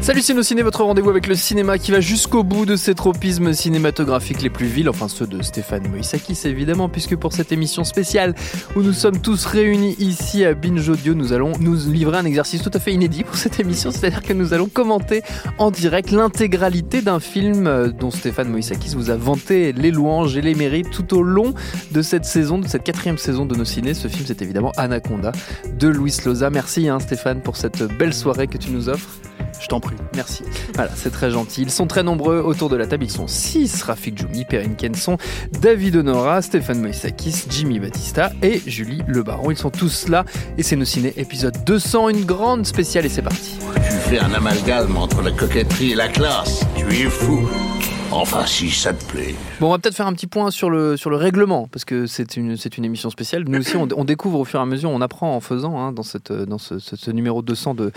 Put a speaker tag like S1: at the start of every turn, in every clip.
S1: Salut Ciné, votre rendez-vous avec le cinéma qui va jusqu'au bout de ses tropismes cinématographiques les plus vils, enfin ceux de Stéphane Moïsakis évidemment, puisque pour cette émission spéciale où nous sommes tous réunis ici à Binge Audio, nous allons nous livrer un exercice tout à fait inédit pour cette émission, c'est-à-dire que nous allons commenter en direct l'intégralité d'un film euh, dont Stéphane Moïsakis vous a vanté les louanges et les mérites tout au long de cette saison, de cette quatrième saison de nos ciné. Ce film c'est évidemment Anaconda de Luis Loza. Merci hein, Stéphane pour cette belle soirée que tu nous offres.
S2: Je t'en prie.
S1: Merci. Voilà, c'est très gentil. Ils sont très nombreux autour de la table. Ils sont 6. Rafik Djoumi, Perrine Kenson, David Honora, Stéphane Moïsakis, Jimmy Batista et Julie Le Baron. Ils sont tous là. Et c'est nos ciné épisode 200, une grande spéciale. Et c'est parti.
S3: Tu fais un amalgame entre la coquetterie et la classe. Tu es fou. Enfin, si ça te plaît.
S1: Bon, on va peut-être faire un petit point sur le, sur le règlement, parce que c'est une, c'est une émission spéciale. Nous aussi, on, on découvre au fur et à mesure, on apprend en faisant hein, dans, cette, dans ce, ce- ce numéro 200 de,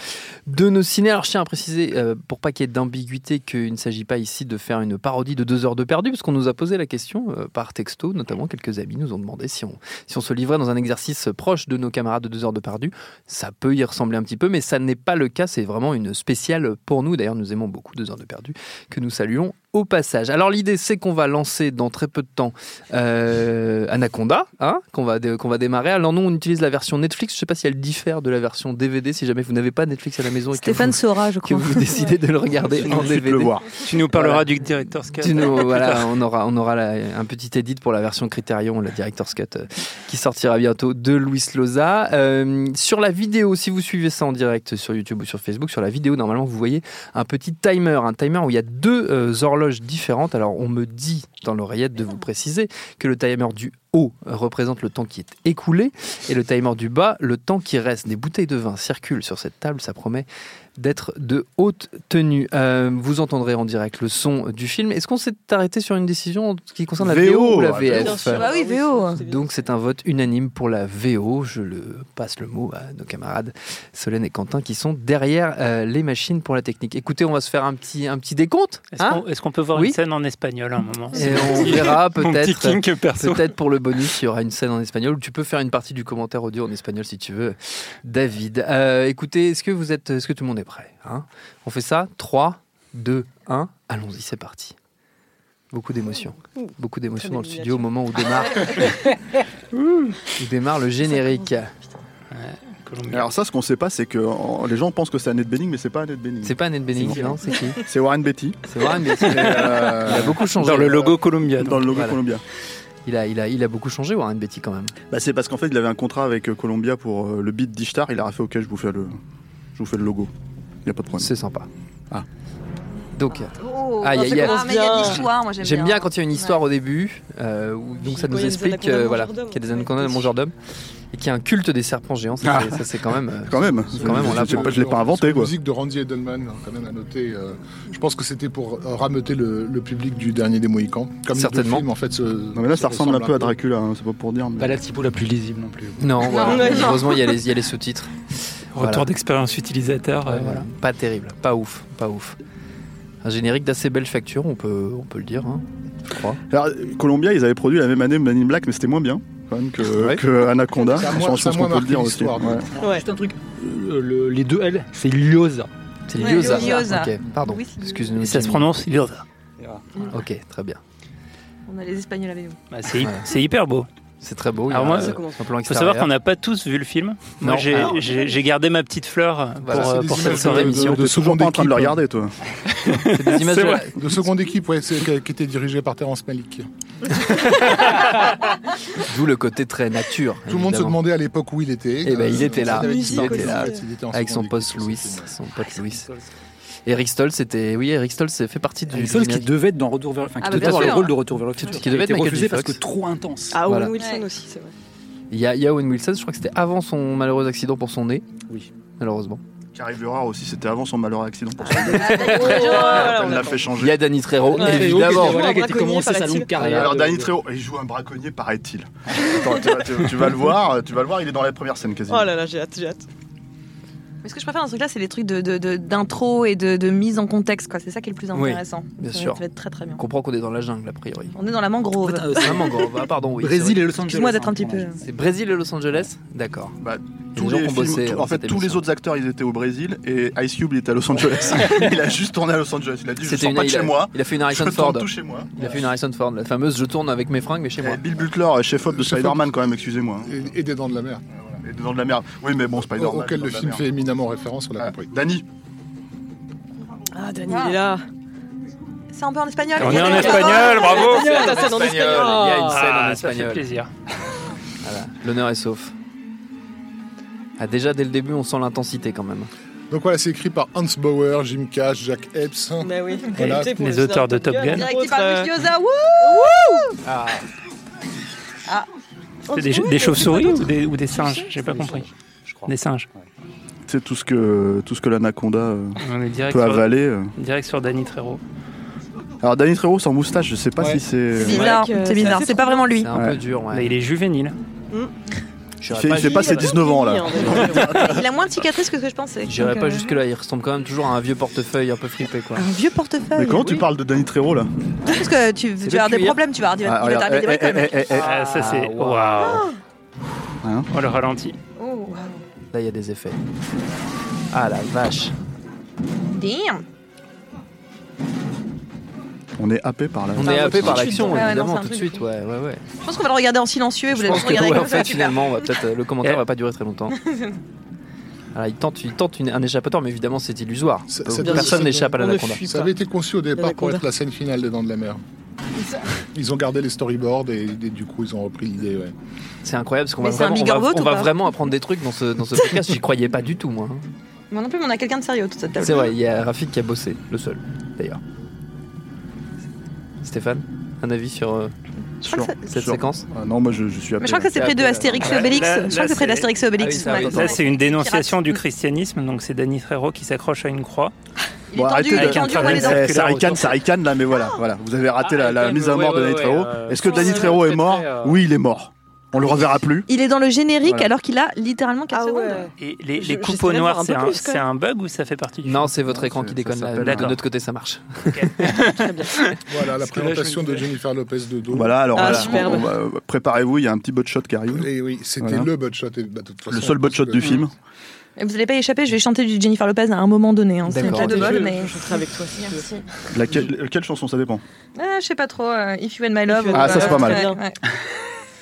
S1: de nos ciné. Alors, je tiens à préciser, euh, pour pas qu'il y ait d'ambiguïté, qu'il ne s'agit pas ici de faire une parodie de deux heures de perdu, parce qu'on nous a posé la question euh, par texto, notamment quelques amis nous ont demandé si on, si on se livrait dans un exercice proche de nos camarades de deux heures de perdu. Ça peut y ressembler un petit peu, mais ça n'est pas le cas. C'est vraiment une spéciale pour nous. D'ailleurs, nous aimons beaucoup deux heures de perdu que nous saluons au passage. Alors l'idée c'est qu'on va lancer dans très peu de temps euh, Anaconda, hein, qu'on va, dé- qu'on va démarrer. Alors nous on utilise la version Netflix, je sais pas si elle diffère de la version DVD, si jamais vous n'avez pas Netflix à la maison et que
S4: Stéphane
S1: vous,
S4: Sora, je
S1: que
S4: crois.
S1: vous décidez de le regarder en
S2: Ensuite,
S1: DVD.
S2: le voir.
S5: Tu nous parleras du directeur
S1: Tu nous- voilà, on aura, on aura la- un petit edit pour la version Criterion, la Director's Cut, euh, qui sortira bientôt de Luis Loza. Euh, sur la vidéo, si vous suivez ça en direct sur YouTube ou sur Facebook, sur la vidéo, normalement, vous voyez un petit timer, un timer où il y a deux euh, horloges différentes. Alors, on me dit dans l'oreillette de vous préciser que le timer du haut représente le temps qui est écoulé et le timer du bas, le temps qui reste. Des bouteilles de vin circulent sur cette table, ça promet d'être de haute tenue. Euh, vous entendrez en direct le son du film. Est-ce qu'on s'est arrêté sur une décision en ce qui concerne la VO, ou la
S2: VO, ouais,
S4: Bien
S1: VF
S4: sûr. Bah oui, VO.
S1: donc c'est un vote unanime pour la VO. Je le passe le mot à nos camarades Solène et Quentin qui sont derrière euh, les machines pour la technique. Écoutez, on va se faire un petit, un petit décompte.
S5: Est-ce
S1: hein
S5: qu'on est-ce qu'on peut voir
S1: Oui.
S5: une scène en espagnol à un moment
S1: et on verra
S5: Mon petit
S1: peut-être.
S5: kink perso.
S1: Peut-être pour le bonus, il y aura une scène en espagnol où tu peux faire une partie du commentaire audio en espagnol si tu veux, David. Euh, écoutez, est-ce que vous êtes, est-ce que tout le monde est prêt hein On fait ça 3, 2, 1, allons-y, c'est parti. Beaucoup d'émotions, beaucoup d'émotions dans le studio au moment où démarre, où démarre le générique.
S5: Colombien.
S2: Alors ça, ce qu'on sait pas, c'est que en- les gens pensent que c'est Annette Bening, mais c'est pas Annette Bening.
S1: C'est pas Annette Bening, non C'est qui
S2: C'est Warren Beatty.
S1: C'est Warren Beatty.
S2: Et, euh,
S1: Il a beaucoup changé.
S5: Dans le logo colombien.
S2: dans le logo
S1: Voilà.
S2: Columbia.
S1: Il a, il a, il a beaucoup changé, Warren Beatty quand même.
S5: Ah.
S2: Bah, c'est parce qu'en fait, il avait un contrat avec euh, Columbia pour euh, le beat d'Ishtar. Il a fait OK, je vous fais le, je vous fais le logo. Il y a pas de problème.
S1: C'est sympa.
S2: Ah.
S1: Donc.
S4: Oh,
S1: Aïe, aïe, aïe.
S4: Ah, mais il y a de l'histoire, moi
S1: J'aime bien quand il y a une histoire au début, euh, où- donc ça
S6: Puis quand il y
S1: nous
S6: a des
S1: explique
S6: anacondas mangeurs
S1: euh, voilà,
S6: d'hommes,
S1: qu'il y a des
S6: ouais,
S1: anacondas de
S6: aussi.
S1: mangeurs d'hommes et qu'il y a un culte des serpents géants. Ça,
S2: Ah.
S1: c'est- ça, c'est quand même. euh,
S2: Quand même.
S1: Quand même, on
S2: je, je-
S1: l'apprend.
S2: je- je l'ai pas inventé
S7: La
S2: quoi.
S7: musique de Randy Edelman, hein, quand même à noter. euh, je pense que c'était pour euh, rameuter le, le public du dernier des Mohicans. Comme les
S1: Certainement.
S7: deux films, en fait, se-
S2: Non mais là,
S7: se
S2: ça ressemble un
S7: ressemblent
S2: peu à Dracula. hein, c'est pas pour dire.
S1: Bah,
S2: Mais...
S8: la typo la plus lisible non plus.
S1: Non, voilà.
S6: non, non.
S1: heureusement il y a les, il y a les sous-titres.
S5: Retour
S1: Voilà.
S5: d'expérience utilisateur. euh,
S1: Ouais, voilà. Pas terrible, pas ouf, pas ouf. Un générique d'assez belle facture, on peut, on peut le dire, hein, je crois.
S2: Alors, euh, Columbia, ils avaient produit la même année Man in Black, mais c'était moins bien quand même que,
S1: Ouais.
S2: que Anaconda.
S7: Ça a
S2: Je
S7: moins-
S2: pense
S7: ça a
S2: qu'on
S7: moins
S2: peut le dire
S7: marqué
S2: aussi.
S7: l'histoire,
S2: Ouais.
S6: Ouais.
S8: Juste un truc, euh, le- les deux L, c'est Liosa.
S1: C'est
S4: Ouais,
S1: Lyoza.
S4: Lyoza.
S1: Ok, pardon.
S4: Oui.
S1: Excuse-nous.
S5: Ça se
S1: Jimmy.
S5: prononce
S1: Ok, très bien.
S4: On a les Espagnols avec nous.
S5: Bah, c'est hy-
S1: Ouais.
S5: c'est hyper beau.
S1: C'est très beau. il y a
S5: Alors moi,
S1: un-
S5: ça
S6: commence.
S1: un plan
S5: Il faut savoir
S1: extérieur.
S5: qu'on n'a pas tous vu le film. Moi,
S1: Non.
S5: j'ai-
S1: Ah.
S5: j'ai j'ai gardé ma petite fleur pour,
S1: Voilà,
S5: euh,
S7: c'est
S5: pour
S7: des
S5: cette
S7: images
S5: soirée.
S7: de-
S1: émission.
S2: T'es toujours pas en train de le
S1: hein.
S2: regarder, toi.
S1: C'est des images
S5: C'est
S1: de la-
S7: De seconde équipe, ouais, c'est- qui qui était dirigée par Terence Malik.
S1: D'où le côté très nature.
S7: Tout le monde se
S1: évidemment.
S7: demandait à l'époque où il était. Euh,
S1: Eh ben, il était là.
S7: Avec
S6: Il
S7: Star,
S6: était
S7: en
S6: là.
S7: fait, il était en
S1: avec son
S7: seconde
S1: pote
S7: équipe,
S1: Louis,
S7: c'était-
S1: son pote Louis. Eric Stoll, c'était oui, Eric Stoll, c'est fait partie du.
S8: Une seule qui
S1: générique.
S8: devait être dans Retour vers, enfin, qui
S4: Ah bah
S8: devait
S4: bien
S8: avoir le
S4: sûr.
S8: rôle de Retour vers le futur,
S1: Qui devait
S8: a été
S1: être Michael
S8: refusé
S1: J.
S8: parce que
S1: Fox.
S8: trop intense.
S6: Ah,
S1: Voilà.
S6: Owen Wilson
S4: Ouais.
S6: aussi, c'est vrai.
S1: Il y a il y a Owen Wilson, je crois que c'était avant son malheureux accident pour son nez.
S8: Oui.
S1: Malheureusement.
S2: Carriverard aussi, c'était avant son malheureux accident. Pour ça,
S4: Voilà,
S2: on
S7: Ah,
S4: on
S2: l'a
S4: a-
S2: fait changer.
S1: Il y a Danny
S9: Ah,
S1: Trejo,
S6: Ouais,
S1: évidemment.
S6: et voilà, qui a
S4: Braconnier,
S6: commencé sa
S4: paraît-il.
S6: longue carrière.
S2: Alors
S6: de-
S2: Danny
S6: de-
S2: Trejo, il joue un braconnier, paraît-il. Attends, tu, vas- tu- tu vas le voir, tu vas le voir, il est dans la première scène quasiment.
S6: Oh là là, j'ai hâte, j'ai hâte.
S4: Mais ce que je préfère dans ce truc-là, c'est les trucs de- de- de- d'intro et de, de mise en contexte. quoi. C'est ça qui est le plus
S1: Oui,
S4: intéressant.
S1: bien
S4: Ça va-
S1: sûr.
S4: Ça va être très très bien.
S1: On comprend qu'on est dans la jungle, a priori.
S4: On est dans la mangrove.
S1: Euh, C'est un mangrove. Ah, pardon, oui.
S8: Brésil et Los Angeles.
S4: Excuse-moi d'être
S8: hein,
S4: un petit
S8: pour
S4: peu.
S8: l'instant.
S1: C'est Brésil et Los Angeles D'accord.
S2: Bah,
S1: Il y a
S2: Tous
S1: des gens
S2: les
S1: qui ont
S2: films-
S1: bossé
S2: tout-
S1: dans
S2: en fait,
S1: cette
S2: tous les
S1: émission.
S2: autres acteurs, ils étaient au Brésil et Ice Cube, il était à Los Angeles. il a juste tourné à Los Angeles. Il a dit, je
S1: C'était
S2: sors
S1: une,
S2: pas de
S1: il,
S2: chez
S1: a,
S2: moi.
S1: il a fait une
S2: Je
S1: Harrison Ford.
S2: tourne tout chez moi.
S1: Il a fait une Harrison Ford, la fameuse je tourne avec mes fringues mais chez
S2: Et
S1: moi.
S2: Bill Butler, chef-op de
S7: Chef-op.
S2: Spider-Man quand même, excusez-moi. hein.
S7: Et, et des dents de la mer,
S2: Et dedans de la merde. Oui, mais bon, Spider-Man.
S7: auquel
S2: dedans
S7: le
S2: de la
S7: film
S2: merde.
S7: fait éminemment référence, on
S2: Ah,
S7: l'a compris.
S2: Danny,
S6: Ah, Danny, il est là.
S4: C'est un peu en espagnol.
S5: On est en
S4: Ah,
S5: espagnol, bravo
S6: Il y a une scène en
S1: Il y a une
S6: espagnol.
S1: scène
S5: Ah,
S1: en
S5: ça fait
S1: espagnol.
S5: plaisir.
S1: L'honneur est sauf. Ah, déjà dès le début on sent l'intensité quand même.
S7: Donc voilà, c'est écrit par Hans Bauer, Jim Cash, Jack Epps.
S8: Ben
S6: Mais oui.
S7: Voilà.
S6: Tu sais, pour
S5: Les
S6: le
S5: auteurs de
S6: Top
S5: Top
S6: Gun,
S5: Gun.
S4: Directé
S6: autre,
S4: par
S6: euh,
S4: Mafiosa, wouh
S5: C'est Des, des chauves-souris ou des, ou des singes J'ai pas compris.
S8: Je crois.
S5: Des singes.
S2: c'est tout ce que tout ce que l'anaconda euh,
S5: On est direct
S2: peut
S5: sur,
S2: avaler. euh.
S5: direct sur Danny Trejo.
S2: Alors Danny Trejo sans moustache, je sais pas
S7: Ouais.
S2: si c'est. euh,
S4: C'est bizarre,
S6: Ouais, que-
S4: c'est bizarre.
S6: c'est
S4: C'est pas vraiment lui.
S1: C'est un
S2: Ouais.
S1: peu dur
S5: Là,
S1: ouais.
S5: il est juvénile.
S2: Il fait, il fait pas ses 19 ans là.
S4: Il a moins de cicatrices que ce que je pensais.
S1: J'irai
S4: Donc,
S1: pas
S4: euh, Ah.
S1: jusque là, il ressemble quand même toujours à un vieux portefeuille un peu fripé quoi.
S4: Un vieux portefeuille.
S2: Mais comment tu
S4: Oui.
S2: parles de Danny Trejo là
S4: Parce que tu, tu vas avoir des
S1: cuir.
S4: problèmes, tu vas avoir des,
S2: Ah,
S4: il va
S2: regarde,
S4: t'arriver des
S2: eh,
S4: bricoles.
S2: eh, eh, eh, eh.
S5: Ah, ça c'est.
S1: waouh.
S5: Waouh
S2: Hein
S5: On le ralentit.
S4: Oh, wow.
S1: Là il y a des effets. Ah la vache.
S4: Oh, Damn.
S2: eh, On est happé par là.
S1: On est happé par
S4: tout de
S1: l'action
S4: suite. Ouais, ouais, non,
S1: évidemment
S4: c'est un
S1: tout de
S4: truc.
S1: suite ouais ouais ouais.
S4: Je pense qu'on va le regarder en silencieux et vous
S1: Je
S4: allez le
S1: pense que
S4: regarder
S1: ouais, en
S4: comme ça. Eh.
S1: fait,
S4: super.
S1: finalement, on va peut-être euh, le commentaire
S5: Et-
S1: va pas durer très longtemps. Alors, il tente, il tente une- un échappatoire, mais évidemment, c'est illusoire.
S7: C'est-
S1: Peu-
S7: c'est-
S1: Personne
S7: c'est-
S1: n'échappe à
S6: on ne
S1: l'anaconda.
S6: fuit
S7: Ça
S6: pas.
S7: avait été conçu au départ pour
S6: L'anaconda.
S7: être la scène finale des Dents de la Mer. Ils ont gardé les storyboards et, et du coup ils ont repris l'idée. ouais.
S1: C'est incroyable parce qu'on va
S4: Mais c'est un
S1: vraiment, on
S4: bigorbeau,
S1: va, on
S4: ou
S1: va
S4: pas
S1: vraiment apprendre des trucs dans ce, dans ce podcast. J'y croyais pas du tout, moi. hein.
S4: Moi non plus, mais on a quelqu'un de sérieux autour de cette table.
S1: C'est vrai, il y a Rafik qui a bossé, le seul, d'ailleurs. Stéphane, un avis sur euh,
S4: Je crois que ça-
S1: cette
S2: Sur-
S1: séquence
S2: Ah non, moi je, je suis happé.
S4: Mais je crois que c'est près de Astérix et
S5: Ouais,
S4: Obélix.
S5: là- là,
S4: Je crois que c'est près
S5: c'est-
S4: d'Astérix et
S1: Ah oui,
S4: Obélix.
S1: ça,
S4: Ouais,
S1: attends,
S4: c'est
S5: Là,
S4: vrai.
S5: c'est une dénonciation
S4: Pirate.
S5: du christianisme, donc c'est Danny Trejo qui s'accroche à une croix.
S4: Il est tendu, il est
S5: arrêtez
S4: tendu,
S5: de-
S4: on voit les dents.
S5: Arrêtez.
S2: Eh, ça ricane, ça ricane là, mais voilà, voilà. Vous avez raté la, la
S1: Ah,
S2: mise à
S1: ouais,
S2: mort de
S1: ouais,
S2: Danny
S1: ouais,
S2: Trejo.
S1: euh,
S2: Est-ce que
S1: sans
S2: Danny
S1: arrêt,
S2: Trejo
S1: très,
S2: est mort
S1: très, euh,
S2: Oui, il est mort. On le reverra plus.
S4: Il est dans le générique
S2: Voilà.
S4: alors qu'il a littéralement 4
S6: Ah
S4: secondes.
S6: ouais.
S5: Et les,
S6: Je-
S5: les
S6: je
S5: coupeaux
S6: serais
S5: noirs,
S6: voir un
S5: c'est
S6: peu
S5: un,
S6: plus, quand
S5: c'est un bug ou ça fait partie du
S1: Non, c'est votre écran qui
S2: ça
S1: déconne. là.
S2: s'appelle
S1: Là, de
S5: un-
S1: notre côté, ça marche.
S7: Voilà la
S5: Parce que là, je
S7: présentation
S5: me
S7: de
S5: disais-
S7: Jennifer Lopez de dos.
S2: Voilà, alors
S6: Ah,
S2: voilà,
S6: superbe.
S2: on- on va- euh, préparez-vous, il y a un petit shot qui arrive.
S7: Et oui, c'était
S2: Voilà.
S7: le butt shot. et, bah, de toute façon,
S2: Le seul
S7: je
S2: bot
S7: pense
S2: shot
S7: que-
S2: du film.
S4: Et vous n'allez pas y échapper, je vais chanter du Jennifer Lopez à un moment donné. Hein. C'est
S1: D'accord.
S4: pas de
S1: Ok,
S4: bol,
S1: je-
S4: mais.
S6: Je serai avec toi si tu veux.
S4: Merci.
S2: Laquelle, quelle chanson ça dépend
S4: Ah, je sais pas trop. euh, If You and My Love.
S6: You and
S4: ou,
S2: Ah, ça,
S4: euh,
S2: c'est pas mal.
S4: ouais, ouais.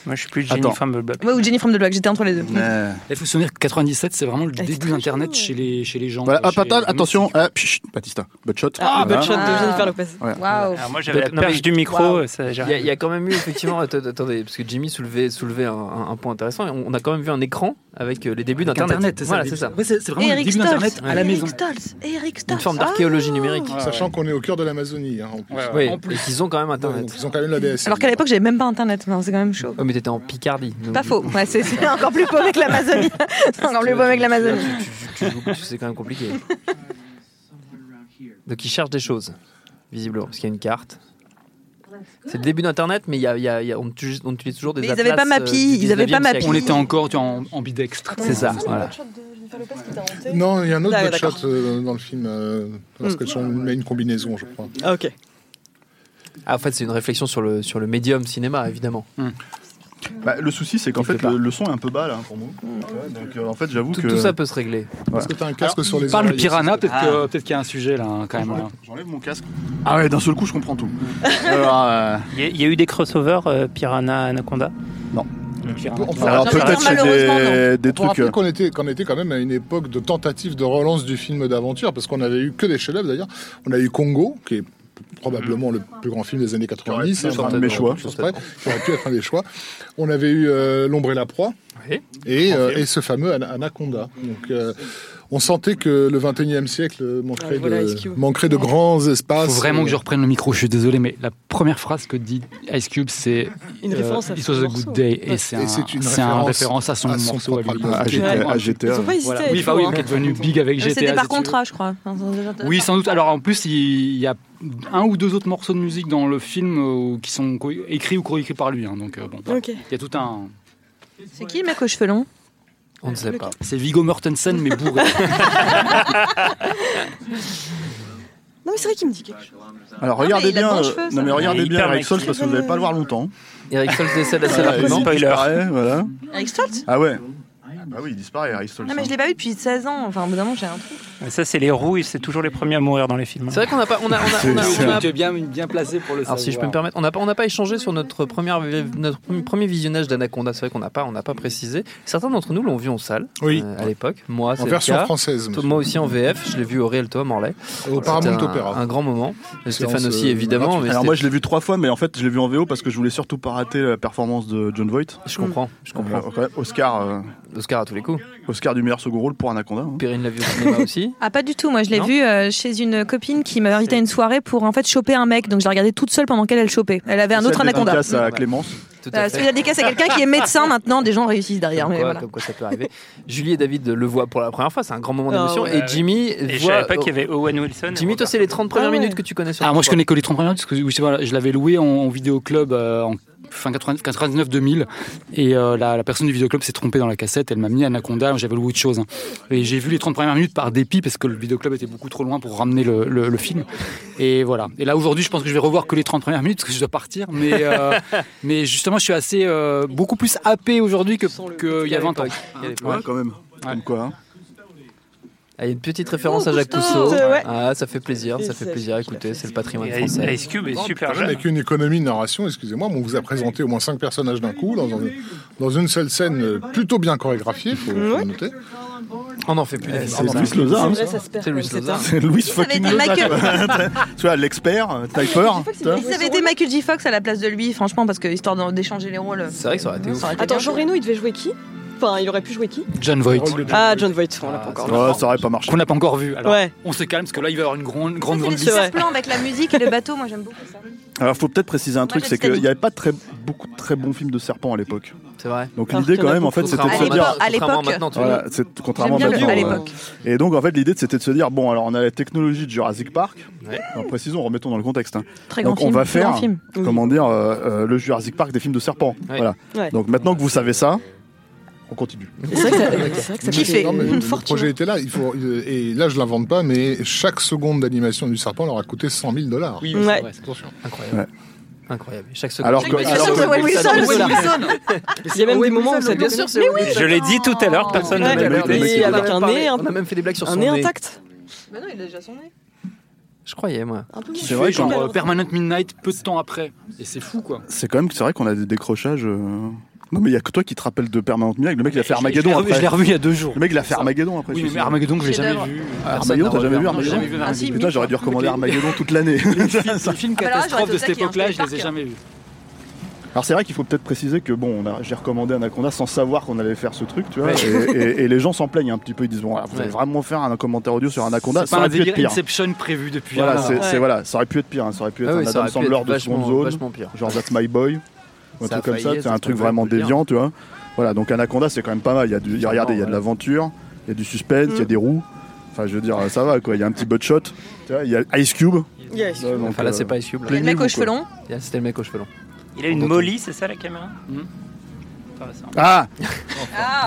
S5: Moi, je suis plus
S2: Attends.
S5: Jennifer Bullbuck.
S4: Ouais, ou Jenny from the Block, j'étais entre les deux.
S2: Euh,
S8: Il Eh, faut se souvenir que 97, c'est vraiment le
S4: Ah, c'est
S8: début
S4: très
S8: d'Internet
S4: chaud.
S8: chez les, chez les gens.
S2: voilà,
S8: quoi,
S2: hop,
S8: chez-
S2: attends,
S8: même
S2: attention,
S8: si-
S2: ah, pchut, Batista, bot shot.
S6: Ah,
S2: Voilà.
S6: bonne shot de
S4: Ah.
S6: Jennifer Lopez.
S4: Waouh.
S5: Alors, moi, j'avais la
S1: Non, mais-
S5: perche du micro,
S1: Waouh.
S5: ça, j'ai
S1: Il y, a- il y a quand même eu effectivement, att- att- attendez, parce que Jimmy soulevait, soulevait un, un- un point intéressant. et On on a quand même vu un écran avec euh, les débuts
S8: Avec
S1: d'Internet.
S8: Internet, c'est ça.
S1: Voilà,
S8: le
S1: c'est
S8: début.
S1: ça.
S8: Ouais, c'est c'est
S4: Et
S8: vraiment le
S4: Eric
S8: début d'Internet
S4: Stoltz.
S8: à la maison.
S4: Eric Stoltz. Eric Stoltz.
S1: Une forme
S4: Ah.
S1: d'archéologie numérique.
S7: Sachant qu'on est au cœur de l'Amazonie. hein, en plus.
S5: Ouais, ouais.
S1: Oui,
S8: En
S1: et qu'ils ont quand même
S7: Ouais, donc
S1: Internet.
S7: ils ont quand même la DSL.
S4: Ah. Alors qu'à l'époque, j'avais même pas internet. Non, C'est quand même chaud.
S1: Oh, mais t'étais en Picardie. donc-
S4: Pas faux. Ouais, c'est c'est encore plus paumé que l'Amazonie. C'est encore plus paumé que l'Amazonie.
S1: Tu- tu- tu- tu- C'est quand même compliqué. Donc ils cherchent des choses, visiblement, parce qu'il y a une carte. C'est le début d'Internet, mais il y a- il y a- il y a- on, utilise, on utilise toujours des euh,
S4: Mais ils avaient pas Mappy, ils avaient pas
S1: ma
S4: Mappy.
S8: On était encore tu vois, en, en bidextre.
S1: C'est ça, voilà.
S7: Non, il y a un autre
S6: Ah,
S7: butt
S6: d'accord.
S7: shot euh, dans le film euh, lorsqu'elles sont met une combinaison, je crois.
S6: Ah, ok.
S1: Ah, en fait, c'est une réflexion sur le, sur le médium cinéma, évidemment.
S2: Bah, le souci, c'est qu'en
S1: Quelque
S2: fait,
S1: part.
S2: le, le son est un peu bas là pour nous.
S4: Mm.
S2: Ouais, Donc euh, en fait, j'avoue
S1: Tout,
S2: que.
S1: tout ça peut se régler.
S7: Est-ce que t'as un casque
S8: Alors,
S7: sur les
S8: il parle
S7: oreilles
S8: piranha,
S9: Ah,
S7: aussi,
S8: peut-être que- peut-être qu'il y a un sujet là, hein, quand même.
S2: J'enlève-
S8: hein.
S2: J'enlève mon casque. Ah ouais, d'un seul coup, je comprends tout. Alors, euh,
S5: Il y, a- il y a eu des crossovers euh, Piranha Anaconda
S2: Non.
S7: On peut-
S2: alors,
S4: non,
S2: peut-être
S4: mais
S2: c'est
S4: malheureusement,
S2: des, des
S7: Pour
S2: trucs. euh,
S7: rappeler qu'on était, qu'on était quand même à une époque de tentative de relance du film d'aventure, parce qu'on avait eu que des chefs-d'œuvre d'ailleurs. On a eu Congo, qui est p- probablement le plus grand film des années 90,
S2: Qui aurait pu être un de mes choix.
S7: je pense pas, qui aurait pu être un des choix. On avait eu euh, L'ombre et la proie,
S1: Oui.
S7: et, euh, et ce fameux Ana- Anaconda. Donc, euh, on sentait que le 21e siècle manquerait,
S6: Ah, voilà,
S7: de,
S6: Ice Cube.
S7: manquerait de grands espaces.
S8: Faut vraiment que je reprenne le micro, je suis désolé, mais la première phrase que dit Ice Cube, c'est
S6: Une
S8: euh,
S6: référence à
S8: It
S6: son
S8: was a
S6: morceau.
S8: good day.
S6: Ouais.
S8: Et c'est
S7: Et
S8: un,
S7: c'est une
S8: c'est un
S7: référence
S8: référence à son
S7: à son
S8: morceau à lui.
S7: propre album.
S2: À GTA.
S8: Ouais.
S2: à GTA.
S6: Ils ont pas hésité
S8: Voilà.
S6: à
S8: Oui,
S6: être
S8: bah
S6: fous,
S8: oui,
S6: hein.
S8: qui est devenu big avec GTA.
S4: C'était par
S8: si tu veux.
S4: contrat, je crois. Enfin,
S8: Oui, sans doute. Alors en plus, il y a un ou deux autres morceaux de musique dans le film euh, qui sont co- écrits ou co-écrits par lui. hein. donc euh, bon, voilà.
S6: Ok.
S8: il y a tout un.
S4: C'est qui le mec aux cheveux longs
S1: On ne sait pas.
S8: C'est Viggo Mortensen, mais bourré.
S6: Non, mais c'est vrai qu'il me dit quelque chose.
S2: Alors
S4: mais
S2: regardez
S4: il a de
S2: bien,
S4: bons
S2: euh,
S4: cheveux, ça.
S2: non mais
S5: Il
S2: regardez
S5: est
S2: bien
S5: hyper
S2: Eric
S5: mec.
S2: Solz parce que vous n'allez pas le voir longtemps.
S1: Eric Solz décède assez
S2: Voilà,
S1: rapidement.
S2: il
S5: Spoiler.
S2: disparaît, voilà.
S4: Eric Stoltz
S2: Ah ouais. Ah bah oui, il disparaît Eric hein. Solz.
S4: Non, mais je l'ai pas vu depuis 16 ans. Enfin, au bout d'un moment, j'ai un truc.
S5: Ça, c'est les roues, et c'est toujours les premiers à mourir dans les films.
S1: C'est vrai qu'on n'a pas. On a, on a- on a-
S2: C'est-
S1: on a-
S8: tu es bien, bien placé pour le
S1: alors si je peux me permettre, on n'a pas, on n'a pas échangé sur notre, première, notre premier visionnage d'Anaconda. C'est vrai qu'on n'a pas, on n'a pas précisé. Certains d'entre nous l'ont vu en salle
S7: Oui.
S1: euh, à l'époque. Moi, c'est
S7: En
S1: le
S7: version
S1: cas.
S7: française, monsieur.
S1: Moi aussi en VF. Je l'ai vu au Realto à Morlaix.
S7: au
S1: C'était
S7: Paramount
S1: un,
S7: Opéra.
S1: un grand moment. Et
S7: Séance,
S1: Stéphane aussi
S7: euh,
S1: évidemment. Mais
S2: Alors
S1: c'était-
S2: moi je l'ai vu trois fois, mais en fait je l'ai vu en VO parce que je voulais surtout pas rater la performance de John Voight.
S1: je comprends, je comprends.
S2: Euh, quand même, Oscar, euh,
S1: Oscar à tous les coups.
S2: Oscar du meilleur second rôle pour Anaconda. hein.
S1: Perrine l'a vu au cinéma aussi.
S4: Ah, pas du tout. Moi, je l'ai
S1: Non
S4: vu euh, chez une copine qui m'avait invité à une soirée pour en fait choper un mec. Donc, je l'ai regardé toute seule pendant qu'elle elle chopait. Elle avait un autre
S2: Spéciale
S4: anaconda.
S2: dédicace à Clémence.
S1: Tout à
S4: Euh,
S1: fait.
S4: Celui-là dédicace à quelqu'un qui est médecin maintenant, des gens réussissent derrière.
S1: Comme
S4: Mais
S1: quoi,
S4: voilà.
S1: comme quoi ça peut arriver. Julie et David le voient pour la première fois, c'est un grand moment d'émotion.
S5: ouais,
S1: et
S5: ouais.
S1: Jimmy
S5: Et je
S1: voit. Oh,
S5: savais pas qu'il y avait Owen Wilson. et
S1: Jimmy, toi,
S5: Robert.
S1: c'est les 30 premières
S4: Ah ouais.
S1: minutes que tu connais sur
S8: Alors moi je
S1: toi.
S8: connais que les 30 premières parce que oui, c'est- voilà, je l'avais loué en, en vidéoclub euh, en fin 99-2000 et euh, la, la personne du vidéoclub s'est trompée dans la cassette, elle m'a mis Anaconda, j'avais loué autre chose. hein. Et j'ai vu les 30 premières minutes par dépit parce que le vidéoclub était beaucoup trop loin pour ramener le, le- le film. Et voilà. Et là aujourd'hui je pense que je vais revoir que les 30 premières minutes parce que je dois partir. Mais, euh, mais justement je suis assez euh, beaucoup plus happé aujourd'hui que qu'il y a 20 ans.
S5: Ah,
S2: Ouais, quand même. Comme quoi. hein.
S1: Ah, il y a une petite référence à Jacques
S6: Cousteau,
S1: Cousteau.
S6: ouais.
S1: Ah, ça fait plaisir, ça fait
S6: C'est-
S1: plaisir. Écoutez, c'est le patrimoine
S5: Et Ice-
S1: français.
S5: Ice Cube est super
S7: Problème
S5: jeune.
S7: Avec une économie de narration, excusez-moi, mais on vous a présenté au moins cinq personnages d'un coup, dans, un- dans une seule scène euh, plutôt bien chorégraphiée, faut, faut le noter.
S1: On n'en fait plus. des-
S2: C'est
S1: on en
S2: Louis
S1: fait-
S2: Lozat. hein.
S6: vrai, ça se perd.
S1: C'est
S6: quand
S1: Louis
S6: même,
S1: Lozat.
S2: C'est Louis
S4: avait
S2: fucking
S4: été
S2: Lozat.
S4: Michael-
S2: quoi. Tu vois, l'expert, euh, typer. tu vois.
S4: Si ça avait été Michael J. Fox à la place de lui, franchement, parce que histoire d'en- d'échanger les rôles.
S1: C'est vrai que ça aurait été ouf.
S4: ça aurait été
S6: Attends,
S4: bien.
S6: Jean Reno, il devait jouer qui Enfin, il aurait pu jouer qui
S8: John Voight.
S1: Oh,
S6: Ah, John Voight, on l'a pas encore.
S2: Ouais, ça aurait pas marché.
S8: Qu'on n'a pas encore vu. Alors,
S6: Ouais.
S8: on se calme parce que là il va y avoir une grande grande
S4: C'est
S8: grande
S4: les
S6: C'est vrai.
S4: super plans avec la musique et le bateau, moi j'aime beaucoup ça.
S2: Alors faut peut-être préciser un truc,
S4: j'ai
S2: c'est qu'il
S4: Titanic.
S2: n'y avait pas très, beaucoup de très bons films de serpents à l'époque.
S1: C'est vrai.
S2: Donc
S6: Alors
S2: l'idée
S6: qu'il y en
S2: quand
S6: a
S2: même en fait
S6: beaucoup.
S2: c'était de
S4: À
S2: se
S4: l'époque,
S2: dire...
S1: Contrairement
S4: l'époque.
S1: maintenant, tu
S2: Voilà,
S1: vois.
S2: c'est contrairement
S4: J'aime bien le
S2: maintenant,
S4: à
S2: euh,
S4: l'époque.
S2: Et donc, en fait, l'idée, c'était de se dire bon, alors on a la technologie de Jurassic Park.
S1: Ouais.
S2: Alors, précisons, remettons dans le contexte. hein.
S4: Très grand
S2: Donc,
S4: film.
S2: on va
S4: très grand
S2: faire,
S4: film.
S2: comment dire, euh, euh, le Jurassic Park des films de serpents.
S1: Ouais.
S2: Voilà.
S6: Ouais.
S2: Donc, maintenant que vous savez ça, on continue.
S6: C'est vrai que ça- c'est vrai que ça
S4: Qui
S6: coûtait
S4: fait
S7: Non, mais
S4: une
S7: le
S4: fortune.
S7: projet était là, il faut, euh, et là je l'invente pas, mais chaque seconde d'animation du serpent leur a coûté 100 000 dollars.
S8: Oui,
S6: Ouais.
S8: c'est vrai.
S1: Incroyable. Incroyable. Chaque seconde.
S2: Alors
S1: Chaque
S2: que-
S1: minute,
S2: alors
S1: c'est
S2: que-
S1: Owen Wilson.
S6: Owen
S1: Owen Wilson.
S6: Il y a même des moments où ça
S1: Bien
S6: devient
S1: sûr, c'est Owen Wilson.
S5: Je l'ai dit tout à l'heure, personne
S6: Ouais,
S5: ne m'a
S6: mais
S5: écouté.
S6: oui,
S1: On a
S6: avec un
S1: parlé-
S6: nez, un-
S1: On a même fait des blagues sur son
S6: un nez
S1: nez.
S6: intact.
S4: Bah non, il a déjà son nez.
S1: Je croyais, moi.
S6: Un peu moins.
S2: C'est
S8: C'est
S2: vrai,
S8: vrai,
S2: genre,
S8: genre euh, Permanent Midnight peu de temps après. Et c'est fou quoi.
S2: C'est quand même c'est vrai qu'on a des décrochages. euh, Non, mais il y a que toi qui te rappelles de Permanent Miracle. Le mec, il a fait Armageddon
S8: Je
S2: après.
S8: l'ai revu il y a deux jours.
S2: Le mec, il a fait Armageddon après.
S8: Oui,
S2: je
S8: mais
S2: suis sûr.
S8: Armageddon, je l'ai jamais
S4: Chef-d'œuvre.
S8: vu.
S2: Armageddon, Ah, t'as jamais vu
S8: Non, j'ai jamais
S2: Armageddon
S8: vu
S4: Ah, si,
S8: Armageddon.
S2: Putain, j'aurais dû recommander Armageddon toute l'année.
S8: Les films
S4: Ah, bah là, j'aurais
S8: catastrophes de
S4: trouvé ça
S8: cette
S4: qui est un
S8: époque-là, je les ai
S4: Spielberg.
S8: jamais vus.
S2: Alors c'est vrai qu'il faut peut-être préciser que bon, on a- j'ai recommandé Anaconda sans savoir qu'on allait faire ce truc, tu vois, et, et- et les gens s'en plaignent un petit peu, ils disent bon, alors, vous allez
S1: Ouais.
S2: vraiment faire un commentaire audio sur Anaconda,
S8: C'est
S2: bah, ça
S8: pas un
S2: aurait pu être
S8: délire
S2: pire.
S8: Inception prévu depuis
S2: Voilà,
S8: un an.
S2: c'est,
S6: Ouais.
S2: c'est- voilà, ça aurait pu être pire, hein, ça aurait pu être
S1: Ah
S2: un
S1: oui, ça
S2: Adam
S1: aurait pu
S2: Sandler
S1: être
S2: de seconde
S1: vachement,
S2: zone,
S1: vachement pire.
S2: genre That's My Boy, ou un
S1: Ça a
S2: truc comme ça,
S1: failli
S2: c'est
S1: être,
S2: un truc
S1: ça
S2: vraiment
S1: aurait pu le
S2: déviant, tu vois. Voilà, donc Anaconda c'est quand même pas mal, il y a, du, il y a- regardez, il y a de
S1: Voilà.
S2: l'aventure, il y a du suspense, il y a des roues, enfin je veux dire, ça va quoi, il y a un petit butt shot, tu vois, il y a Ice Cube.
S6: Yes.
S2: euh, donc,
S1: Enfin, là,
S2: euh,
S1: c'est pas Ice Cube. là.
S4: Il y a le mec
S2: Plaignez-vous,
S4: aux cheveux longs.
S1: Il y a- C'était le mec aux cheveux longs.
S5: Il a une
S1: On entend.
S5: Molly, c'est ça la caméra Enfin, c'est un-
S2: Ah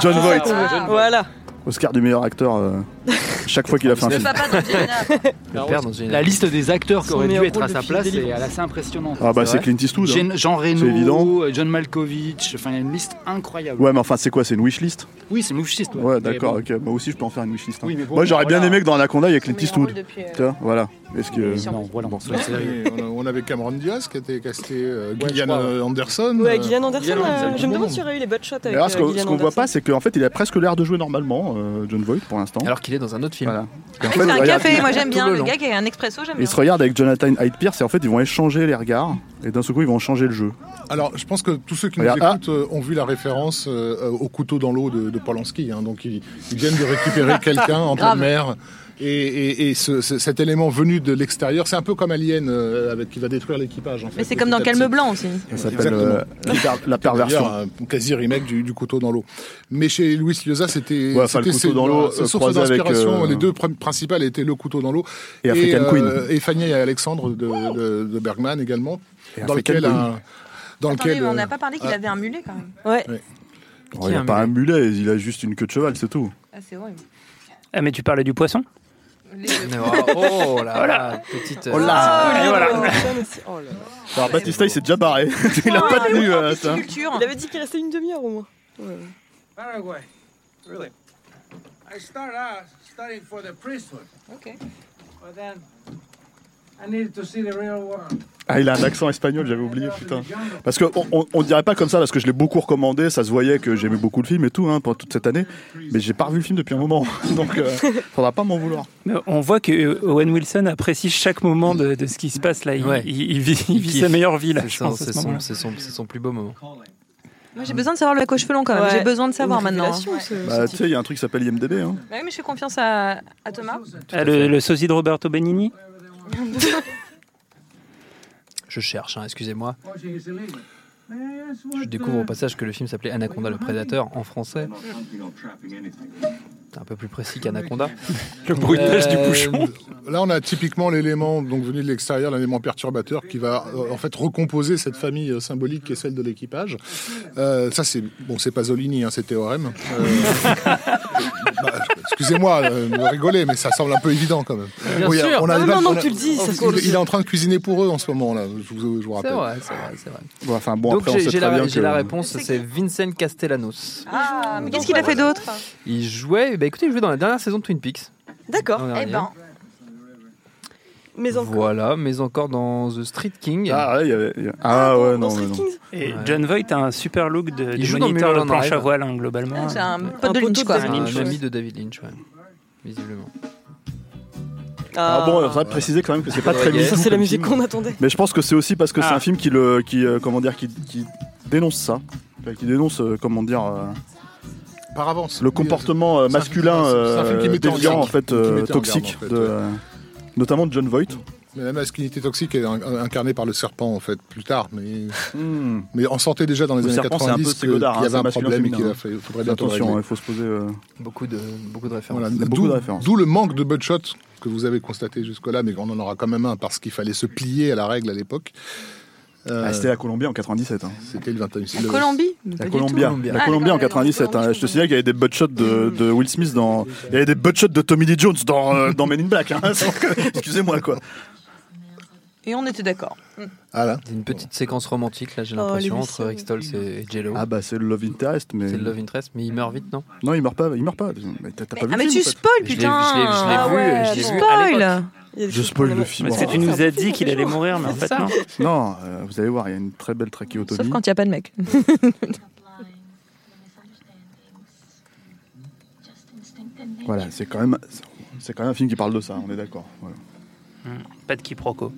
S2: John Voight,
S6: Voilà.
S2: Oscar du meilleur acteur, euh, chaque fois qu'il a fait un film.
S4: Papa de Jenna.
S1: Le père dans une.
S8: La liste des acteurs qui
S6: Son
S8: auraient dû
S6: meilleur
S8: être
S6: rôle
S8: à
S6: de
S8: sa
S6: Philippe
S8: place est
S6: Delisle.
S8: elle est assez impressionnante.
S2: Ah bah
S1: C'est
S2: c'est
S1: vrai
S2: Clint Eastwood. hein.
S8: Jean, Jean
S2: évident.
S8: Reno, euh, John Malkovich, enfin il y a une liste incroyable.
S2: Ouais mais enfin c'est quoi c'est une wishlist
S8: Oui, c'est une ouf liste.
S2: Ouais, d'accord ok moi aussi je peux en faire une wishlist. hein.
S8: Oui, mais bon,
S2: moi j'aurais bien
S8: voilà.
S2: aimé que dans Anaconda il y ait Clint
S4: Son meilleur rôle
S2: Eastwood.
S4: depuis, euh,
S2: Tu vois, voilà. Est-ce que.
S8: Non, voilà.
S2: Bon, c'est-
S8: Ouais, c'est la-
S7: Et on a- on avait Cameron Diaz qui était casté, euh,
S1: Ouais, je
S7: Gillian
S1: crois, ouais.
S7: euh, Anderson.
S6: Ouais,
S7: euh,
S6: Gillian Anderson,
S7: Gillian
S6: euh,
S7: Anderson,
S6: je me demande
S7: bon.
S6: s'il y aurait eu les butt shots avec
S2: Mais là, ce
S6: euh,
S2: qu'on
S6: Gillian
S2: ce qu'on voit
S6: Anderson.
S2: pas, c'est qu'en fait, il a presque l'air de jouer normalement, euh, John Voight, pour l'instant.
S1: Alors qu'il est dans un autre film.
S2: Voilà. Et en
S4: Il
S2: fait,
S4: fait un
S2: regarde-
S4: café, moi j'aime
S1: tout
S4: bien.
S1: le
S4: Le
S1: long.
S4: gars qui a un expresso, j'aime
S2: Ils
S4: bien.
S2: se regardent avec Jonathan Hyde Pierce et en fait ils vont échanger les regards et d'un seul coup ils vont changer le jeu.
S7: Alors, je pense que tous ceux qui
S2: Regarde,
S7: nous écoutent euh, ont vu la référence euh, euh, au couteau dans l'eau de, de Polanski. hein. donc, ils, ils viennent de récupérer quelqu'un en pleine mer. Et, et- et ce- ce- cet élément venu de l'extérieur, c'est un peu comme Alien euh, avec, qui va détruire l'équipage. En fait,
S4: Mais c'est comme dans
S7: petit à
S4: Calme
S7: petit.
S4: Blanc aussi.
S2: Ça s'appelle
S7: Exactement.
S2: euh, la, per- la perversion.
S7: D'ailleurs, un quasi remake du, du couteau dans l'eau. Mais chez Louis Liosa, c'était
S2: Ouais, enfin,
S7: c'était
S2: le couteau
S7: ses-
S2: dans l'eau,
S7: ses
S2: euh,
S7: sources
S2: croisé avec,
S7: d'inspiration.
S2: euh,
S7: Les deux prim- principales étaient le couteau dans l'eau
S2: Et African
S7: euh,
S2: Queen.
S7: et Fanny et Alexandre de, de- de Bergman également,
S2: Et
S7: dans
S2: African
S7: lequel
S2: Queen.
S7: un- dans
S4: Attendez,
S7: lequel
S4: mais on n'a
S7: euh,
S4: pas parlé qu'il
S7: ah.
S4: avait un mulet quand même.
S6: Ouais.
S2: Oh, il a
S6: hein,
S2: pas un mulet, il a juste une queue de cheval, c'est tout.
S4: Ah, c'est horrible.
S5: Ah, mais tu parlais du poisson
S1: Oh là là, petite.
S2: Oh là
S6: Gillian
S5: voilà.
S6: Anderson aussi. Oh là là.
S2: Alors Batista il s'est déjà barré, il a pas tenu euh, ça.
S4: Culture.
S6: Il avait dit qu'il restait une demi-heure au moins. Ouais.
S10: Paraguay. Really? I started out studying for the priesthood,
S4: Ok.
S10: but then I needed to see the real world.
S2: Ah il a un accent espagnol, j'avais oublié putain. Parce que on, on, on dirait pas comme ça parce que je l'ai beaucoup recommandé, ça se voyait que j'aimais beaucoup le film et tout hein, pendant toute cette année, mais j'ai pas revu le film depuis un moment, donc euh, faudra pas m'en vouloir.
S5: Mais On voit que euh, Owen Wilson apprécie chaque moment de, de ce qui se passe là. Il,
S1: Ouais.
S5: il- il vit, il
S1: Il
S5: vit
S1: kiffe.
S5: sa meilleure vie là,
S1: euh, C'est
S5: je
S1: ça,
S5: pense, à ce
S1: c'est son,
S5: moment-là.
S1: c'est son, c'est son plus beau moment.
S4: Moi j'ai besoin de savoir le mec aux cheveux longs quand même.
S6: Ouais.
S4: J'ai besoin de savoir
S6: Une
S4: maintenant.
S6: révélation,
S4: Ouais.
S6: ce-
S2: Bah
S6: ce
S2: tu sais il y a un truc qui s'appelle IMDB hein.
S4: Bah oui, mais je fais confiance à, à Thomas.
S5: Ah, le, le sosie de Roberto Benigni
S1: Je cherche, hein, excusez-moi.
S10: Orgy is illegal. That's what
S1: Je découvre au
S10: uh,
S1: passage que le film s'appelait Anaconda le Prédateur en français. C'est un peu plus précis qu'Anaconda.
S5: Le bruitage du
S1: Euh,
S5: bouchon
S7: Là, on a typiquement l'élément donc venu de l'extérieur, l'élément perturbateur qui va euh, en fait recomposer cette famille euh, symbolique qui est celle de l'équipage. Euh, ça, c'est bon, c'est Pasolini, hein, c'est Théorème. Euh, bah, Excusez-moi euh, de rigoler, mais ça semble un peu évident quand même.
S1: Bien
S7: Oui,
S1: sûr.
S7: on a-
S6: Non, mais maintenant
S7: on a-
S6: que tu le dis, ça se
S7: il, il est en train de cuisiner pour eux en ce moment là. Je vous, je vous
S1: C'est
S7: rappelle.
S1: vrai, c'est vrai, c'est vrai.
S2: Bon, enfin bon
S1: Donc
S2: après on
S1: j'ai
S2: sait
S1: j'ai
S2: très bien
S1: la,
S2: que
S1: j'ai la réponse, c'est Vincent Castellanos.
S4: Ah, mais qu'est-ce qu'il a fait d'autre
S1: Il jouait, bah écoutez, il jouait dans la dernière saison de Twin Peaks.
S6: D'accord.
S1: L'an
S4: Eh
S1: dernier.
S4: ben,
S6: Mais encore.
S1: Voilà, mais encore dans The Street King.
S2: Ah ouais, il y avait- il y a- ah ouais
S6: Dans
S2: non mais
S6: Street
S2: non.
S6: Kings.
S5: Et
S1: Ouais.
S5: John Voight a un super look de,
S1: Il
S5: de
S1: joue dans
S5: moniteur de
S1: Mulholland
S5: planche à
S1: Drive.
S5: voile, hein, globalement.
S9: Ah,
S4: c'est un
S6: Un
S4: pote de
S6: poteau
S4: Lynch
S6: de
S4: quoi.
S6: David
S1: un
S6: Lynch,
S1: ami
S6: ouais.
S1: de David Lynch, ouais. visiblement.
S2: Ah bon, il faudrait préciser quand même que c'est pas très
S1: Rodriguez.
S2: mis
S6: Ça, c'est la musique qu'on attendait.
S2: Mais je pense que c'est aussi parce que c'est
S5: Ah.
S2: un film qui le, qui, euh, comment dire, qui, qui dénonce ça, Enfin, qui dénonce, euh, comment dire, euh,
S7: Par avance.
S2: le
S7: Oui,
S2: comportement euh,
S7: c'est un film-
S2: masculin,
S7: c'est- c'est un film qui
S2: euh,
S7: mettait en
S2: déviant
S7: garde.
S2: en fait,
S7: Qui
S2: euh,
S7: mettait en garde,
S2: toxique,
S7: en fait,
S2: de, euh, notamment de John Voight.
S7: Mais la masculinité toxique est in- incarnée par le serpent en fait plus tard, mais mais on sentait déjà dans les
S2: Le
S7: années
S2: serpent, c'est un peu
S7: 90 que- qu'il y
S2: Ségolard, hein,
S7: avait
S2: c'est
S7: un
S2: masculin,
S7: problème et
S2: féminin,
S7: qu'il a
S2: hein.
S7: fait- faudrait bientôt le
S2: Attention,
S7: régler.
S2: il faut se poser. euh,
S1: Beaucoup de, beaucoup de références.
S7: Voilà,
S2: Il y a
S7: d'où-
S2: beaucoup de références.
S7: D'où le manque de butt-shot que vous avez constaté jusque-là, mais on en aura quand même un parce qu'il fallait se plier à la règle à l'époque. Euh,
S2: ah, C'était la Colombie en 97. hein.
S7: C'était le 21 siècle.
S4: La Colombie
S2: La
S4: Pas du
S2: Colombie, hein.
S4: tout.
S2: la
S4: Ah,
S2: Colombie en
S4: d'accord,
S2: 97.
S4: la
S2: hein.
S4: Colombie,
S2: Je te signale qu'il y avait des butt shots de, de Will Smith dans, il y avait des butt shots de Tommy Lee Jones dans, euh, dans Men in Black. hein. Excusez-moi quoi.
S4: Et on était d'accord.
S7: Ah là.
S1: C'est une petite séquence romantique, là, j'ai
S6: Oh,
S1: l'impression,
S6: les
S1: entre
S6: huissiers.
S1: Rick Stolz et Jello.
S2: Ah bah c'est le Love Interest, mais
S1: C'est le Love Interest, mais il meurt vite, non
S2: non il meurt pas, il meurt pas. Mais t'as t'as
S4: Mais,
S2: pas vu
S4: ah,
S2: le
S4: mais
S2: film,
S4: tu
S2: en fait.
S4: spoil
S1: Je l'ai- je l'ai- je l'ai
S4: putain
S1: vu, euh,
S6: ouais,
S1: je
S4: Tu
S1: l'ai
S6: non.
S1: vu.
S4: spoil
S6: Il y a des
S2: Je
S6: trucs
S2: spoil
S6: qu'on
S2: le
S6: a-
S2: film.
S5: Parce que tu nous as dit qu'il allait mourir, mais en fait, non.
S2: Non, euh, vous allez voir, il y a une très belle trachéotomie.
S4: Sauf quand il n'y a pas de mec.
S2: Voilà, c'est quand même, c'est quand même un film qui parle de ça. On est d'accord. voilà.
S5: Pas de quiproquo.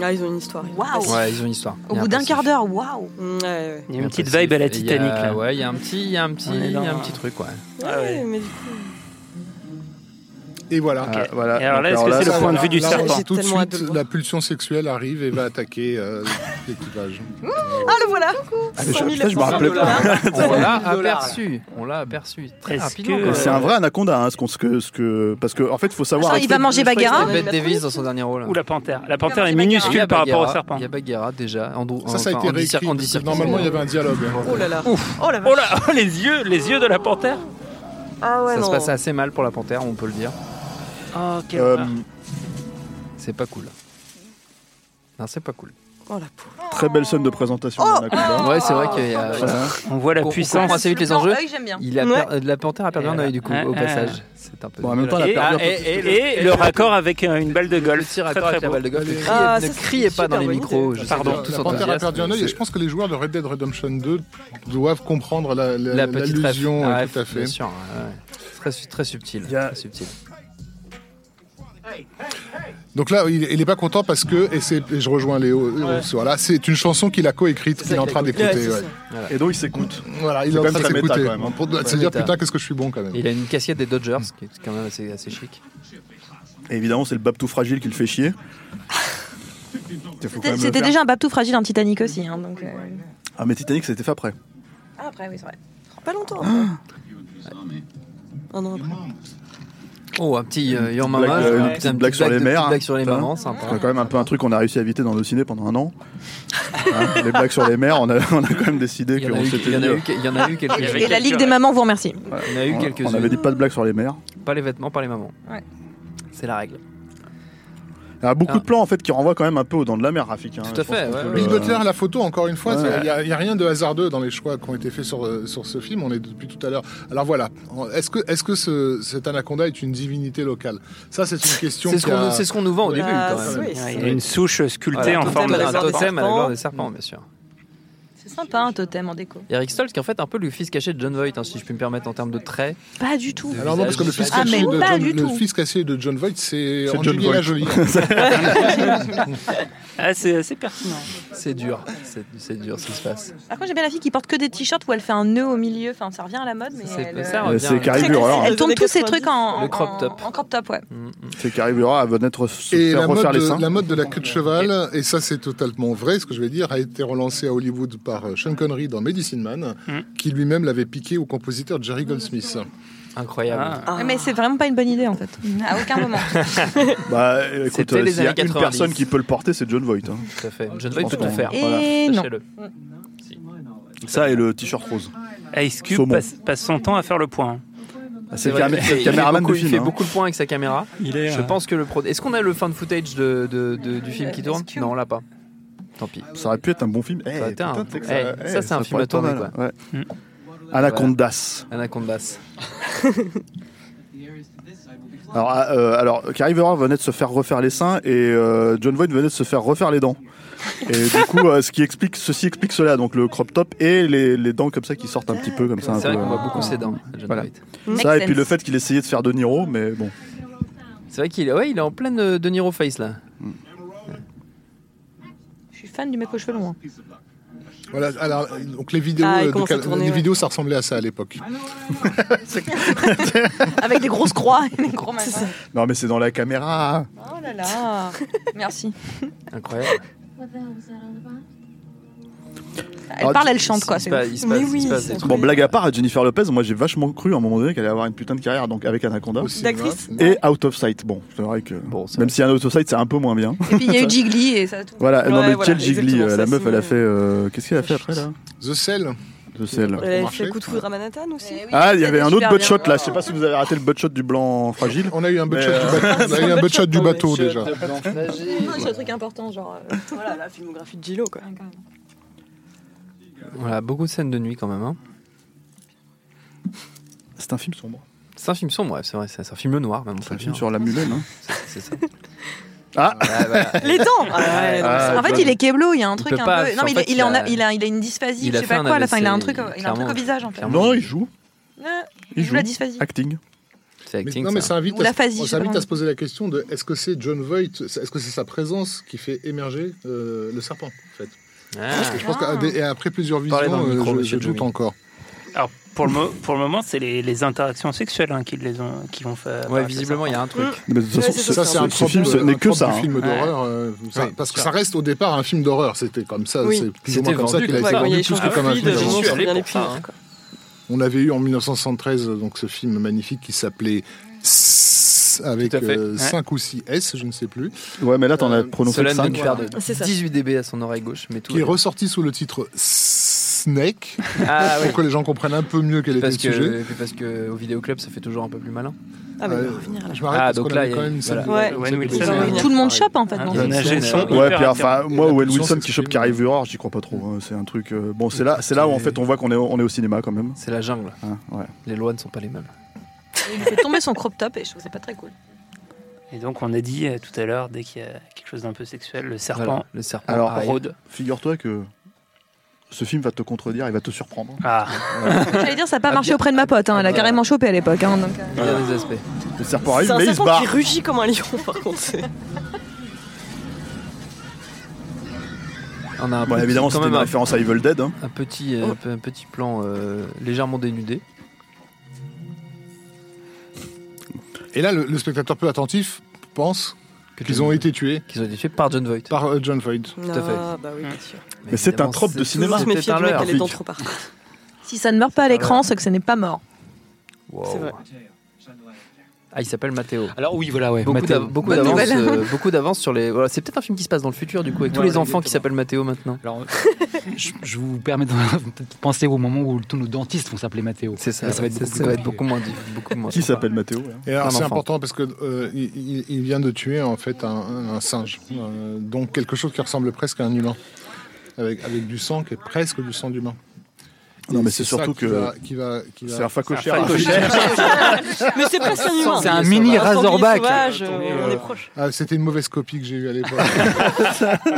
S6: Ah, ils ont une histoire.
S4: Waouh
S1: Ouais, ils ont une histoire.
S4: Au
S1: Il y a
S4: bout d'un
S1: passif.
S4: quart d'heure, waouh
S6: Mm, ouais,
S5: Il y
S1: Il
S5: a
S1: y a
S5: une
S1: un
S5: petite
S1: passif.
S5: vibe à la
S1: Il y a-
S5: Titanic. là.
S1: Ouais, il y a un petit, il y a un petit,
S5: On est
S1: il y
S5: dans
S1: a un
S5: un-
S1: petit truc, ouais.
S6: ouais.
S5: Ah ouais.
S6: Ouais, mais du coup,
S7: Et voilà.
S1: Bah,
S2: Ah, voilà.
S5: Et alors là,
S2: Donc,
S5: est-ce que c'est le
S7: là,
S5: point de
S7: là,
S5: vue du
S7: là, on-
S5: serpent
S7: Tout de
S6: J'ai tellement hâte de le
S7: suite,
S6: voir.
S7: la pulsion sexuelle arrive et va attaquer euh, l'équipage.
S4: Ah le voilà
S2: Ah, mais
S6: 100
S2: je-
S6: 000
S2: putain, je me rappelais pas.
S1: On l'a aperçu, on l'a aperçu très
S5: Est-ce
S1: rapidement.
S5: que-
S1: quand même.
S2: C'est un vrai anaconda, hein, ce qu'on, ce que, ce que, parce que en fait, faut savoir.
S4: Attends, il va manger Bagheera
S1: Bette Davis dans son dernier rôle.
S5: Ou la panthère. La panthère est
S4: Il y a
S1: Il y a
S5: minuscule par rapport au
S1: Bagheera,
S5: serpent.
S1: Il y a Bagheera déjà. Andrew-
S7: Ça, ça a
S1: enfin,
S7: été
S1: Andy
S7: réécrit.
S1: Serkis- Andy
S7: parce que
S1: Serkis.
S7: Normalement, il y avait un dialogue. hein.
S6: oh là là.
S4: Oh la vache
S5: Oh là, oh, les yeux, les yeux de la panthère.
S6: Ah ouais,
S1: Ça se
S6: non.
S1: passe assez mal pour la panthère, on peut le dire.
S5: Oh, quel
S2: Euh,
S5: horreur.
S1: C'est pas cool. Non, c'est pas cool.
S2: Très belle scène de présentation.
S4: Oh,
S2: d'Anaconda.
S1: Ouais, c'est vrai qu'il y a.
S2: Voilà.
S5: On voit la
S1: on
S5: puissance.
S1: comprend assez vite les
S4: Non,
S1: enjeux.
S4: l'œil, j'aime bien.
S1: Il a
S5: Ouais.
S1: per- La panthère a perdu un œil du coup
S5: Ouais,
S1: au
S5: ouais,
S1: passage.
S5: ouais.
S1: C'est un peu.
S2: Bon, en même temps,
S5: Et,
S2: elle a
S5: ah,
S2: perdu un peu-
S5: et- et le, et le raccord avec euh, une balle de
S1: Le
S5: golf.
S1: petit
S5: Très
S1: raccord
S5: très
S1: avec la
S5: beau.
S1: balle de golf. Ne criez-
S6: Ah,
S1: ne
S6: ça, c'est
S1: criez pas
S6: super
S1: dans les
S6: bonne
S1: micros.
S6: idée.
S1: je sais
S5: Pardon.
S1: que vous êtes
S7: La
S1: tous
S7: Panthère a
S1: enthousiastes.
S7: perdu un œil et je pense que les joueurs de Red Dead Redemption 2 doivent comprendre la- la-
S1: La petite ref-
S7: l'allusion
S1: la
S7: euh,
S1: ref,
S7: tout à fait.
S1: Bien sûr. ouais, ouais. Très, su- très subtil.
S2: Il y a-
S1: Très subtil.
S7: Donc là, il il est pas content parce que, et, c'est- et je rejoins Léo, euh, voilà, c'est une chanson qu'il a coécrite, qu'il est en train d'écouter.
S6: c'est
S7: ouais.
S2: Et donc il s'écoute.
S7: Voilà, il est
S2: C'est
S7: en
S2: quand
S7: train de
S2: même très méta,
S7: s'écouter.
S2: quand même, hein.
S7: Pour-
S1: Ouais,
S7: Se dire,
S1: méta.
S7: putain, qu'est-ce que je suis bon quand même.
S1: Et il a une casquette des Dodgers, qui est quand même assez, assez chic.
S2: Et évidemment, c'est le bab tout fragile qui le fait chier.
S4: C'était- C'était déjà un babtou fragile en Titanic aussi. hein, donc, euh,
S2: Ah, mais Titanic, c'était fait après.
S4: Ah, après, oui, c'est vrai.
S6: Pas longtemps. après. Un an après.
S1: Oh, un petit euh, Your
S2: blague,
S1: Mama,
S2: euh, une
S1: un
S2: petite
S1: petit- un
S2: blague
S1: petit
S2: sur les
S1: de-
S2: mères, hein.
S1: petite blague sur les
S2: putain.
S1: mamans,
S2: C'est
S1: sympa.
S2: quand même un peu un truc qu'on a réussi à éviter dans le ciné pendant un an. Hein, les blagues sur les mers, on a, on a quand même décidé
S1: Il y en
S2: qu'on
S1: a eu-
S2: s'était
S1: il y en
S2: dit.
S1: a
S2: euh,
S1: eu- il y en a eu quelques
S5: avait
S4: Et la
S5: quelques-
S4: Ligue des mamans vous remercie.
S1: Il y en a eu
S2: on-
S1: quelques
S2: on avait dit pas de blagues sur les mers.
S1: Pas les vêtements, pas les mamans.
S4: Ouais.
S1: C'est la règle.
S2: Il y a beaucoup
S1: Ah.
S2: de plans en fait qui renvoient quand même un peu aux dents de la mer, Rafik. hein.
S1: Tout à
S2: Je pense
S1: fait,
S2: qu'on
S1: ouais,
S2: peut
S1: ouais.
S2: le-
S7: Bill Butler, la photo, encore une fois,
S2: Ouais.
S7: il n'y a, il y a rien de hasardeux dans les choix qui ont été faits sur, euh, sur ce film, on est depuis tout à l'heure. Alors voilà, En- est-ce que, est -ce que ce, cet anaconda est une divinité locale Ça, c'est une question.
S1: C'est ce
S7: qui
S1: qu'on
S7: a-
S1: nous, c'est ce qu'on nous vend au
S7: Ah,
S1: début.
S6: Ah,
S1: quand même.
S6: oui,
S5: Ouais,
S6: c'est-
S5: Il y a une souche sculptée en
S1: Voilà, un
S5: forme
S1: totem,
S5: de.
S6: la
S1: un
S6: gloire des
S1: totem à la
S6: serpents.
S1: gloire des serpents, bien sûr.
S4: C'est sympa un totem en déco.
S1: Eric Stoltz, qui est en fait un peu le fils caché de John Voight, hein, si je puis me permettre en termes de traits.
S4: Pas du tout.
S7: Alors non, parce que le fils
S4: Ah,
S7: caché
S4: mais
S7: de
S4: pas
S7: John,
S4: du
S7: le
S4: tout.
S7: fils caché de John Voight,
S2: C'est
S7: c'est
S2: John
S7: Angelina
S2: Voight.
S7: Jolie.
S5: Ah, c'est assez pertinent.
S1: C'est dur, c'est c'est dur ce qui se passe.
S4: Par contre, j'aime bien la fille qui porte que des t-shirts où elle fait un nœud au milieu. Enfin, ça revient à la mode, mais
S1: C'est-
S4: elle,
S1: ça,
S4: euh,
S1: on-
S2: Euh, C'est
S4: très
S2: Carrie
S4: classique.
S2: Burrell.
S4: elle tourne tous ses
S6: Les
S4: trucs en,
S1: Le
S4: en-
S1: crop top.
S4: En crop top, ouais.
S2: C'est Carrie Burrell, elle venait de se
S7: Et
S2: faire
S7: la
S2: refaire
S7: mode,
S2: les seins.
S7: de, la mode de la queue de cheval, et ça c'est totalement vrai, ce que je vais dire, a été relancée à Hollywood par euh, Sean Connery dans Medicine Man,
S2: Hmm.
S7: qui lui-même l'avait piqué au compositeur Jerry Goldsmith.
S1: Incroyable.
S6: Ah.
S4: Mais c'est vraiment pas une bonne idée en fait. À aucun moment.
S2: Bah écoute,
S1: C'était
S2: euh,
S1: les
S2: s'il y a
S1: années
S2: une
S1: 90.
S2: personne qui peut le porter, c'est John Voight. hein.
S1: Tout à fait. John Voight peut tout
S2: Franchement.
S1: faire.
S4: Et
S1: voilà,
S4: non.
S1: sachez-le.
S2: Ça et le t-shirt rose.
S5: Ice Cube
S2: Saumon.
S5: Ah, passe, passe son temps à faire le point.
S2: Ah, C'est le
S1: vrai
S2: camé-
S1: qu'il
S2: c'est
S1: fait-
S2: le
S1: il fait
S2: caméraman
S1: beaucoup-
S2: du
S1: Il fait
S2: film. hein.
S1: beaucoup le point avec sa caméra.
S5: Il
S9: euh,
S5: est. euh,
S1: Je pense que le pro. Est-ce qu'on a le fin de footage de, de- de- du film qui tourne
S4: Ice Cube.
S1: Non, on l'a pas. Tant pis.
S2: Ça aurait pu être un bon film. Eh,
S1: Ça aurait été un-
S2: putain, c'est que
S1: eh, ça, c'est un
S2: pourrait
S1: film à
S2: être pas
S1: tourner,
S2: mal, ouais.
S5: Mm.
S2: Anacondas.
S1: Anacondas.
S2: Alors, ah, euh, alors Carrie Verhard venait de se faire refaire les seins et euh, John Voight venait de se faire refaire les dents. Et du coup, euh, ce qui explique, ceci explique cela, donc le crop top et les, les dents comme ça qui sortent un petit peu, comme ça. Un
S1: C'est vrai
S2: peu,
S1: qu'on voit
S2: euh,
S1: beaucoup ses dents. John
S2: Voilà.
S1: Voight.
S2: Ça,
S4: Makes
S2: et puis le
S4: sense.
S2: fait qu'il essayait de faire De Niro, mais bon.
S1: C'est vrai qu'il est, ouais, il est en pleine euh, De Niro face là.
S4: Je suis fan du mec aux cheveux longs. hein.
S7: Voilà, alors, euh, donc les vidéos,
S6: Ah, il
S7: euh, de
S6: commence à
S7: cal-
S6: tourner,
S7: les
S6: ouais.
S7: vidéos, ça ressemblait à ça à l'époque.
S4: Avec des grosses croix et des gros machins.
S2: Non, mais c'est dans la caméra.
S4: Oh là là. Merci.
S1: Incroyable.
S4: Elle parle, elle chante quoi.
S1: Il se
S4: c'est
S1: passe,
S4: ouf.
S1: il se passe-
S6: Mais
S1: il se
S6: oui,
S1: passe
S6: c'est
S1: des trucs.
S2: Bon, blague à part, Jennifer Lopez, moi j'ai vachement cru à un moment donné qu'elle allait avoir une putain de carrière donc avec Anaconda.
S7: Aussi,
S6: D'actrice
S7: voilà.
S2: Et Out of Sight. Bon, c'est vrai que.
S1: Bon, c'est
S2: Même
S1: vrai.
S2: si un Out of Sight, c'est un peu moins bien.
S4: Et puis il y a eu Jiggly et ça tout.
S2: Voilà, non,
S6: Ouais,
S2: mais
S6: voilà,
S2: quel Gigli.
S6: exactement,
S2: euh,
S6: ça,
S2: La meuf,
S6: c'est-
S2: elle a fait. euh, Qu'est-ce qu'elle a fait après là
S7: The Cell.
S2: De celle.
S7: Ouais.
S6: Elle avait
S7: Marché.
S6: fait coup de foudre à Manhattan aussi.
S2: Ah, il y avait un autre butt
S4: bot
S2: shot là. Je sais pas si vous avez raté le butt shot du blanc fragile.
S7: On a eu un butt
S2: euh,
S7: shot du bateau, on a eu un butt shot du bateau déjà.
S4: C'est un truc important genre. euh,
S6: Voilà, la filmographie de Gillo, quoi.
S1: Voilà, beaucoup de scènes de nuit quand même. hein.
S2: C'est un film sombre.
S1: C'est un film sombre, ouais, c'est vrai. C'est c'est un film noir même. on
S2: C'est
S1: peut
S2: un
S1: le
S2: film
S1: dire.
S2: sur la mulène. hein.
S1: C'est- C'est ça.
S2: Ah
S1: Ouais, voilà.
S6: Les dents Ah ouais, non,
S2: Ah,
S4: en fait,
S2: John.
S4: il est keblo, il y a un
S1: Il
S4: truc
S1: peut
S4: un
S1: pas,
S4: peu. Non, mais il,
S1: en fait,
S4: est- il est en a-
S1: il a-
S4: il a, il a une dysphasie,
S1: il
S4: je
S1: a
S4: sais
S1: fait
S4: pas
S1: un
S4: quoi, à la fin, il a un
S1: AVC,
S4: truc, il a un truc
S1: clairement.
S4: au visage en fait.
S1: Clairement.
S2: Non, il joue.
S4: Euh,
S2: Il
S4: Il
S2: joue.
S4: joue la dysphasie.
S2: Acting.
S1: C'est
S7: Mais-
S1: acting.
S7: non, mais
S1: ça.
S7: ça invite,
S4: Ou la
S7: à,
S4: phasie,
S7: on
S4: je sais
S7: s'invite
S4: pas.
S7: à se poser la question de est-ce que c'est John Voight, est-ce que c'est sa présence qui fait émerger euh, le serpent en fait Parce
S1: Ah.
S7: que je pense
S4: Ah.
S7: qu'à- et après plusieurs visions,
S1: Parlez dans le
S7: euh,
S1: micro,
S7: je- je,
S1: monsieur
S7: doute
S1: Jimmy.
S7: encore.
S5: Alors, pour le, mo- pour le moment, c'est les, les interactions sexuelles hein, qui, les ont, qui ont fait.
S1: Ouais, visiblement, il y a un truc.
S2: Mais de toute façon,
S6: Ouais, c'est
S2: ce,
S6: ça,
S2: ce-
S6: c'est un
S2: ce
S7: trope,
S2: film, ce
S7: euh,
S2: n'est
S7: un
S2: que
S7: trope
S2: ça.
S7: du
S2: hein.
S7: film d'horreur, euh, ça-
S1: Ouais,
S7: parce que
S1: sûr.
S7: ça reste au départ un film d'horreur. C'était comme ça,
S6: Oui.
S7: c'est plus ou moins
S1: C'était
S7: comme ça
S1: vendu
S7: qu'il a
S1: comme
S7: été
S1: ça.
S7: vendu
S6: Ouais,
S7: plus
S6: il y
S7: que
S6: a
S7: comme un
S6: eu
S7: film
S6: des
S7: d'horreur.
S6: gens-
S1: J'y suis allé
S6: Bien les
S1: pour ça,
S6: pires,
S1: hein.
S6: quoi.
S7: On avait eu en 1973 donc ce film magnifique qui s'appelait S- avec
S1: Tout à fait.
S7: 5 ou 6 S, je ne sais plus,
S2: Ouais, mais là, t'en as
S7: Euh,
S2: prononcé
S1: Cela ne
S2: 5.
S1: faire de
S6: C'est ça.
S1: 18 dB à son oreille gauche, mais tout.
S7: qui est
S1: va bien.
S7: ressorti sous le titre S- Snake,
S1: Ah,
S7: pour
S1: oui.
S7: que les gens comprennent un peu mieux quel était
S1: parce
S7: le sujet.
S1: que, parce que au vidéoclub, ça fait toujours un peu plus malin.
S4: Ah, mais on va
S7: Euh,
S4: revenir à la
S7: je m'arrête
S1: Ah,
S7: parce
S1: donc
S7: qu'on
S1: là, il
S7: avait
S1: y a
S7: quand
S1: une-
S7: même une scène
S4: voilà.
S7: de-
S4: Ouais.
S7: de-
S4: Owen
S7: de-
S4: Wilson,
S7: de-
S4: Owen Wilson. Tout le monde chope, en fait,
S5: Hein,
S4: non
S7: Il y a une
S5: J'ai
S7: scène,
S5: son-
S7: euh,
S2: Ouais, puis
S5: hyper
S2: enfin,
S5: inter-
S2: moi, Owen
S7: pulsion
S2: Wilson qui
S7: s'exprime.
S2: chope Carrie Vuror, j'y crois pas trop. hein. C'est un truc. euh, Bon, c'est là, c'est là où en fait on voit qu'on est, au- on est au cinéma quand même.
S1: C'est la jungle.
S2: Hein, ouais.
S1: Les lois ne sont pas les mêmes.
S4: Il lui fait tomber son crop top et je trouve que c'est pas très cool.
S5: Et donc, on a dit euh, tout à l'heure, dès qu'il y a quelque chose d'un peu sexuel, le serpent
S1: Voilà, le serpent.
S2: Alors,
S1: pareil.
S5: rôde.
S2: Figure-toi que ce film va te contredire, il va te surprendre. hein.
S5: Ah,
S4: J'allais dire, ça n'a pas marché auprès de ma pote. hein, Elle a carrément chopé à l'époque. hein, donc, euh.
S1: Il y a des aspects.
S2: Le serpent
S11: C'est
S2: arrive,
S11: un
S2: mais il se
S11: serpent
S2: barre.
S11: qui rugit comme un lion, par contre. c'est-
S1: On a un
S2: Bon,
S1: petit-
S2: évidemment,
S1: quand
S2: c'était
S1: même
S2: une
S1: un,
S2: référence à Evil Dead. hein.
S1: un petit, euh, un petit plan euh, légèrement dénudé.
S7: Et là, le, le spectateur peu attentif pense qu'ils ont été tués
S1: Qu'ils ont été tués par John Voight.
S7: par euh, John Voight.
S11: Non,
S2: Ah.
S1: à fait.
S11: bah oui, bien sûr.
S2: Mais c'est un trope de cinéma.
S11: Toujours se méfier du mec qui a les dents
S2: Vic.
S11: trop partout.
S4: Si ça ne meurt pas à l'écran, c'est que ce n'est pas mort.
S11: C'est vrai.
S1: Ah, il s'appelle Mathéo.
S8: Alors oui, voilà, ouais.
S1: Beaucoup
S8: Matteo.
S1: d'av- beaucoup
S4: Bonne
S1: d'avance
S4: nouvelle.
S1: euh, beaucoup d'avance sur les. Voilà, c'est peut-être un film qui se passe dans le futur, du coup, avec tous
S8: Ouais,
S1: les enfants qui
S8: exactement.
S1: s'appellent Mathéo maintenant.
S8: Alors, euh, je, je vous permets de peut-être penser au moment où tous nos dentistes vont s'appeler Mathéo.
S1: C'est ça,
S8: Là, ça va être
S1: c'est-
S8: beaucoup
S1: ça
S8: plus
S1: va être beaucoup moins. diff- beaucoup moins-
S2: Qui s'appelle Mathéo hein. là
S7: Et alors,
S1: Un
S7: c'est
S1: enfant.
S7: important parce que euh, il, il- il vient de tuer en fait un, un- un singe, Euh, donc quelque chose qui ressemble presque à un humain, avec, avec du sang qui est presque du sang d'humain.
S2: Non,
S7: Et
S2: mais c'est
S7: ça
S2: surtout
S7: qui
S2: que-
S7: va- qui va, qui va-
S2: C'est un facochère.
S11: Mais c'est presque un humain.
S8: C'est un mini
S11: Un sanglier
S8: Razorback.
S11: sauvage, euh, on est proche.
S7: Ah, c'était une mauvaise copie que j'ai eue à l'époque.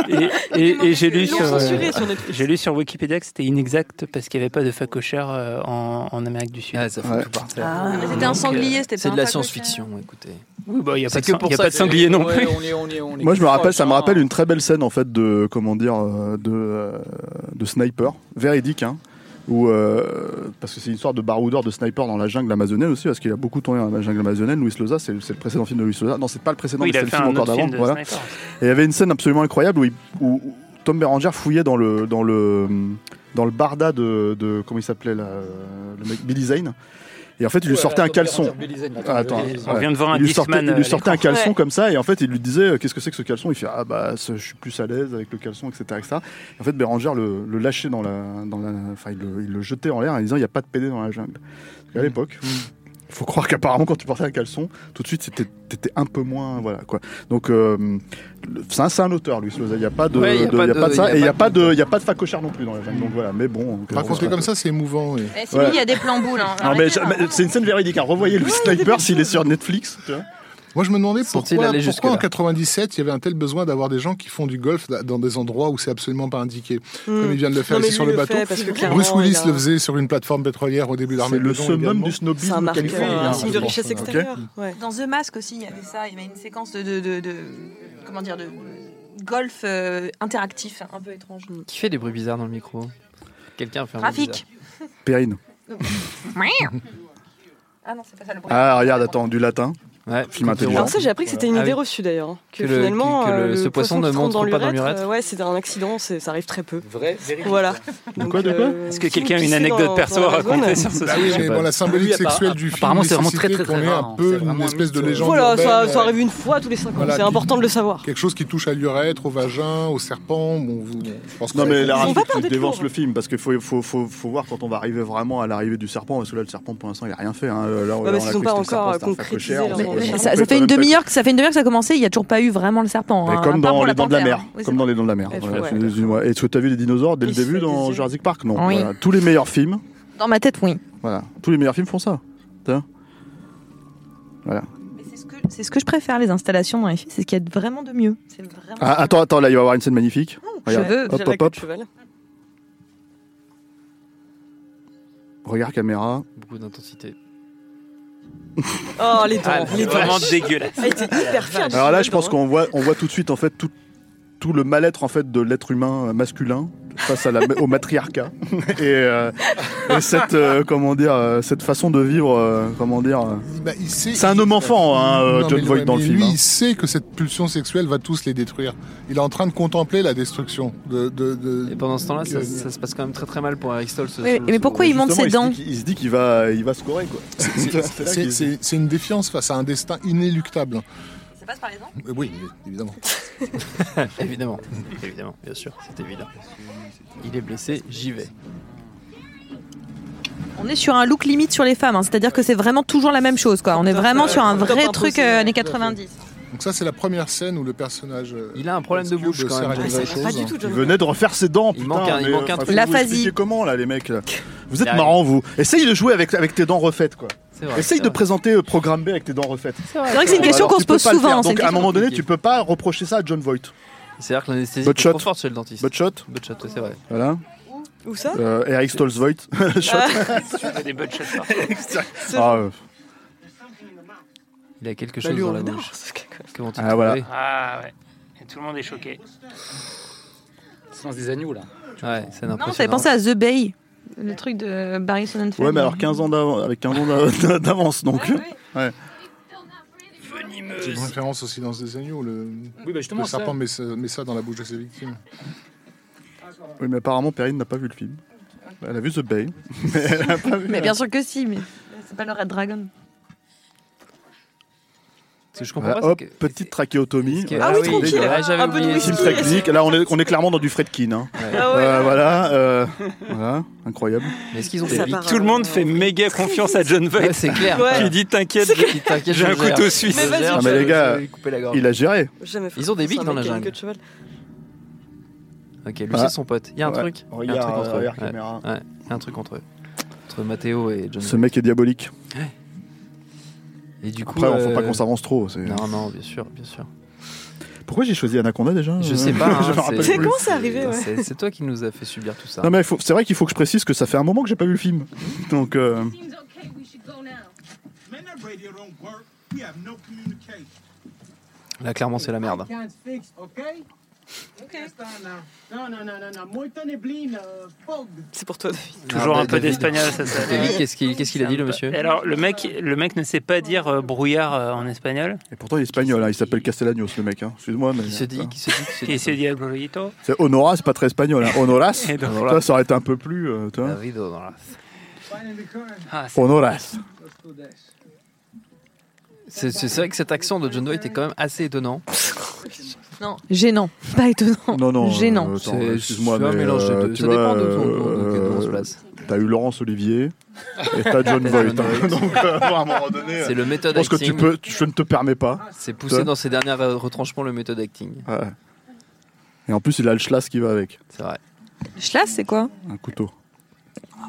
S5: et, et- et j'ai lu
S11: Ils l'ont
S5: sur, euh,
S11: censuré sur Netflix.
S5: j'ai lu sur Wikipédia que c'était inexact parce qu'il n'y avait pas de facochère euh, en, en Amérique du Sud.
S1: Ah, ça fout
S2: Ouais.
S1: tout par terre.
S11: Ah,
S4: Mais
S11: mais
S4: C'était un
S5: Donc,
S4: sanglier, c'était pas
S1: C'est de
S4: un
S1: la
S4: phacochère.
S1: science-fiction, écoutez.
S5: Oui, bah, il n'y a,
S1: C'est
S5: pas de,
S1: que
S5: sang-
S1: pour
S5: y a
S1: ça
S5: pas de
S1: que-
S5: sanglier non plus.
S2: Moi, je me rappelle, ça me rappelle une très belle scène en fait de comment dire euh, de, euh, de sniper véridique, hein, où euh, parce que c'est une histoire de baroudeur de sniper dans la jungle amazonienne aussi, parce qu'il a beaucoup tourné dans la jungle amazonienne. Louis Loza, c'est le, c'est le précédent film de Louis Loza. Non, c'est pas le précédent,
S5: Oui,
S2: mais
S5: il
S2: c'est
S5: a
S2: le
S5: fait
S2: film
S5: un
S2: encore
S5: autre
S2: d'avant.
S5: film de
S2: Voilà.
S5: Sniper.
S2: Et il y avait une scène absolument incroyable où, il- où- où Tom Berenger fouillait dans le dans le dans le barda de, de- comment il s'appelait là, euh, le mec Billy Zane. Et en fait, il lui sortait un caleçon. Ah, attends,
S5: On
S2: ouais.
S5: vient de voir un
S2: Il lui sortait,
S5: Discman.
S2: il lui
S5: euh, à
S2: sortait un
S5: l'écran.
S2: caleçon
S11: Ouais.
S2: comme ça et en fait il lui disait euh, qu'est-ce que c'est que ce caleçon Il fait ah bah ça, je suis plus à l'aise avec le caleçon etc. etc. Et en fait Béranger le, le lâchait dans la, dans la enfin il le, il le jetait en l'air en disant il n'y a pas de PD dans la jungle. Parce
S1: Mm.
S2: qu'à l'époque il faut croire qu'apparemment quand tu portais un caleçon tout de suite c'était t'étais un peu moins voilà quoi. Donc euh, le- c'est un, c'est un auteur lui il n'y a pas de
S1: Ouais, il y a
S2: de-
S1: pas
S2: il y a
S1: de-
S2: pas
S1: il
S2: de
S1: y
S2: ça
S1: a
S2: et il n'y a
S1: pas
S2: pas de il y a pas de facochard non plus dans la jungle donc voilà mais bon
S7: Raconté comme ça, c'est émouvant. oui.
S4: Eh, c'est lui,
S2: Ouais.
S4: il y a des plans boules. hein.
S2: Non, mais
S4: Arrêtez,
S2: je-
S4: hein,
S2: mais
S4: vraiment.
S2: c'est une scène véridique. hein. Revoyez le sniper s'il est sur Netflix. tu vois.
S7: Moi, je me demandais
S1: Sont-ils
S7: pourquoi,
S1: allés
S7: pourquoi
S1: jusque-là
S7: en 97, il y avait un tel besoin d'avoir des gens qui font du golf da- dans des endroits où c'est absolument pas indiqué. Comme il vient de le faire
S11: Hmm. Non, mais
S7: ici sur
S11: lui
S7: le
S11: le
S7: bateau.
S11: fait, parce que clairement,
S7: Bruce Willis
S11: il a-
S7: le faisait sur une plateforme pétrolière au début de l'armée.
S2: C'est le
S7: de Dong
S2: summum
S7: également.
S2: du
S11: C'est un
S2: snobisme
S11: marqueur,
S2: californien.
S11: un signe de
S2: je pense.
S11: richesse
S2: Ok
S11: extérieure. Ouais.
S4: Dans The Mask aussi, il y avait ça. Il y avait une séquence de, de, de- de- comment dire de golf euh, interactif un peu étrange.
S1: Qui fait des bruits bizarres dans le micro Quelqu'un fait un bruit
S4: Graphique.
S2: Perrine.
S4: Ah non, c'est pas ça le bruit.
S2: Ah, regarde, attends, du latin.
S1: bizarre. Ouais,
S2: Film
S1: quand
S2: intelligent.
S1: on-
S11: Alors ça, j'ai appris que c'était une
S1: Ah
S11: idée
S1: oui.
S11: reçue d'ailleurs. hein, Que,
S1: Que le-
S11: finalement,
S1: que le-
S11: euh,
S1: ce poisson
S11: qui
S1: ne
S11: se trempe
S1: montre
S11: dans
S1: pas dans l'urètre.
S11: euh, ouais, c'est un accident, c'est- ça arrive très peu.
S8: Vrai, vérité.
S11: Voilà. Donc,
S2: quoi, de quoi
S11: euh,
S5: Est-ce que
S11: si vous
S5: quelqu'un a une
S11: pissez
S5: anecdote
S11: dans-
S5: perso
S11: dans
S5: à
S11: la zone,
S5: raconter sur ce
S7: Bah oui,
S5: sujet
S7: mais bon, la symbolique
S8: Oui, appa-
S7: sexuelle du film.
S8: apparemment, c'est vraiment très,
S7: nécessite
S8: très, très
S7: qu'on ait
S8: rare,
S11: hein,
S7: un peu
S8: c'est vraiment
S7: une
S8: un
S7: espèce de
S8: mythe, euh,
S7: légende.
S11: Voilà, ça,
S7: urbaine,
S11: ça
S7: euh,
S11: arrive une fois tous les 5 ans.
S7: Voilà,
S11: c'est
S7: puis-
S11: important de le savoir.
S7: Quelque chose qui touche à l'urètre, au vagin, au serpent. Bon, vous- je pense que-
S2: Non, mais la
S11: Ils ont
S2: rage
S11: pas peur
S2: qui
S11: d'être
S2: dévance
S11: lourds.
S2: le film parce qu'il faut, faut, faut, faut voir quand on va arriver vraiment à l'arrivée du serpent. Parce que là, le serpent, pour l'instant, il a rien fait. Hein. Là, on-
S11: Ouais, parce
S2: là, on a
S11: qu'ils ont pas
S2: cru que c'était le
S11: encore
S2: serpent, c'était un
S11: concrétisé
S2: facochère,
S11: leur-
S2: on- on-
S11: Mais
S2: on- on-
S4: ça,
S2: on-
S4: ça fait une
S2: on-
S4: demi-heure que ça fait une demi-heure que ça a commencé. Il n'y a toujours pas eu vraiment le serpent.
S2: Mais
S4: hein, à
S2: comme
S4: part
S2: dans
S4: pour
S2: les dents de la
S4: panthère. hein.
S2: mer,
S4: Oui,
S2: comme dans les dents de la mer.
S11: Elle fait-
S2: Voilà,
S11: ouais.
S2: c'est- excuse-moi. Est-ce que tu as vu les dinosaures dès le
S11: Ils se
S2: début
S11: faisaient
S2: dans
S11: des-
S2: Jurassic Park Non.
S4: Oui.
S2: Voilà. Tous les meilleurs films,
S4: c'est- Dans ma tête, oui.
S2: voilà, tous les meilleurs films font ça.
S4: Mais c'est ce que- C'est ce que je préfère les installations dans les films, c'est ce qu'il y a de vraiment de mieux. C'est vraiment-
S2: Ah, attends, attends, là, il va y avoir une scène magnifique. Regarde.
S4: veux-
S2: hop,
S11: J'ai la
S2: hop,
S11: queue
S2: hop.
S11: de cheval.
S2: Regarde caméra.
S1: Beaucoup d'intensité.
S11: Oh, les dents.
S5: Ah,
S11: les
S5: C'est
S11: dents.
S5: vraiment dégueulasse.
S11: Elle était hyper fière. du
S2: Alors là,
S11: cheval,
S2: je pense
S11: dents, hein.
S2: qu'on voit, on voit tout de suite en fait tout, tout le mal-être en fait de l'être humain euh, masculin face à la, au matriarcat et, euh, et cette euh, comment dire euh, cette façon de vivre euh, comment dire. euh,
S7: Bah, il sait-
S2: C'est un homme enfant, hein, euh,
S7: Non,
S2: John
S7: mais-
S2: Voight dans le
S7: mais
S2: film.
S7: Lui,
S2: hein.
S7: il sait que cette pulsion sexuelle va tous les détruire. Il est en train de contempler la destruction. De, de- de-
S1: Et bah, pendant ce temps-là, ça, ça se passe quand même très très mal pour Eric Stolz.
S4: Oui, mais pourquoi il
S2: Justement,
S4: monte ses
S2: se dit
S4: dents
S2: qu'il- Il se dit qu'il va, il va scorer quoi.
S7: C'est-
S2: C'est là
S7: C'est
S2: qu'il-
S7: c'est- c'est une défiance face à un destin inéluctable.
S12: Ça passe par les dents
S7: Euh, Oui, évidemment.
S1: évidemment, évidemment, bien sûr, c'est évident. Il est blessé, j'y vais.
S4: On est sur un look limite sur les femmes, hein, c'est-à-dire que c'est vraiment toujours la même chose. Quoi. On est vraiment sur un vrai truc euh, années 90.
S7: Donc ça, c'est la première scène où le personnage... euh,
S1: Il a un problème de bouche, quand même. Ouais, ça va pas du tout,
S2: Il venait de refaire ses dents.
S1: Il
S2: putain,
S1: manque un- il
S2: mais, euh,
S1: manque un
S2: enfin,
S1: truc.
S2: faut nous
S1: L'aphasie.
S2: expliquer comment là, les mecs là. Vous êtes
S1: Derrière.
S2: marrants vous. Essaye de jouer avec, avec tes dents refaites quoi.
S1: vrai,
S2: Essaye
S1: c'est
S2: de
S1: vrai.
S2: présenter euh, programme B avec tes dents refaites.
S1: C'est
S4: euh,
S1: vrai. C'est vrai que c'est une question
S2: Alors,
S1: qu'on
S2: tu
S1: se pose
S2: peux pas le
S1: souvent, hein,
S2: faire.
S4: hein,
S1: c'est une
S2: Donc à un
S1: question
S2: moment donné,
S1: compliquée.
S2: tu peux pas reprocher ça à John Voight.
S1: C'est-à-dire que l'anesthésie
S2: Butt
S1: est
S2: shot.
S1: trop forte chez le dentiste.
S2: Butt shot.
S1: Butt shot, c'est vrai.
S2: Voilà.
S11: Où ça
S2: Euh, et Eric Stolz Voight. Shot.
S9: des bonnes shots
S2: Ah, euh,
S1: Il a quelque
S9: Bah,
S1: chose
S9: lui,
S1: dans
S9: on
S1: la
S9: l'adore,
S1: bouche.
S9: ce gars, quoi.
S1: Comment tu
S2: Ah, voilà.
S1: trouvé
S9: Ah ouais. Et tout le monde est choqué.
S13: C'est dans des agneaux là.
S1: Ouais, c'est
S4: Non, j'avais pensé à The Bay, le truc de Barry Sonnenfeld.
S2: Ouais, mais alors 15 ans d'avance, avec 15 ans d'a- d'avance donc.
S4: Ah
S2: Ouais.
S7: C'est une référence aussi dans des agneaux, le,
S13: Oui, bah, justement,
S7: le
S13: ça.
S7: serpent met ça, met ça dans la bouche de ses victimes.
S2: Oui, mais apparemment Perrine n'a pas vu le film. Elle a vu The Bay, mais elle a pas vu.
S4: Mais bien sûr que si, mais c'est pas le Red Dragon.
S1: Parce que je
S2: Voilà, hop, petite trachéotomie.
S1: que- Ah oui, tranquille,
S2: dégueulasse.
S1: ouais, j'avais Un peu de oublié. whisky.
S2: Film très clinique. Là, on est, on est clairement dans du Fredkin. Hein.
S1: Ah
S9: ouais.
S2: Euh, voilà, euh, voilà, incroyable.
S1: Mais est-ce qu'ils ont
S2: Ça part,
S9: Tout le monde fait méga confiance à John Voight.
S1: Ouais, c'est clair.
S9: Qui dit t'inquiète,
S1: T'inquiète, je
S9: j'ai un
S1: gère.
S9: couteau suisse.
S1: Je gère,
S2: Ah, mais
S1: je-
S2: les gars,
S1: je vais lui couper la gorge.
S2: il a géré.
S11: Jamais fait
S1: Ils ont des
S11: ça
S1: bics dans la
S11: avec un
S1: jungle.
S11: queue de cheval.
S1: Ok, lui
S2: Ah.
S1: c'est son pote. Il y a un
S2: Ouais. Oh,
S1: truc. Oh, Il y a un
S2: Regarde,
S1: truc entre eux.
S2: derrière
S1: Ouais.
S2: caméra.
S1: Ouais, il y a un truc entre eux. Entre Matteo et John.
S2: Ce mec est diabolique.
S1: Et du coup,
S2: Après, on faut pas
S1: euh,
S2: qu'on s'avance trop. c'est-
S1: Non, non, bien sûr, bien sûr.
S11: Hmm.
S2: Pourquoi j'ai choisi Anaconda déjà Euh,
S1: Je sais pas. hein,
S2: Je me rappelle plus.
S11: comment c'est arrivé, ouais.
S1: c'est- C'est toi qui nous a fait subir tout ça.
S2: Non, mais faut- c'est vrai qu'il faut que je précise que ça fait un moment que j'ai pas vu le film. Donc, euh,
S14: Man, that radio don't work. We have no communication.
S1: Là, clairement, c'est la merde.
S14: Can't fix, okay? Okay. No, no, no, no, no. Muita neblina, fog.
S11: C'est pour toi.
S9: Toujours
S1: Ah,
S9: un
S1: bah,
S9: peu
S1: David.
S9: d'espagnol, ça, ça.
S1: David, qu'est-ce qu'il qu'est-ce qu'il a dit, le monsieur
S9: Et Alors, le mec, le mec ne sait pas dire euh, brouillard euh, en espagnol.
S2: Et pourtant, il est espagnol. hein, Il s'appelle Castellanos, le mec. hein. Excuse-moi. Mais...
S1: Qui se dit, qui se dit, qui se
S9: Qui
S1: dit.
S9: essaie de dire burrito.
S2: C'est Honoras, c'est pas très espagnol. hein. Honoras,
S9: Et donc,
S2: toi, ça aurait été un peu plus. euh, tu vois.
S1: David Honoras.
S9: Ah, c'est-
S2: Honoras.
S1: C'est c'est vrai que cet accent de John Doe était quand même assez étonnant.
S4: Non, gênant, pas étonnant.
S2: Non, non.
S4: Gênant.
S2: euh, attends,
S1: C'est-
S2: Excuse-moi,
S1: c'est un
S2: mais,
S1: mélange des
S2: euh,
S1: deux.
S2: tu
S1: Ça
S2: vois,
S1: dépend de ton-
S2: euh,
S1: de quel- de où on se place.
S2: T'as eu Laurence Olivier et t'as John Voight. hein. Donc, euh, bon, à un moment donné,
S1: C'est le
S2: je
S1: méthode
S2: pense que tu
S1: acting.
S2: peux, tu- je ne te permets pas.
S1: C'est poussé dans ses derniers euh, retranchements le méthode acting.
S2: Ouais. Et en plus, il a le schlass qui va avec,
S1: C'est vrai.
S4: Schlass, c'est quoi
S2: un couteau.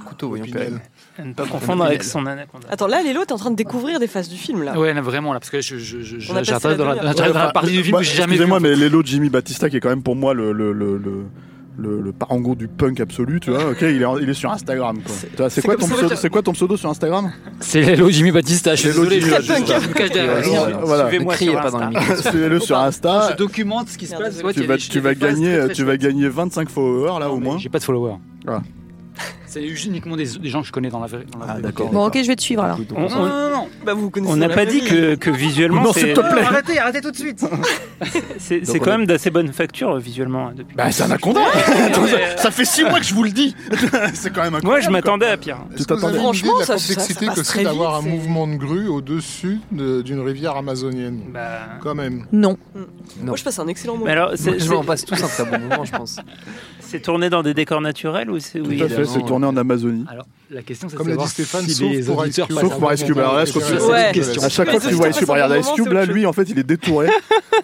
S1: Couteau, voyons quand même.
S9: À ne pas confondre avec son anaconda.
S11: Attends, là, Lélo, t'es en train de découvrir des phases du film, là.
S13: Ouais, là, vraiment là, parce que je, je, je-
S11: On a passé la
S13: j'arrive dans la,
S11: demi-heure.
S13: j'arrive dans la partie du film
S2: Moi,
S13: que j'ai jamais vu.
S2: Bah, Excusez-moi, mais l'élo de Jimmy Batista, qui est quand même pour moi le, le, le, le, le- le parangon du punk absolu, tu vois, ok, il est, en- il est sur Instagram. quoi. Tu vois, C'est
S11: c'est
S2: quoi,
S11: comme
S2: ton
S11: ça,
S2: pseudo-
S11: je-
S2: c'est quoi ton pseudo sur Instagram
S13: C'est Hello Jimmy Batista. Je suis
S2: Hello,
S13: désolé,
S2: Jimmy
S13: je, je,
S2: Batista.
S13: je me cache derrière
S2: Ouais,
S13: rien.
S2: ouais, voilà.
S1: Ne
S9: Suivez-moi
S1: criez
S9: sur
S1: pas dans
S9: Insta.
S1: le micro.
S2: Suivez-le sur Insta.
S13: Je documente ce qui se passe. Ouais,
S2: Tu
S13: il y
S2: vas,
S13: a des-
S2: tu
S13: il y a
S2: vas
S13: des phases
S2: gagner,
S13: très, très
S2: tu vas
S13: chouettes.
S2: gagner 25 followers là au moins.
S13: J'ai pas de followers.
S2: Ah.
S13: C'est uniquement des, des gens que je connais dans la vraie. dans la
S2: Ah,
S13: vraie
S2: d'accord.
S13: vie.
S4: Bon, ok, je vais te suivre alors.
S9: On-
S13: Non,
S9: on-
S13: non, non.
S11: Bah, vous connaissez
S9: On n'a
S11: la
S9: pas
S11: vraie
S9: dit
S11: vie.
S9: que, que visuellement,
S2: Non, s'il
S9: c'est
S2: te plaît.
S11: Arrêtez, arrêtez tout de suite.
S9: c'est- c'est
S1: Donc, on
S9: quand même d'assez bonne facture euh, visuellement. hein, depuis.
S2: Bah c'est Anaconda Attends, ça, ça fait
S13: euh,
S2: 6 mois que je vous le dis C'est quand même incroyable.
S9: Moi, je m'attendais à pire.
S7: Est-ce que vous avez
S2: t'attendais.
S7: une idée
S11: Bah, Franchement,
S7: de la
S11: ça- ça- ça
S7: complexité
S11: passe
S7: que
S11: très
S7: c'est d'avoir un
S11: vite, c'est-
S7: mouvement de grue au-dessus de- d'une rivière amazonienne
S9: Bah,
S7: Quand même.
S4: Non.
S11: Moi, je passe un excellent
S9: Mais
S11: moment.
S9: alors, c'est-
S1: Je
S9: c'est-
S1: vois, on passe tous un très bon moment, je pense.
S9: c'est tourné dans des décors naturels ou c'est
S2: Tout
S9: oui,
S2: à fait,
S1: évidemment,
S2: c'est tourné
S13: euh,
S2: en Amazonie.
S13: Alors, la question, c'est de
S7: Comme l'a dit
S13: savoir
S7: Stéphane,
S13: si
S7: sauf
S13: les
S7: pour Ice
S13: auditeurs
S7: Cube.
S13: passent
S2: Sauf
S13: un
S2: pour
S13: bon
S2: Ice Cube.
S13: moment.
S2: Alors là, ce qu'on-
S7: Ouais.
S13: c'est une
S2: À
S13: question.
S2: chaque
S11: Mais
S2: fois que tu
S11: c'est
S2: vois
S11: pas
S2: Ice Cube,
S11: ça,
S2: regarde
S11: pour le
S2: Ice
S11: moment,
S2: Cube,
S11: c'est
S2: là,
S11: autre
S2: lui, en fait, il est détouré.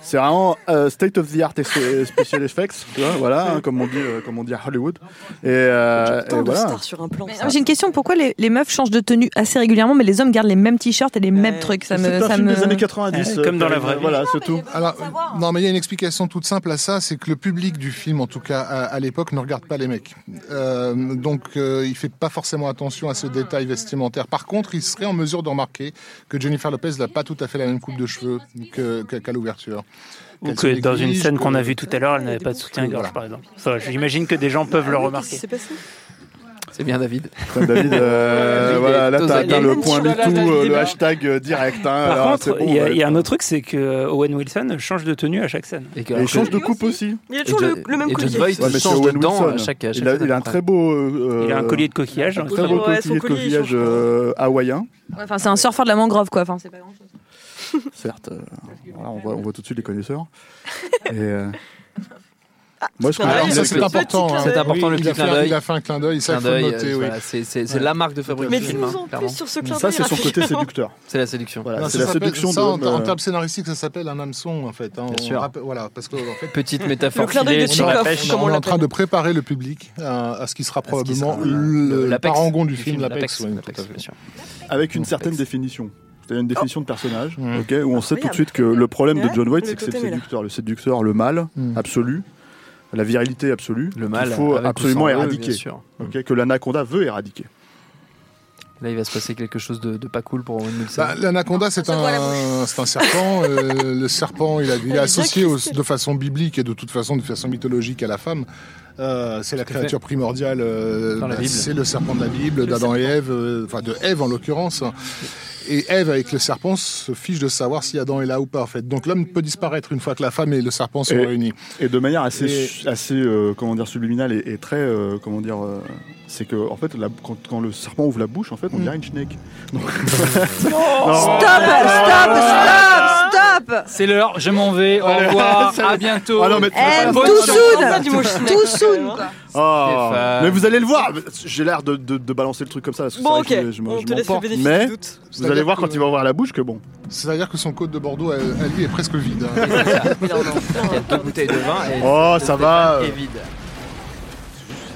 S2: C'est vraiment euh, state of the art et c'est- special effects, tu vois, voilà, hein, comme on dit, euh, comme on dit à Hollywood. Et, euh, et
S11: Tant de
S2: voilà.
S11: stars sur un plan.
S4: Mais
S11: ça.
S4: J'ai une question, pourquoi les, les meufs changent de tenue assez régulièrement, mais les hommes gardent les mêmes t-shirts et les mêmes trucs ça me,
S2: C'est un
S4: ça
S2: film
S4: me... Ah, bah,
S2: des années 90.
S9: Euh, comme dans la vraie vie.
S2: Voilà, c'est tout.
S7: Alors, euh, non, mais il y a une explication toute simple à ça, c'est que le public du film, en tout cas à, à l'époque, ne regarde pas les mecs. Euh, donc, euh, il fait pas forcément attention à ce détail vestimentaire. Par contre, il serait en mesure de remarquer que Jennifer Lopez n'a pas tout à fait la même coupe de cheveux que- que- qu'à l'ouverture.
S9: Ou
S7: Qu'elle
S9: que
S7: se
S9: dans une
S7: néglige,
S9: scène qu'on a
S7: que-
S9: vue tout à l'heure, elle n'avait pas de soutien-gorge, par exemple. Ça, J'imagine que des gens peuvent le remarquer.
S11: Ah, C'est passé.
S1: C'est bien, David.
S2: Putain, David, euh,
S1: David
S2: voilà,
S1: est
S2: là, t'as
S1: aux
S2: atteint
S1: aliens.
S2: le point du
S13: Là, là,
S2: tout,
S13: là,
S2: euh,
S13: il est
S2: le
S13: là.
S2: hashtag euh, direct. hein.
S9: Par
S2: Alors, c'est
S9: contre,
S2: bon,
S9: il y, a-
S2: ouais.
S9: il y a un autre truc, c'est que euh, Owen Wilson change de tenue à chaque scène.
S1: Et, que-
S2: Et il change de coupe aussi.
S11: Il y a toujours
S1: Et
S11: le,
S1: John-
S11: le même
S1: et John
S11: collier.
S1: Voight.
S2: Ouais, mais c'est
S1: change
S2: Owen
S1: de dents
S2: Wilson.
S1: à chaque- à chaque
S2: il a,
S1: fois
S2: il a un
S1: d'après.
S2: très beau, euh,
S9: Il a un collier de coquillage.
S2: très beau
S11: Ouais, son
S2: collier de
S11: collier, il
S2: coquillage
S11: change pas.
S2: euh, hawaïen.
S4: Ouais, Enfin, c'est un surfeur de la mangrove, quoi. Enfin, c'est pas grand-chose.
S2: certes, euh, voilà, on, voit, on voit tout de suite les connaisseurs. Et, euh,
S7: Moi, je
S2: Alors,
S7: ça, Ah, c'est important. hein.
S1: C'est important,
S7: Oui,
S1: le
S7: il a
S1: petit clin
S7: fait-
S1: d'œil.
S7: Il a fait un clin d'œil, ça, il faut le
S1: Clin d'œil,
S7: noter.
S1: euh,
S7: oui.
S1: voilà, c'est- C'est c'est la marque de fabrique
S7: Mais
S1: du film.
S7: dis-nous
S1: hein,
S7: en plus
S1: clairement.
S7: sur ce clin Ça, d'œil c'est son rapidement. côté séducteur.
S1: C'est la séduction.
S2: Voilà,
S7: Non,
S2: c'est
S7: ça
S2: la
S7: s'appelle-
S2: séduction
S7: ça,
S2: de
S7: en,
S2: l'homme,
S7: en
S2: euh,
S7: termes scénaristiques, ça s'appelle un hameçon, en fait. hein. On
S2: sûr.
S7: rappelle- voilà, parce que, en fait,
S1: Petite métaphore
S7: on est-
S1: Le clin d'œil de
S7: on est-
S1: Tchekhov,
S7: on est-
S1: comme on
S7: on est en
S1: l'appelle.
S7: train de préparer le public à, à ce qui sera probablement
S2: sera,
S7: le,
S2: euh, l'apex
S7: parangon du
S2: du
S7: film,
S2: film, l'apex,
S7: l'Apex. oui,
S2: l'apex,
S7: tout à fait.
S2: bien sûr. euh, avec une certaine définition. C'est-à-dire une définition de personnage,
S7: Mm.
S2: ok, où on sait tout de
S7: Oh. Incroyable.
S2: suite que le problème de
S7: Ouais,
S2: John Voight,
S7: le
S2: c'est que c'est le
S7: côté, mais là.
S2: séducteur. Le séducteur, le mal
S7: Mm.
S2: absolu, la virilité absolue, le
S1: mal,
S2: qu'il faut
S1: avec ou
S2: absolument
S1: sans eux, bien
S2: éradiquer,
S1: sûr.
S2: ok, que l'anaconda veut éradiquer.
S1: Là, il va se passer quelque chose de, de pas cool pour Owen Wilson.
S7: Bah, L'anaconda, c'est un, c'est un serpent. euh, le serpent, il, a- il est associé au- de façon biblique et de toute façon de façon mythologique à la femme. Euh, c'est la
S1: Tout à
S7: créature
S1: fait.
S7: primordiale. euh,
S1: Dans la
S7: bah,
S1: Bible.
S7: c'est le serpent de la Bible, d'Adam et Ève, euh, enfin de Ève en l'occurrence. Et Ève, avec le serpent, se fiche de savoir si Adam est là ou pas, en fait. Donc l'homme peut disparaître une fois que la femme et le serpent sont
S2: Et-
S7: réunis.
S2: Et de manière assez,
S7: Et-
S2: su- assez euh, comment dire, subliminale et, et très, euh, comment dire, euh, c'est que en fait, la- quand, quand le serpent ouvre la bouche, en
S7: Mm.
S2: fait, on dirait une snake. Donc-
S15: Stop, stop, stop, stop.
S8: C'est l'heure, je m'en vais, au
S2: Allez,
S8: revoir,
S2: ça-
S8: à bientôt.
S2: Ah non, mais-
S15: Eh,
S2: Bonne
S15: too
S2: chance.
S15: soon, too soon.
S2: Ah,
S1: Stéphane.
S2: mais vous allez le voir. J'ai l'air de, de- de balancer le truc comme ça. Parce que
S7: Bon,
S2: c'est vrai que
S7: ok.
S2: je, me-
S7: On
S2: je
S7: te laisse le
S2: m'emporte,
S7: bénéfice
S2: mais
S7: du doute.
S2: Vous allez voir quand il va ouvrir la bouche que bon.
S7: C'est-à-dire que son côte de Bordeaux, à, à lui, est presque vide. hein.
S1: Il y a deux bouteilles de vin et
S2: Oh, ça va.
S1: est vide.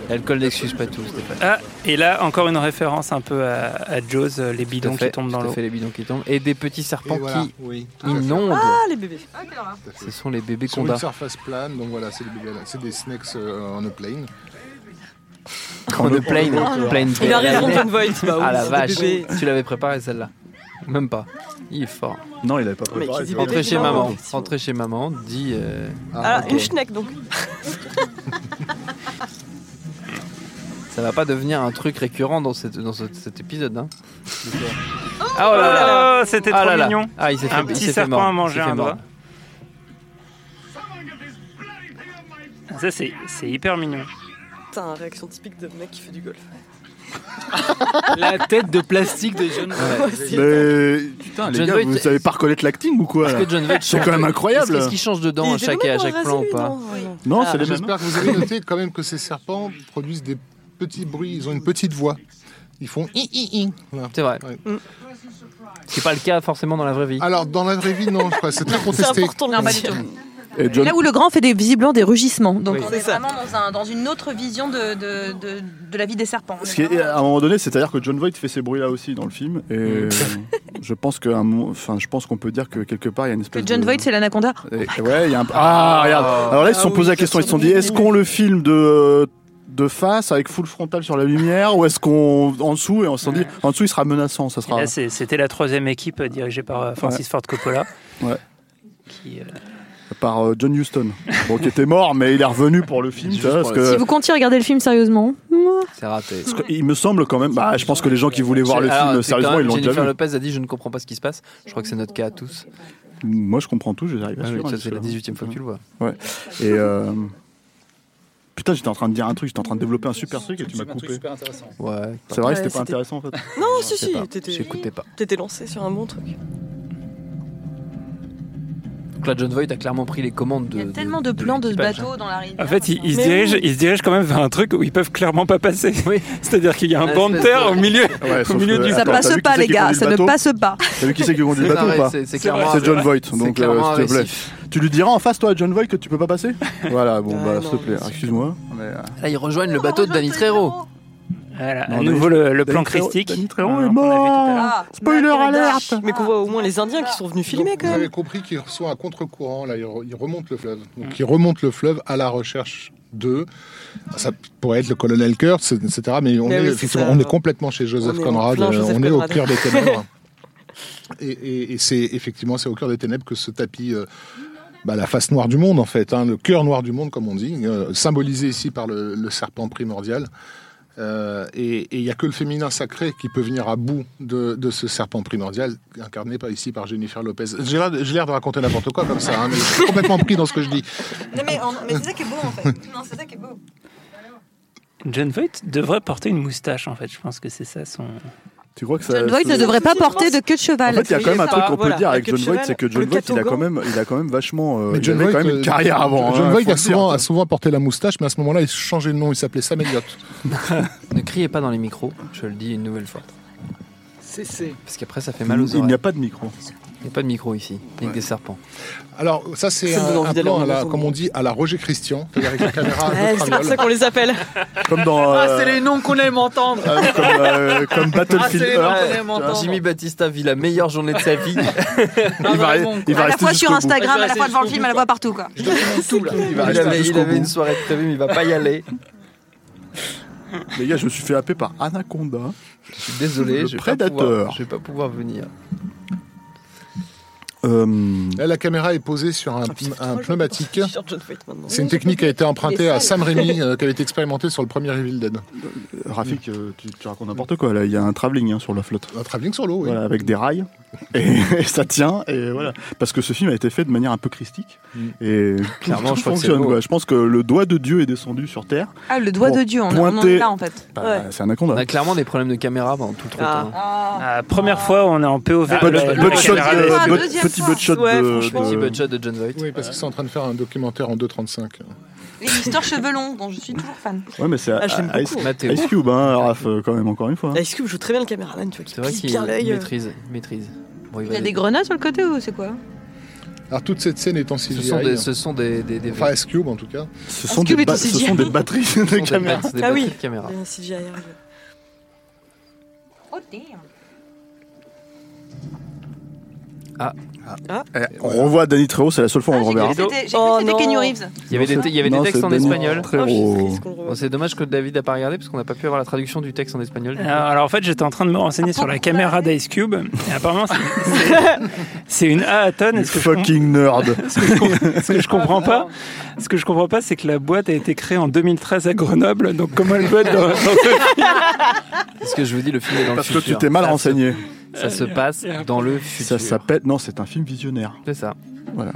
S1: L'alcool n'excuse pas tout, Stéphane.
S5: Ah, et là, encore une référence un peu à, à Jaws, euh, les
S1: Tout à
S5: bidons
S1: fait,
S5: qui tombent dans
S1: tout à
S5: l'eau.
S1: fait, les bidons qui tombent. Et des petits serpents
S7: Et voilà,
S1: qui
S7: oui, tout à fait.
S1: inondent.
S11: Ah, les bébés.
S1: Ce sont les bébés
S7: Sur une
S1: condas.
S7: surface plane, donc voilà, c'est des, bébés- c'est des snakes euh, on a plane.
S1: En le plane, plane.
S11: Ah, Il a raison, John Voight. Bah oui,
S1: Ah la
S11: c'est
S1: vache,
S11: des bébés.
S1: tu l'avais préparé celle-là. Même pas. Il est fort.
S2: Non, il avait pas
S11: préparé, qui dit tu vois.
S1: Rentrez
S11: bébé,
S1: chez
S11: dit
S1: maman.
S11: maman.
S1: Rentrez chez maman, dit. euh,
S11: Ah,
S1: ok.
S11: une schneck donc.
S1: Ça va pas devenir un truc récurrent dans, cette, dans ce- cet épisode. Hein.
S5: Oh là là, oh, c'était
S1: Ah
S5: trop
S1: là là.
S5: mignon.
S1: Ah, il s'est fait
S5: un
S1: il s'est
S5: petit
S1: fait
S5: serpent
S1: mordre,
S5: à
S1: il
S5: manger
S1: s'est fait
S5: un doigt.
S1: mordre.
S5: Ça, c'est c'est hyper mignon.
S11: Putain, réaction typique de mec qui fait du golf.
S8: La tête de plastique de John
S11: Ouais.
S2: Mais putain, les
S1: John
S2: gars,
S1: Voight-
S2: vous savez pas reconnaître l'acting ou quoi
S1: Est-ce
S2: là
S1: que John Voight
S2: C'est
S1: chante-
S2: quand même incroyable.
S1: Est-ce qu'il change dedans
S11: Il
S1: à
S11: était
S1: chaque, à
S11: complètement
S1: chaque plan
S11: rasé,
S1: ou pas
S11: lui, non
S2: Non, c'est les mêmes.
S7: J'espère que vous avez noté quand même que ces serpents produisent des petits bruits, ils ont une petite voix. Ils font i i i. Voilà.
S1: C'est vrai.
S7: Ouais.
S1: C'est pas le cas forcément dans la vraie vie.
S7: Alors, dans la vraie vie, non, je crois, c'est très contesté.
S15: Non, pas du tout.
S2: Et
S15: Et
S2: John-
S15: Là où le grand fait des, visiblement des rugissements. Donc
S4: On est vraiment dans, un- dans une autre vision de, de, de, de la vie des serpents. On est
S2: Ce qui est-
S4: vraiment-
S2: à un moment donné, c'est-à-dire que John Voight fait ces bruits-là aussi dans le film, et euh, je pense que, un mo- enfin, je pense qu'on peut dire que quelque part il y a une espèce.
S15: John
S2: de...
S15: Voight, c'est l'anaconda.
S1: Oh
S2: Et- ouais, il y a un... Ah, regarde. Alors là, ils se sont
S11: Ah
S2: posés
S11: oui,
S2: la question. Ils se sont dit,
S11: absolument.
S2: est-ce qu'on le filme de de face avec full frontal sur la lumière ou est-ce qu'on en dessous et on se dit en dessous il sera menaçant ça
S5: Et
S2: sera
S5: là, c'est- c'était la troisième équipe euh, dirigée par euh, Francis
S2: Ouais.
S5: Ford Coppola.
S2: Ouais.
S5: Qui, euh,
S2: par euh, John Huston bon, qui était mort mais il est revenu pour le film tu vois, parce
S16: Euh,
S2: que
S15: Si vous comptiez regarder le film sérieusement,
S1: C'est raté.
S2: parce que il me semble quand même bah je pense que les gens qui voulaient voir le
S1: Alors,
S2: film
S1: c'est quand
S2: sérieusement
S1: même-
S2: ils l'ont déjà
S1: Jennifer
S2: vu
S1: Lopez a dit Je ne comprends pas ce qui se passe. Je crois que c'est notre cas à tous.
S2: moi je comprends tout j'arrive à
S1: Ah oui,
S2: suivre
S1: ça,
S2: jusque-là.
S1: c'est la 18 e fois que tu le vois.
S2: Ouais. Et euh, putain, j'étais en train de dire un truc, j'étais en train de développer un super truc et tu m'as
S8: Un truc
S2: coupé.
S8: super intéressant.
S1: Ouais.
S2: C'est vrai,
S11: Ouais,
S2: c'était
S11: c'était-
S2: pas intéressant en fait.
S11: Non,
S2: Je
S11: si,
S2: sais
S11: si,
S2: pas.
S11: t'étais-
S1: J'écoutais pas.
S11: t'étais lancé sur un bon truc.
S1: Donc là, John Voight a clairement pris les commandes de.
S4: Il y a tellement de plans de ce
S1: l'équipage, hein.
S16: hein.
S4: bateau dans la rivière.
S5: En fait, ils, ils se
S4: Mais
S5: dirigent,
S4: oui.
S5: ils se dirigent quand même vers un truc où ils peuvent clairement pas passer. C'est-à-dire qu'il y a un
S1: Un
S5: banc de
S1: espèce
S5: terre
S1: de-
S5: au milieu,
S2: Ouais,
S5: au
S2: sauf
S5: milieu
S2: que-
S5: du
S15: ça
S2: Attends, t'as
S15: passe
S2: vu
S15: pas,
S2: qui c'est
S15: les
S2: qui
S15: gars,
S2: conduit
S15: ça
S2: le
S15: ne
S2: bateau
S15: passe pas.
S2: T'as vu qui c'est qui conduit le
S1: C'est
S2: bateau
S1: vrai,
S2: ou pas
S1: c'est- c'est clairement
S2: C'est John
S1: un-
S2: Voight.
S1: c'est
S2: Donc, euh,
S1: clairement un
S2: s'il te plaît.
S1: récif.
S2: Tu lui diras en face, toi, à John Voight, que tu peux pas passer Voilà, bon,
S11: Ah,
S2: bah,
S11: non,
S2: s'il te plaît,
S11: bien sûr.
S2: excuse-moi. mais, euh,
S1: Là, ils rejoignent le bateau de Danny Trejo.
S5: Voilà,
S2: Non,
S5: à
S2: mais-
S5: nouveau le, le
S2: Danny
S5: plan
S2: Trejo-
S5: christique.
S2: Danny Trejo
S5: Hein, qu'on
S2: est
S5: a vu tout à l'heure.
S4: Ah,
S2: Spoiler alerte
S11: Mais qu'on voit au moins les Indiens qui sont venus filmer
S7: Donc,
S11: quand
S7: vous
S11: même.
S7: avez compris qu'il reçoit un contre-courant, là, il re- il remonte le fleuve. Donc il remonte le fleuve à la recherche de. Ça pourrait être le colonel Kurtz, etc. Mais on,
S11: Mais
S7: est,
S11: Ben oui, c'est
S7: effectivement,
S11: ça.
S7: on est complètement chez Joseph
S11: On est en
S7: Conrad,
S11: plein
S7: euh,
S11: Joseph
S7: on est au
S11: Conrad.
S7: cœur des ténèbres. et et- et c'est effectivement, c'est au cœur des ténèbres que se tapit. euh, bah, la face noire du monde, en fait, hein, le cœur noir du monde, comme on dit, euh, symbolisé ici par le, le serpent primordial. Euh, et et il n'y a que le féminin sacré qui peut venir à bout de, de ce serpent primordial, incarné par, ici par Jennifer Lopez. J'ai l'air de- j'ai l'air de raconter n'importe quoi comme ça, hein, mais je suis complètement pris dans ce que je dis.
S4: Non, mais, on- mais c'est ça qui est beau en fait. Non, c'est ça qui est beau.
S5: John Voight devrait porter une moustache en fait. Je pense que c'est ça son.
S2: Tu crois que ça.
S15: Euh,
S16: John Voight
S2: c'est-
S16: ne devrait pas porter de queue de
S2: En
S16: cheval.
S2: fait, il y a quand même un truc qu'on peut
S16: Voilà,
S2: dire
S16: la
S2: avec
S16: queue de
S2: John Voight,
S16: cheval,
S2: c'est que John
S16: le
S2: Voight, il a
S16: catogan.
S2: quand même, il a quand même vachement, euh,
S7: Mais
S2: il avait quand même une
S7: euh,
S2: carrière avant.
S7: John
S2: hein,
S7: Voight
S2: faut
S7: a
S2: le dire.
S7: souvent, a souvent porté la moustache, mais à ce moment-là, il changeait de nom. Il s'appelait Sam Elliott.
S1: Ne criez pas dans les micros, je le dis une nouvelle fois.
S7: CC.
S1: Parce qu'après, ça fait mal aux
S2: Il n'y a pas de micro.
S1: Il n'y a pas de micro ici. Il y a que des serpents.
S7: Alors, ça, c'est
S1: Ça donne
S7: un,
S1: envie
S7: un
S1: d'aller
S7: plan,
S1: en
S7: à la,
S1: Amazon.
S7: comme on dit, à la Roger Christian. C'est-à-dire avec la caméra. à
S8: Ouais,
S7: notre
S8: c'est pour
S7: angle.
S8: ça qu'on les appelle.
S2: Comme dans. euh,
S1: noms qu'on aime entendre.
S2: euh, comme, euh, comme Battlefield Earth.
S1: Jimmy Batista vit la meilleure journée de sa vie.
S2: Il va,
S16: À
S2: il va
S16: la
S2: rester
S16: fois sur
S2: jusqu'au bout.
S16: Instagram, à la fois
S4: rester
S16: devant le
S4: jusqu'au
S16: film, à la fois partout. Quoi.
S2: Il
S1: Il,
S2: va rester
S1: avait, il
S2: jusqu'au
S1: avait
S2: bout.
S1: une soirée de prévue, mais il va pas y aller.
S2: Les gars, je me suis fait happer par Anaconda.
S1: Je suis désolé,
S2: Le
S1: je vais pas
S2: prédateur.
S1: pouvoir- je vais pas pouvoir venir.
S2: Euh,
S7: Là, la caméra est posée sur
S1: Ah,
S7: un, un pneumatique. C'est une technique qui a été
S8: Il
S7: empruntée
S8: est
S7: à
S8: sale.
S7: Sam Raimi, euh, qui avait été expérimentée sur le premier Evil Dead.
S2: Rafik, euh, tu, tu racontes n'importe quoi. Là, il y a un travelling hein, sur la flotte.
S7: Un travelling sur l'eau, oui.
S2: Voilà, avec des rails. Et, et ça tient. Et voilà. Parce que ce film a été fait de manière un peu christique. Et tout-
S1: Mm. Clairement,
S2: tout
S1: je crois que c'est
S2: fonctionne.
S1: beau.
S2: quoi. Je pense que le doigt de Dieu est descendu sur Terre.
S16: Ah, le doigt
S2: Pour
S16: de Dieu, on, on en
S2: pointer-
S16: est là en fait.
S2: Bah,
S16: Ouais.
S2: C'est Anaconda.
S1: On a clairement des problèmes de caméra pendant tout le truc.
S16: Ah.
S1: hein.
S9: Ah, première fois, on est en POV.
S2: Ah, but-
S9: Le-
S2: but
S9: le
S2: shot,
S9: caméra
S2: euh,
S9: baisse.
S2: but- petit butt shot
S8: Ouais,
S2: de,
S8: franchement.
S2: de-
S1: Petit budget de John Voight.
S7: Oui, parce qu'ils sont en train de faire un documentaire en 2.35.
S4: Les histoires cheveux longs, dont je suis toujours fan.
S2: Ouais, mais c'est
S8: Ah, je l'aime
S2: Ice-
S8: beaucoup.
S1: Mathéo.
S2: Ice Cube, hein, Raph, euh, quand même, encore une fois. hein.
S8: Ice Cube joue très bien le caméraman, tu vois, qui
S1: C'est vrai
S8: pisse
S1: qu'il
S8: bien l'œil. euh.
S1: maîtrise. il maîtrise. Bon,
S16: Il y a
S1: va-
S16: des grenades sur le côté ou c'est quoi
S7: Alors, toute cette scène est en CGI.
S1: Ce sont des, ce sont des, des, des,
S7: hein. Enfin, S-Cube, en tout cas.
S2: Ce sont,
S16: Cube
S2: des,
S16: est en
S2: ba- ce
S16: CGI.
S2: sont des batteries
S1: ce
S2: de
S1: sont des
S2: caméra.
S1: bats- des
S8: Ah
S1: batteries
S8: oui.
S1: de caméra.
S8: Il y a un CGI arrive.
S4: Oh damn.
S2: Eh, on revoit Danny Trejo, c'est la seule
S1: Ah,
S2: fois où on le
S4: Ah, J'ai cru
S2: reverra.
S4: que c'était j'ai cru
S8: Oh
S4: que c'était
S8: non.
S4: Kenny Reeves.
S1: Il y avait des, il y avait des
S2: Non,
S1: textes
S2: c'est
S1: en
S2: Danny
S1: espagnol.
S2: Trejo.
S8: Oh, je suis triste qu'on le
S1: Bon,
S8: revoie.
S1: c'est dommage que David n'a pas regardé parce qu'on n'a pas pu avoir la traduction du texte en espagnol. du coup.
S2: Ah.
S9: Alors en fait, j'étais en train de me renseigner sur la caméra d'Ice Cube. Et apparemment, c'est- c'est- c'est une A à tonne. Et ce que je com-
S2: Fucking nerd.
S9: ce que je comprends pas, ce que je comprends pas, c'est que la boîte a été créée en 2013 à Grenoble. Donc comment elle peut être dans, dans ce-
S1: Parce que je vous dis, le film est dans
S2: Parce que
S1: le
S2: tu
S1: futur.
S2: t'es mal
S1: Ça se-
S2: renseigné. Ah.
S1: Ça se passe dans le futur.
S2: Ça s'appelle. Non, c'est un film visionnaire.
S1: C'est ça.
S2: Voilà.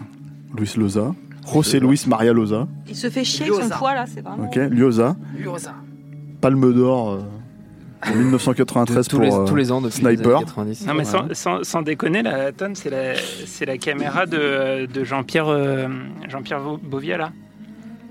S2: Luis Loza. José Luis Maria Loza.
S4: Il se fait chier avec son poids là, c'est vraiment.
S2: Ok. Lioza. Palme d'or euh, en 1993
S1: tous,
S2: pour.
S1: les,
S2: euh,
S1: tous les ans depuis les
S2: Sniper.
S1: années 90.
S9: Non mais sans, sans- sans déconner, la tonne, c'est la, c'est la caméra de, de Jean-Pierre euh, Jean-Pierre Bo- Bovia là.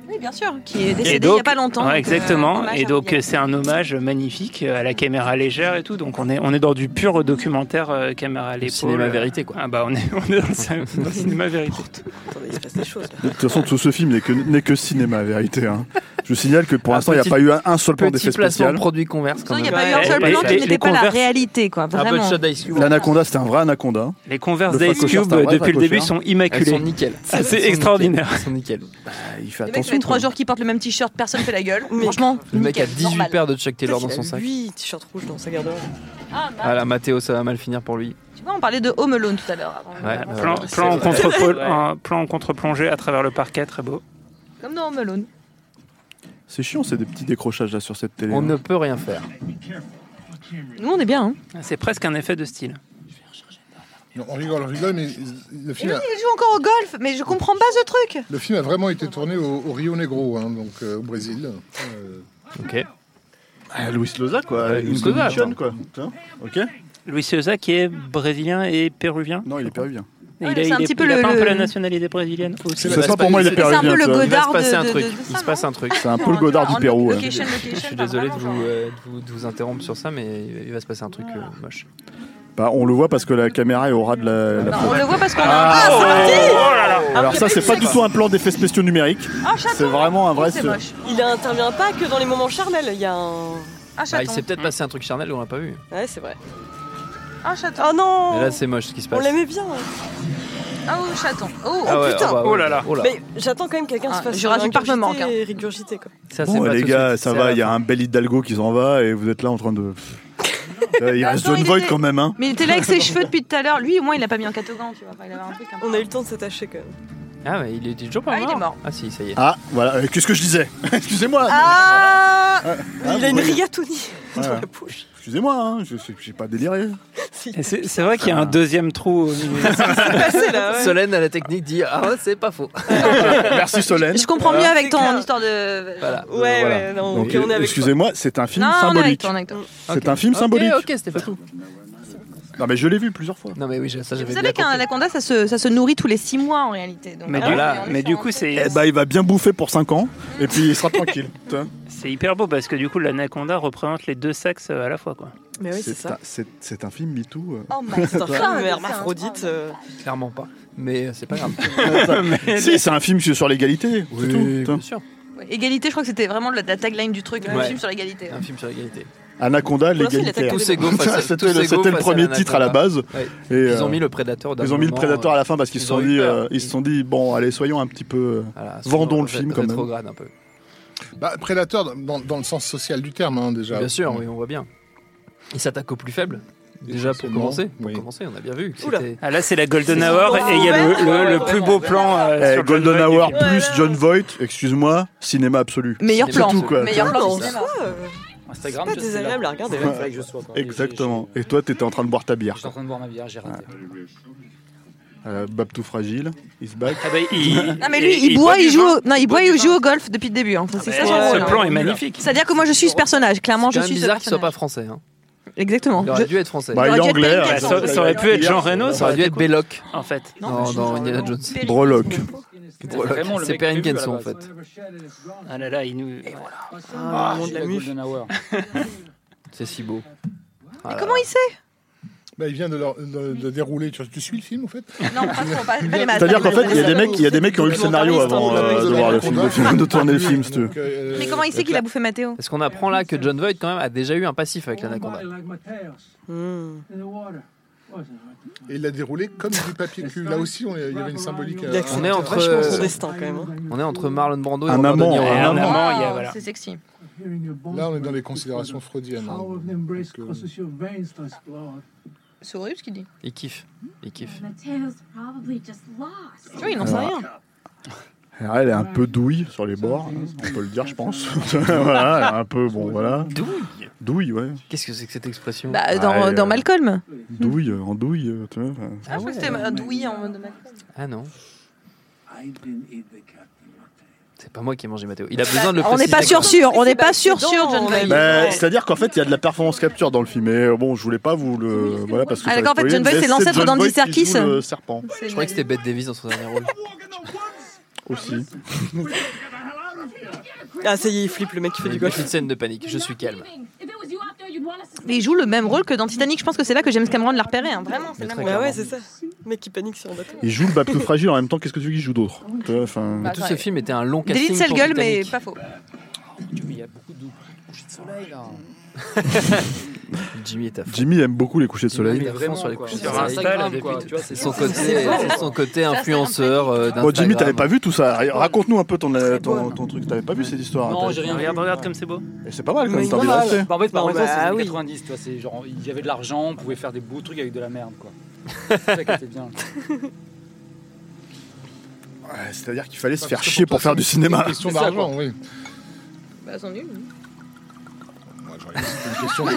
S4: Oui, bien sûr, qui est
S9: Et
S4: décédé il
S9: donc-
S4: n'y a pas longtemps.
S9: Ouais,
S4: donc, euh,
S9: exactement.
S4: hommage
S9: et
S4: à
S9: donc
S4: Bobby.
S9: euh, c'est un hommage magnifique euh, à la caméra légère et tout. Donc on est on est dans du pur documentaire euh, caméra à l'épaule.
S1: cinéma vérité, quoi.
S9: Ah bah on est on est dans le, cin- dans le cinéma vérité.
S4: euh,
S8: Attendez, il se passe des choses là.
S2: De toute façon, tout ce film n'est que, n'est que cinéma, la vérité. hein. Je vous signale que pour
S1: Un
S2: l'instant, il n'y a
S1: petit-
S2: pas eu un, un seul plan
S1: Petit
S2: d'effet
S1: placement
S2: spécial.
S1: de produit converse quand
S16: Il n'y a
S1: même.
S16: pas eu un seul
S9: Ouais,
S16: plan
S9: les-
S16: qui n'était
S9: les
S16: pas la
S9: Converse-
S16: réalité, quoi.
S1: Un peu de
S16: Vraiment.
S1: shot d'Ice Cube.
S2: L'anaconda, c'était un vrai anaconda.
S9: Les Converse
S2: Le
S9: d'Ice
S2: facochère,
S9: Cube
S2: c'est un vrai
S9: depuis le début
S2: facochère.
S9: sont
S1: Elles sont
S9: immaculées.
S1: nickel.
S9: Ah, c'est
S1: Elles sont
S9: extraordinaire.
S1: nickel. Elles sont nickel.
S2: Ah, il fait
S4: Le mec, ça fait
S2: attention.
S4: trois
S2: quoi.
S4: jours qu'il porte le même t-shirt, personne fait la gueule.
S8: Mais-
S4: Franchement,
S1: Le mec a
S4: nickel,
S1: 18
S4: normal.
S1: paires de Chuck Taylor dans
S8: Il a
S1: son sac.
S8: 8 t-shirts rouges dans sa garde-robe.
S4: Ah, bah,
S1: Ah là, Mathéo, ça va mal finir pour lui.
S4: Tu vois, on parlait de Home Alone tout à l'heure. avant.
S1: Ouais,
S4: Avant.
S1: euh,
S9: Plan,
S1: c'est
S9: plan en
S1: vrai.
S9: contre-pol- en- plan en contre-plongée à travers le parquet, très beau.
S4: Comme dans Home Alone.
S2: C'est chiant, c'est des petits décrochages là sur cette télé.
S1: On
S2: hein.
S1: ne peut rien faire.
S16: Nous, on est bien. hein.
S9: C'est presque un effet de style.
S7: Non, on rigole, on rigole, mais le
S4: Et
S7: film,
S4: lui,
S7: a,
S4: il joue encore au golf, mais je comprends pas ce truc.
S7: le film a vraiment été tourné au, au Rio Negro, hein, donc euh, au Brésil. Euh,
S1: Ok.
S2: Ah, Luis Loza, quoi.
S1: Ouais,
S2: une
S1: Luis Loza,
S2: condition,
S1: attends.
S2: quoi. Putain. Ok
S9: Luis Sosa qui est brésilien et péruvien.
S2: Non, il est péruvien.
S9: Et
S4: Ouais,
S9: il a,
S4: c'est un
S9: il est-
S4: petit peu
S9: il a
S4: le-
S9: pas un
S4: le-
S9: peu la nationalité brésilienne aussi.
S2: C'est ça, pour moi, il est
S16: C'est un
S2: péruvien.
S16: peu le
S2: tu vois.
S1: Il va
S16: Godard
S1: se passer
S16: de-
S1: un
S16: de-
S1: truc.
S16: de- de
S1: Il
S4: ça,
S1: se passe un truc.
S2: C'est un peu le Godard du
S4: En
S2: Pérou. hein. ouais.
S4: location, location,
S1: Je suis
S4: pas
S1: désolé de
S4: vraiment,
S1: vous,
S4: genre.
S1: euh, de vous, de vous interrompre sur ça, mais il va se passer un truc euh, moche.
S2: Bah, on le voit parce que la caméra est au ras de la. la
S4: Non,
S2: flotte.
S4: on le voit parce qu'on
S2: Ah,
S4: a un
S2: oh,
S9: là là
S2: Alors ça, c'est pas du tout un plan d'effets spéciaux numériques.
S4: Ah, chaton.
S2: C'est vraiment un vrai.
S4: C'est
S2: ce-
S4: moche.
S8: Il intervient pas que dans les moments charnels, il y a un.
S4: Un
S1: Bah, il
S4: chaton.
S1: s'est peut-être passé un truc charnel qu'on n'a pas vu.
S8: Ouais, c'est vrai.
S4: Un chaton.
S8: Oh non
S1: Mais là, c'est moche ce qui se
S8: On
S1: passe.
S8: l'aimait bien.
S4: Ah, oh, chaton. Oh,
S1: Ah ouais,
S8: putain.
S1: bah ouais.
S9: Oh là là.
S8: Mais j'attends quand même quelqu'un
S4: Ah,
S8: se fasse
S4: Jurassic Park me
S8: ingurgiter
S4: manque, hein.
S8: et rigurgiter quoi.
S1: Oh, Ça, c'est
S2: Bon,
S1: pas
S2: les
S1: tout de
S2: gars,
S1: suite,
S2: ça
S1: c'est à
S2: va,
S1: la
S2: il y a
S1: fin.
S2: un bel Hidalgo qui s'en va et vous êtes là en train de. Euh, il reste
S4: Attends,
S2: John
S4: il
S2: Voight
S4: était-
S2: quand même, hein.
S4: Mais il était là avec ses cheveux depuis tout à l'heure. Lui, au moins, il a pas mis un catogan, tu vois. Enfin, Il avait un truc un peu-
S8: On a eu le temps de s'attacher quand même.
S1: Ah, mais il est toujours pas
S4: Ah, il est mort.
S1: Ah, si, ça y est.
S2: Ah, voilà, euh, qu'est-ce que je disais Excusez-moi
S4: Ah
S8: il a une rigatoni
S2: Ouais.
S8: dans la poche.
S2: Excusez-moi, hein, je je- j'ai pas déliré.
S17: Et C'est c'est vrai qu'il y
S9: Ah.
S17: a un deuxième trou. au milieu.
S1: Solène à la technique dit Ah, ouais, c'est pas faux.
S2: Merci Solène.
S4: Je comprends mieux avec ton histoire de.
S1: Voilà.
S4: Ouais,
S2: Voilà.
S4: ouais, non,
S2: Donc,
S4: ok, on est avec toi.
S2: Excusez-moi, c'est un film
S4: Non, on est avec
S2: symbolique.
S4: toi, on est avec toi.
S2: C'est un film
S1: Ok,
S2: symbolique.
S1: Ok, c'était pas tout.
S2: Non, mais je l'ai vu plusieurs fois.
S1: Non, mais oui, ça
S4: Vous savez qu'un anaconda, ça se, ça se nourrit tous les 6 mois en réalité. Donc,
S2: Mais
S4: voilà.
S2: voilà.
S4: on est
S9: Mais
S4: sur
S9: du
S4: un
S9: coup, c'est
S2: Eh ben, il va bien bouffer pour 5 ans, et puis il sera tranquille. Putain.
S9: c'est hyper beau parce que du coup, l'anaconda représente les deux sexes à la fois. Quoi.
S11: Mais oui, c'est
S2: C'est un-
S11: ça.
S2: C'est c'est un film MeToo. euh.
S11: Oh my C'est un
S2: Toi.
S11: film hermaphrodite. euh,
S1: Clairement pas. Mais euh, c'est pas grave.
S2: si, c'est un film sur l'égalité. c'est tout. putain.
S4: Ouais, Égalité, je crois que c'était vraiment la, la tagline du truc, un
S2: Ouais.
S4: film sur l'égalité.
S1: Un film sur l'égalité.
S2: Anaconda,
S1: Pour l'instant, il
S2: l'égalité.
S1: attaque tous les gauches face à- tous
S2: C'était
S1: les
S2: le-
S1: gauches
S2: c'était le
S1: face
S2: premier
S1: à
S2: titre à la
S1: l'anaconda.
S2: base.
S1: Ouais.
S2: Et,
S1: Ils
S2: euh,
S1: ont mis le prédateur. d'un
S2: Ils ont mis le
S1: moment,
S2: prédateur à la fin parce
S1: euh,
S2: qu'ils se
S1: ils
S2: sont
S1: ont eu
S2: dit,
S1: peur.
S2: euh, ils se sont dit, bon, allez, soyons un petit peu, euh,
S1: sinon,
S2: vendons
S1: on
S2: le
S1: fait-
S2: film
S1: on
S2: quand
S1: fait
S2: même.
S1: trop grade un peu.
S7: Bah, prédateur dans- dans, dans le sens social du terme, hein, déjà.
S1: Bien sûr, oui, on voit bien. Il s'attaque aux plus faibles. Déjà pour
S7: forcément,
S1: commencer, pour
S7: oui.
S1: commencer, on a bien vu. que
S7: Oula.
S1: c'était-
S9: Ah, là, c'est la Golden
S1: C'est-
S9: Hour et il y a le, le- le plus beau plan. euh,
S2: Eh,
S9: sur John
S2: Golden
S9: Voight du
S2: Hour
S9: film.
S2: plus John Voight, excuse-moi, cinéma absolu.
S4: Meilleur
S2: C'est
S4: plan.
S2: tout, quoi.
S4: Meilleur
S2: Tu
S4: plan
S2: vois.
S4: au cinéma.
S8: Instagram,
S11: C'est pas
S8: je sais
S11: désagréable
S8: là.
S11: à regarder,
S8: Ouais.
S11: ouais.
S8: Fallait que je sois, quoi.
S2: Exactement. Et toi, t'étais en train de boire ta bière.
S8: J'étais en train de boire ma bière, j'ai raté.
S2: Euh, Bab tout fragile, is back.
S9: Ah bah, il-
S4: Non mais lui, il, boit, il joue, au- non, il boit, il joue au golf depuis le début. hein. Ça, c'est
S1: bah,
S4: ça son
S1: ce
S4: rôle, hein.
S1: plan est magnifique.
S4: C'est-à-dire que moi, je suis ce personnage. Clairement,
S1: C'est
S4: je
S1: quand même
S4: suis ce
S1: bizarre qu'il soit pas
S4: personnage.
S1: français. hein.
S4: Exactement.
S1: Il aurait
S4: Je-
S1: dû être français.
S4: Bah, il est aurait dû être anglais, américain,
S9: Ça- ça, aurait pu être Jean Reno,
S1: Ça aurait dû être Belloc.
S9: En fait.
S1: Non, non, Indiana Jones.
S2: Broloc.
S1: Broloc.
S9: vraiment le
S1: C'est
S9: mec
S1: Perrin
S9: prévu à la
S1: Kenson en
S9: base.
S1: fait.
S9: Ah là là, il nous.
S11: Ah, le monde de la muf.
S8: Golden Hour.
S1: C'est si beau. Voilà.
S4: Comment il sait
S7: Bah, il vient de, leur- de- de dérouler. Tu, tu suis le film, en fait
S4: Non, pas trop, pas- pas les maths,
S2: C'est-à-dire
S4: pas
S2: qu'en
S4: les
S2: fait,
S4: maths.
S2: il y a des mecs, il y a des mecs qui ont eu le scénario avant euh, de voir le film, de, film- de tourner le film, si tu veux.
S7: euh,
S4: Mais comment il sait qu'il a bouffé Mathéo
S1: Parce qu'on apprend là que John Voight quand même a déjà eu un passif avec l'anaconda.
S18: Like Mateos in the water. Wasn't hard.
S7: Et il l'a déroulé comme du papier cul. Là aussi, on- il y avait une symbolique. euh,
S1: On est entre
S7: vachement son
S11: destin, quand même, hein.
S1: On est entre Marlon Brando et
S2: Un
S1: Robert
S2: amant,
S1: De Niro.
S9: hein.
S2: un amant.
S9: il y a-
S4: Ah,
S9: voilà.
S4: C'est sexy.
S7: Là, on est dans les considérations freudiennes. hein.
S18: Power of the embrace crosses your veins to explore.
S4: C'est horrible ce qu'il dit.
S1: Il kiffe, il kiffe.
S4: Ah Oui, il n'en sait rien.
S2: Alors, elle est un peu douille sur les bords, hein, on peut le dire, je pense. voilà, elle est un peu, bon, voilà.
S1: Douille
S2: Douille, ouais.
S1: Qu'est-ce que c'est que cette expression
S4: Bah, dans,
S2: Ouais,
S4: dans
S2: euh,
S4: Malcolm.
S2: Douille, euh, en douille, euh, tu vois. enfin.
S4: Ah, je crois que c'était euh, douillet en mode Malcolm.
S1: Ah non,
S18: I didn't eat the cat.
S1: c'est pas moi qui ai mangé Mathéo. Il a besoin de le
S4: On n'est pas sûr sûr, on n'est pas sûr sûr, John Voight.
S2: Bah, C'est-à-dire qu'en fait, il y a de la performance capture dans le film. Et euh, bon, je voulais pas vous le. Voilà, parce que
S4: Ah,
S2: ça
S4: d'accord, en fait,
S2: spoil,
S4: John Boy,
S2: mais
S4: c'est l'ancêtre
S2: John
S4: d'Andy
S2: Boy qui joue
S4: Serkis.
S2: Le serpent
S1: Je croyais que c'était Bette Davis dans son dernier rôle.
S2: aussi.
S1: Ah ça y est, il flippe le mec qui fait du golf. Une scène de panique, je suis calme.
S4: Mais il joue le même rôle que dans Titanic. Je pense que c'est là que James Cameron l'a repéré. hein. Vraiment, c'est
S2: Mais
S4: le même
S2: très
S4: rôle.
S2: clairement.
S11: Ouais, c'est ça. Le Mec qui panique sur un bateau.
S2: Il joue le Babtou fragile en même temps, qu'est-ce que tu veux qu'il joue
S4: Ah,
S2: d'autre Tu vois, enfin-
S4: Bah,
S1: Mais tout ce film était un long casting.
S4: Délit de sale
S1: pour
S4: gueule, mais
S1: Titanic.
S4: pas faux.
S8: Il y a beaucoup de couchers de soleil là.
S1: Jimmy est à fond.
S2: Jimmy aime beaucoup les couchers de soleil.
S1: Il est vraiment sur les couchers de
S8: Sur
S1: soleil.
S8: Instagram, quoi, tu vois,
S1: C'est son côté, c'est son côté influenceur euh,
S2: Bon, Oh, Jimmy,
S1: d'Instagram.
S2: t'avais pas vu tout ça. Raconte-nous un peu ton, euh, ton, ton truc. T'avais pas vu cette histoire
S8: Non,
S2: t'as-
S8: j'ai rien vu.
S9: Regarde, regarde comme c'est beau.
S2: Et c'est pas mal quand même, t'as
S8: Pas
S2: envie de
S8: mal.
S2: rester.
S8: Bah, en fait, par
S11: Non,
S8: exemple,
S11: bah,
S8: c'est les années
S11: oui.
S8: 90, tu vois, c'est genre, il y avait de l'argent, on pouvait faire des beaux trucs avec de la merde, quoi. C'est ça qui était bien.
S2: Ouais, C'est-à-dire qu'il fallait se
S7: Parce
S2: faire
S7: que pour
S2: chier
S7: toi,
S2: pour faire
S7: c'est
S2: du
S7: une
S2: cinéma.
S7: question
S2: C'est ça,
S7: d'argent,
S2: quoi.
S7: oui.
S4: Bah, sont nuls.
S7: C'est une question de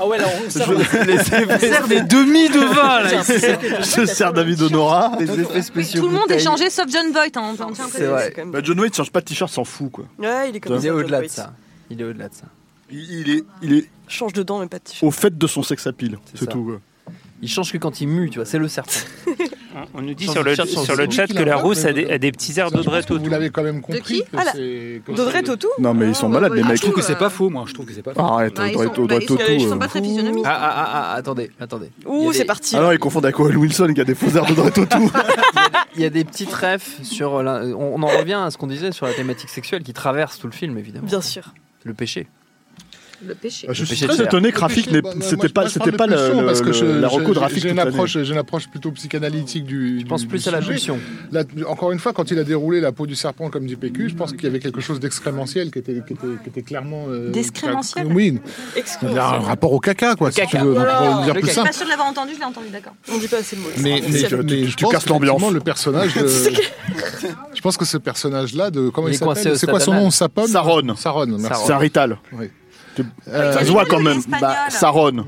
S8: Ah ouais, là, on sert
S1: des demi de vin
S8: là, ici.
S2: Je sers David Honora.
S1: Les effets spéciaux.
S4: Tout le monde est
S1: bouteilles.
S4: changé sauf John Voight. hein. On tient un peu
S1: C'est
S4: les-
S1: vrai.
S2: Bah, John Wayne change pas de t-shirt, s'en fout quoi.
S11: Ouais, il est comme
S2: Il
S11: ça.
S1: Il est au-delà de
S11: John
S1: ça. Il est au-delà de ça.
S2: Il, il est, il est
S11: Voight. Change de dents, mais pas de t-shirt.
S2: au fait de son sex appeal, c'est
S1: ça.
S2: tout. quoi.
S1: Il change que quand il mue, tu vois. C'est le serpent.
S9: On nous dit
S1: Sans
S9: sur le,
S1: cherche, sans
S9: sur le
S1: doute.
S9: chat
S7: Qui
S9: que
S7: l'a
S9: la
S7: fait,
S9: rousse a
S7: mais-
S9: des, a des petits airs d'Audrey
S7: Vous l'avez quand même compris.
S4: qui Ah, la-
S7: D'Audrey
S11: D'Audrey Tautou
S2: Non, mais ils sont malades les
S8: Ah,
S2: mecs.
S8: je trouve que c'est pas faux, moi, je trouve que c'est pas faux.
S2: Arrête,
S4: Bah, ils
S2: doit
S4: sont-
S2: être- doit
S4: bah, ils
S2: être
S4: sont-
S2: tout,
S4: ils sont
S2: euh.
S4: pas très physionomistes.
S1: Ah, ah, ah, ah, attendez, attendez. Il y a
S11: Ouh,
S1: des-
S11: c'est parti.
S2: Ah non, ils confondent avec Owen Wilson qui a des faux airs de Doit Toto.
S1: Il y a des petites refs sur. la- On on en revient à ce qu'on disait sur la thématique sexuelle qui traverse tout le film, évidemment.
S11: Bien sûr.
S1: Le péché.
S4: Le péché.
S2: Je suis
S1: péché de
S2: très
S1: chair.
S2: étonné que Rafik
S7: Bah,
S2: n'ait- c'était pas, c'était pas le, le- le- la reco de Rafik
S7: J'ai une
S2: toute l'année.
S7: approche, j'ai une approche plutôt psychanalytique du.
S1: Je pense
S7: du-
S1: plus
S7: du
S1: à la
S7: sujet.
S1: pulsion.
S7: Là, encore une fois, quand il a déroulé la peau du serpent comme du PQ, je pense qu'il y avait quelque chose d'excrémentiel qui était, qui était, qui était clairement. euh,
S4: D'excrémentiel
S7: Oui, il y a un rapport au caca, quoi, si tu veux. donc, pour le dire
S1: Le
S7: plus
S1: caca.
S7: simple.
S4: Pas sûr de l'avoir entendu, je l'ai entendu, d'accord.
S11: On dit pas assez le mot.
S7: Mais, mais,
S2: tu-
S7: mais
S2: tu-
S7: je
S2: tu
S7: pense
S2: casses l'ambiance.
S7: qu'effectivement, Le personnage. de- je pense que ce personnage-là, de comment
S1: Il
S7: il
S1: est coincé au
S7: s'appelle C'est quoi son
S1: Satanas.
S7: nom Sapone
S2: Saron.
S7: Saron, merci.
S2: C'est un rital.
S7: Oui.
S4: Euh,
S2: ça se voit quand
S4: il est
S2: même.
S4: espagnol.
S2: Bah, ça ronne.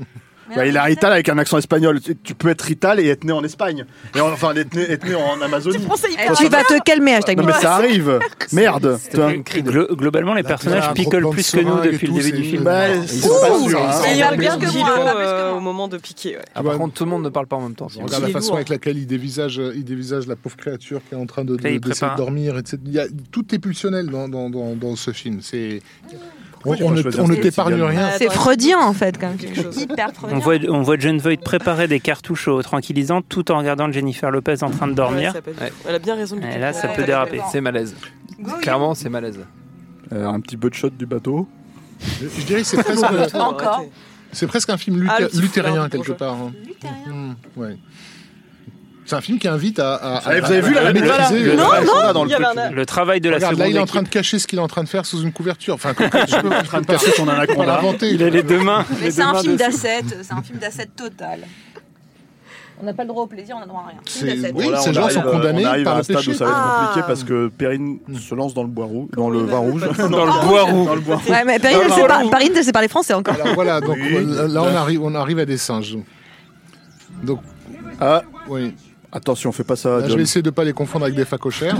S4: Mais
S2: Bah,
S4: non,
S2: il a Rital avec un accent espagnol. Tu- Tu peux être Rital et être né en Espagne. Et en- enfin, être né, être né en Amazonie.
S15: hyper Tu vas te calmer, hashtag
S2: Non, mais
S15: Mimi.
S2: ça arrive. Merde. toi.
S9: Glo- globalement, les personnages picolent plus que nous depuis le début du film.
S2: Bah, c'est pas sûr, hein.
S11: Il parle bien
S2: Ils
S11: que
S2: sont
S11: moi,
S2: pas
S11: là, euh, au moment de piquer. ouais.
S1: Ah, par contre, tout le monde ne parle pas en même temps. sinon.
S7: Regarde la façon avec laquelle il dévisage, euh, il dévisage la pauvre créature qui est en train de, de,
S1: Là, il
S7: d'essayer
S1: prépare.
S7: de dormir, etc. Il y a- tout est pulsionnel dans, dans, dans, dans ce film. C'est, on,
S9: tu
S7: on
S9: vas
S7: ne,
S9: choisir
S7: on ne
S9: cette
S7: t'épargne
S9: cigale
S11: Euh,
S7: rien.
S15: C'est freudien en fait quand même.
S4: Hyper freudien.
S9: On voit, on voit John Voight préparer des cartouches au tranquillisant tout en regardant Jennifer Lopez en train de dormir.
S11: Ouais, ça peut être- Elle a bien raison de
S9: Et
S11: piquer.
S9: là, ça peut déraper.
S1: C'est malaise. Clairement, c'est malaise.
S2: Euh, un petit peu de shot du bateau.
S7: Je dirais que c'est presque,
S4: Encore.
S7: c'est presque un film
S4: Ah,
S7: luthé-
S4: le petit
S7: luthérien
S4: foulard de
S7: quelque
S4: bourgeois.
S7: part. hein. Mhm, ouais. C'est un film qui invite à. à- à-
S2: Allez, vous avez vu la-
S7: à
S2: la-
S7: maîtriser,
S2: la-
S7: euh,
S2: Non,
S7: la-
S2: non,
S7: la- dans
S9: il y
S7: le
S9: avait
S7: truc.
S9: un- Le travail de la
S7: Regarde, Là,
S9: seconde
S7: il est en
S9: équipe.
S7: train de cacher ce qu'il est en train de faire sous une couverture. Enfin, comme- comme- je peux-
S2: en train de percer son anaconda.
S7: On l'a inventé.
S9: Il a les deux mains.
S4: Mais c'est un film d'asset, c'est un film d'asset total. On n'a pas le droit au plaisir, on n'a droit à rien. Film d'asset.
S7: oui, ces
S2: on
S7: gens
S2: arrive,
S7: sont
S2: euh,
S7: condamnés
S2: On arrive
S7: par
S2: à un
S7: le
S2: stade
S7: péché. Hmm.
S2: où ça va être
S4: Ah.
S2: compliqué parce que Perrine se lance dans le bois rouge, dans le vin rouge,
S9: Dans le bois rouge.
S2: dans le bois rouge.
S15: Ouais, mais Perrine, elle sait pas, Perrine, elle sait parler français encore.
S7: Alors voilà, donc
S2: Oui.
S7: on- là on arrive, on arrive à des singes. Donc,
S2: Ah,
S7: oui.
S2: attention, fais pas ça.
S7: Là, je
S2: John.
S7: vais essayer de pas les confondre avec des facochères.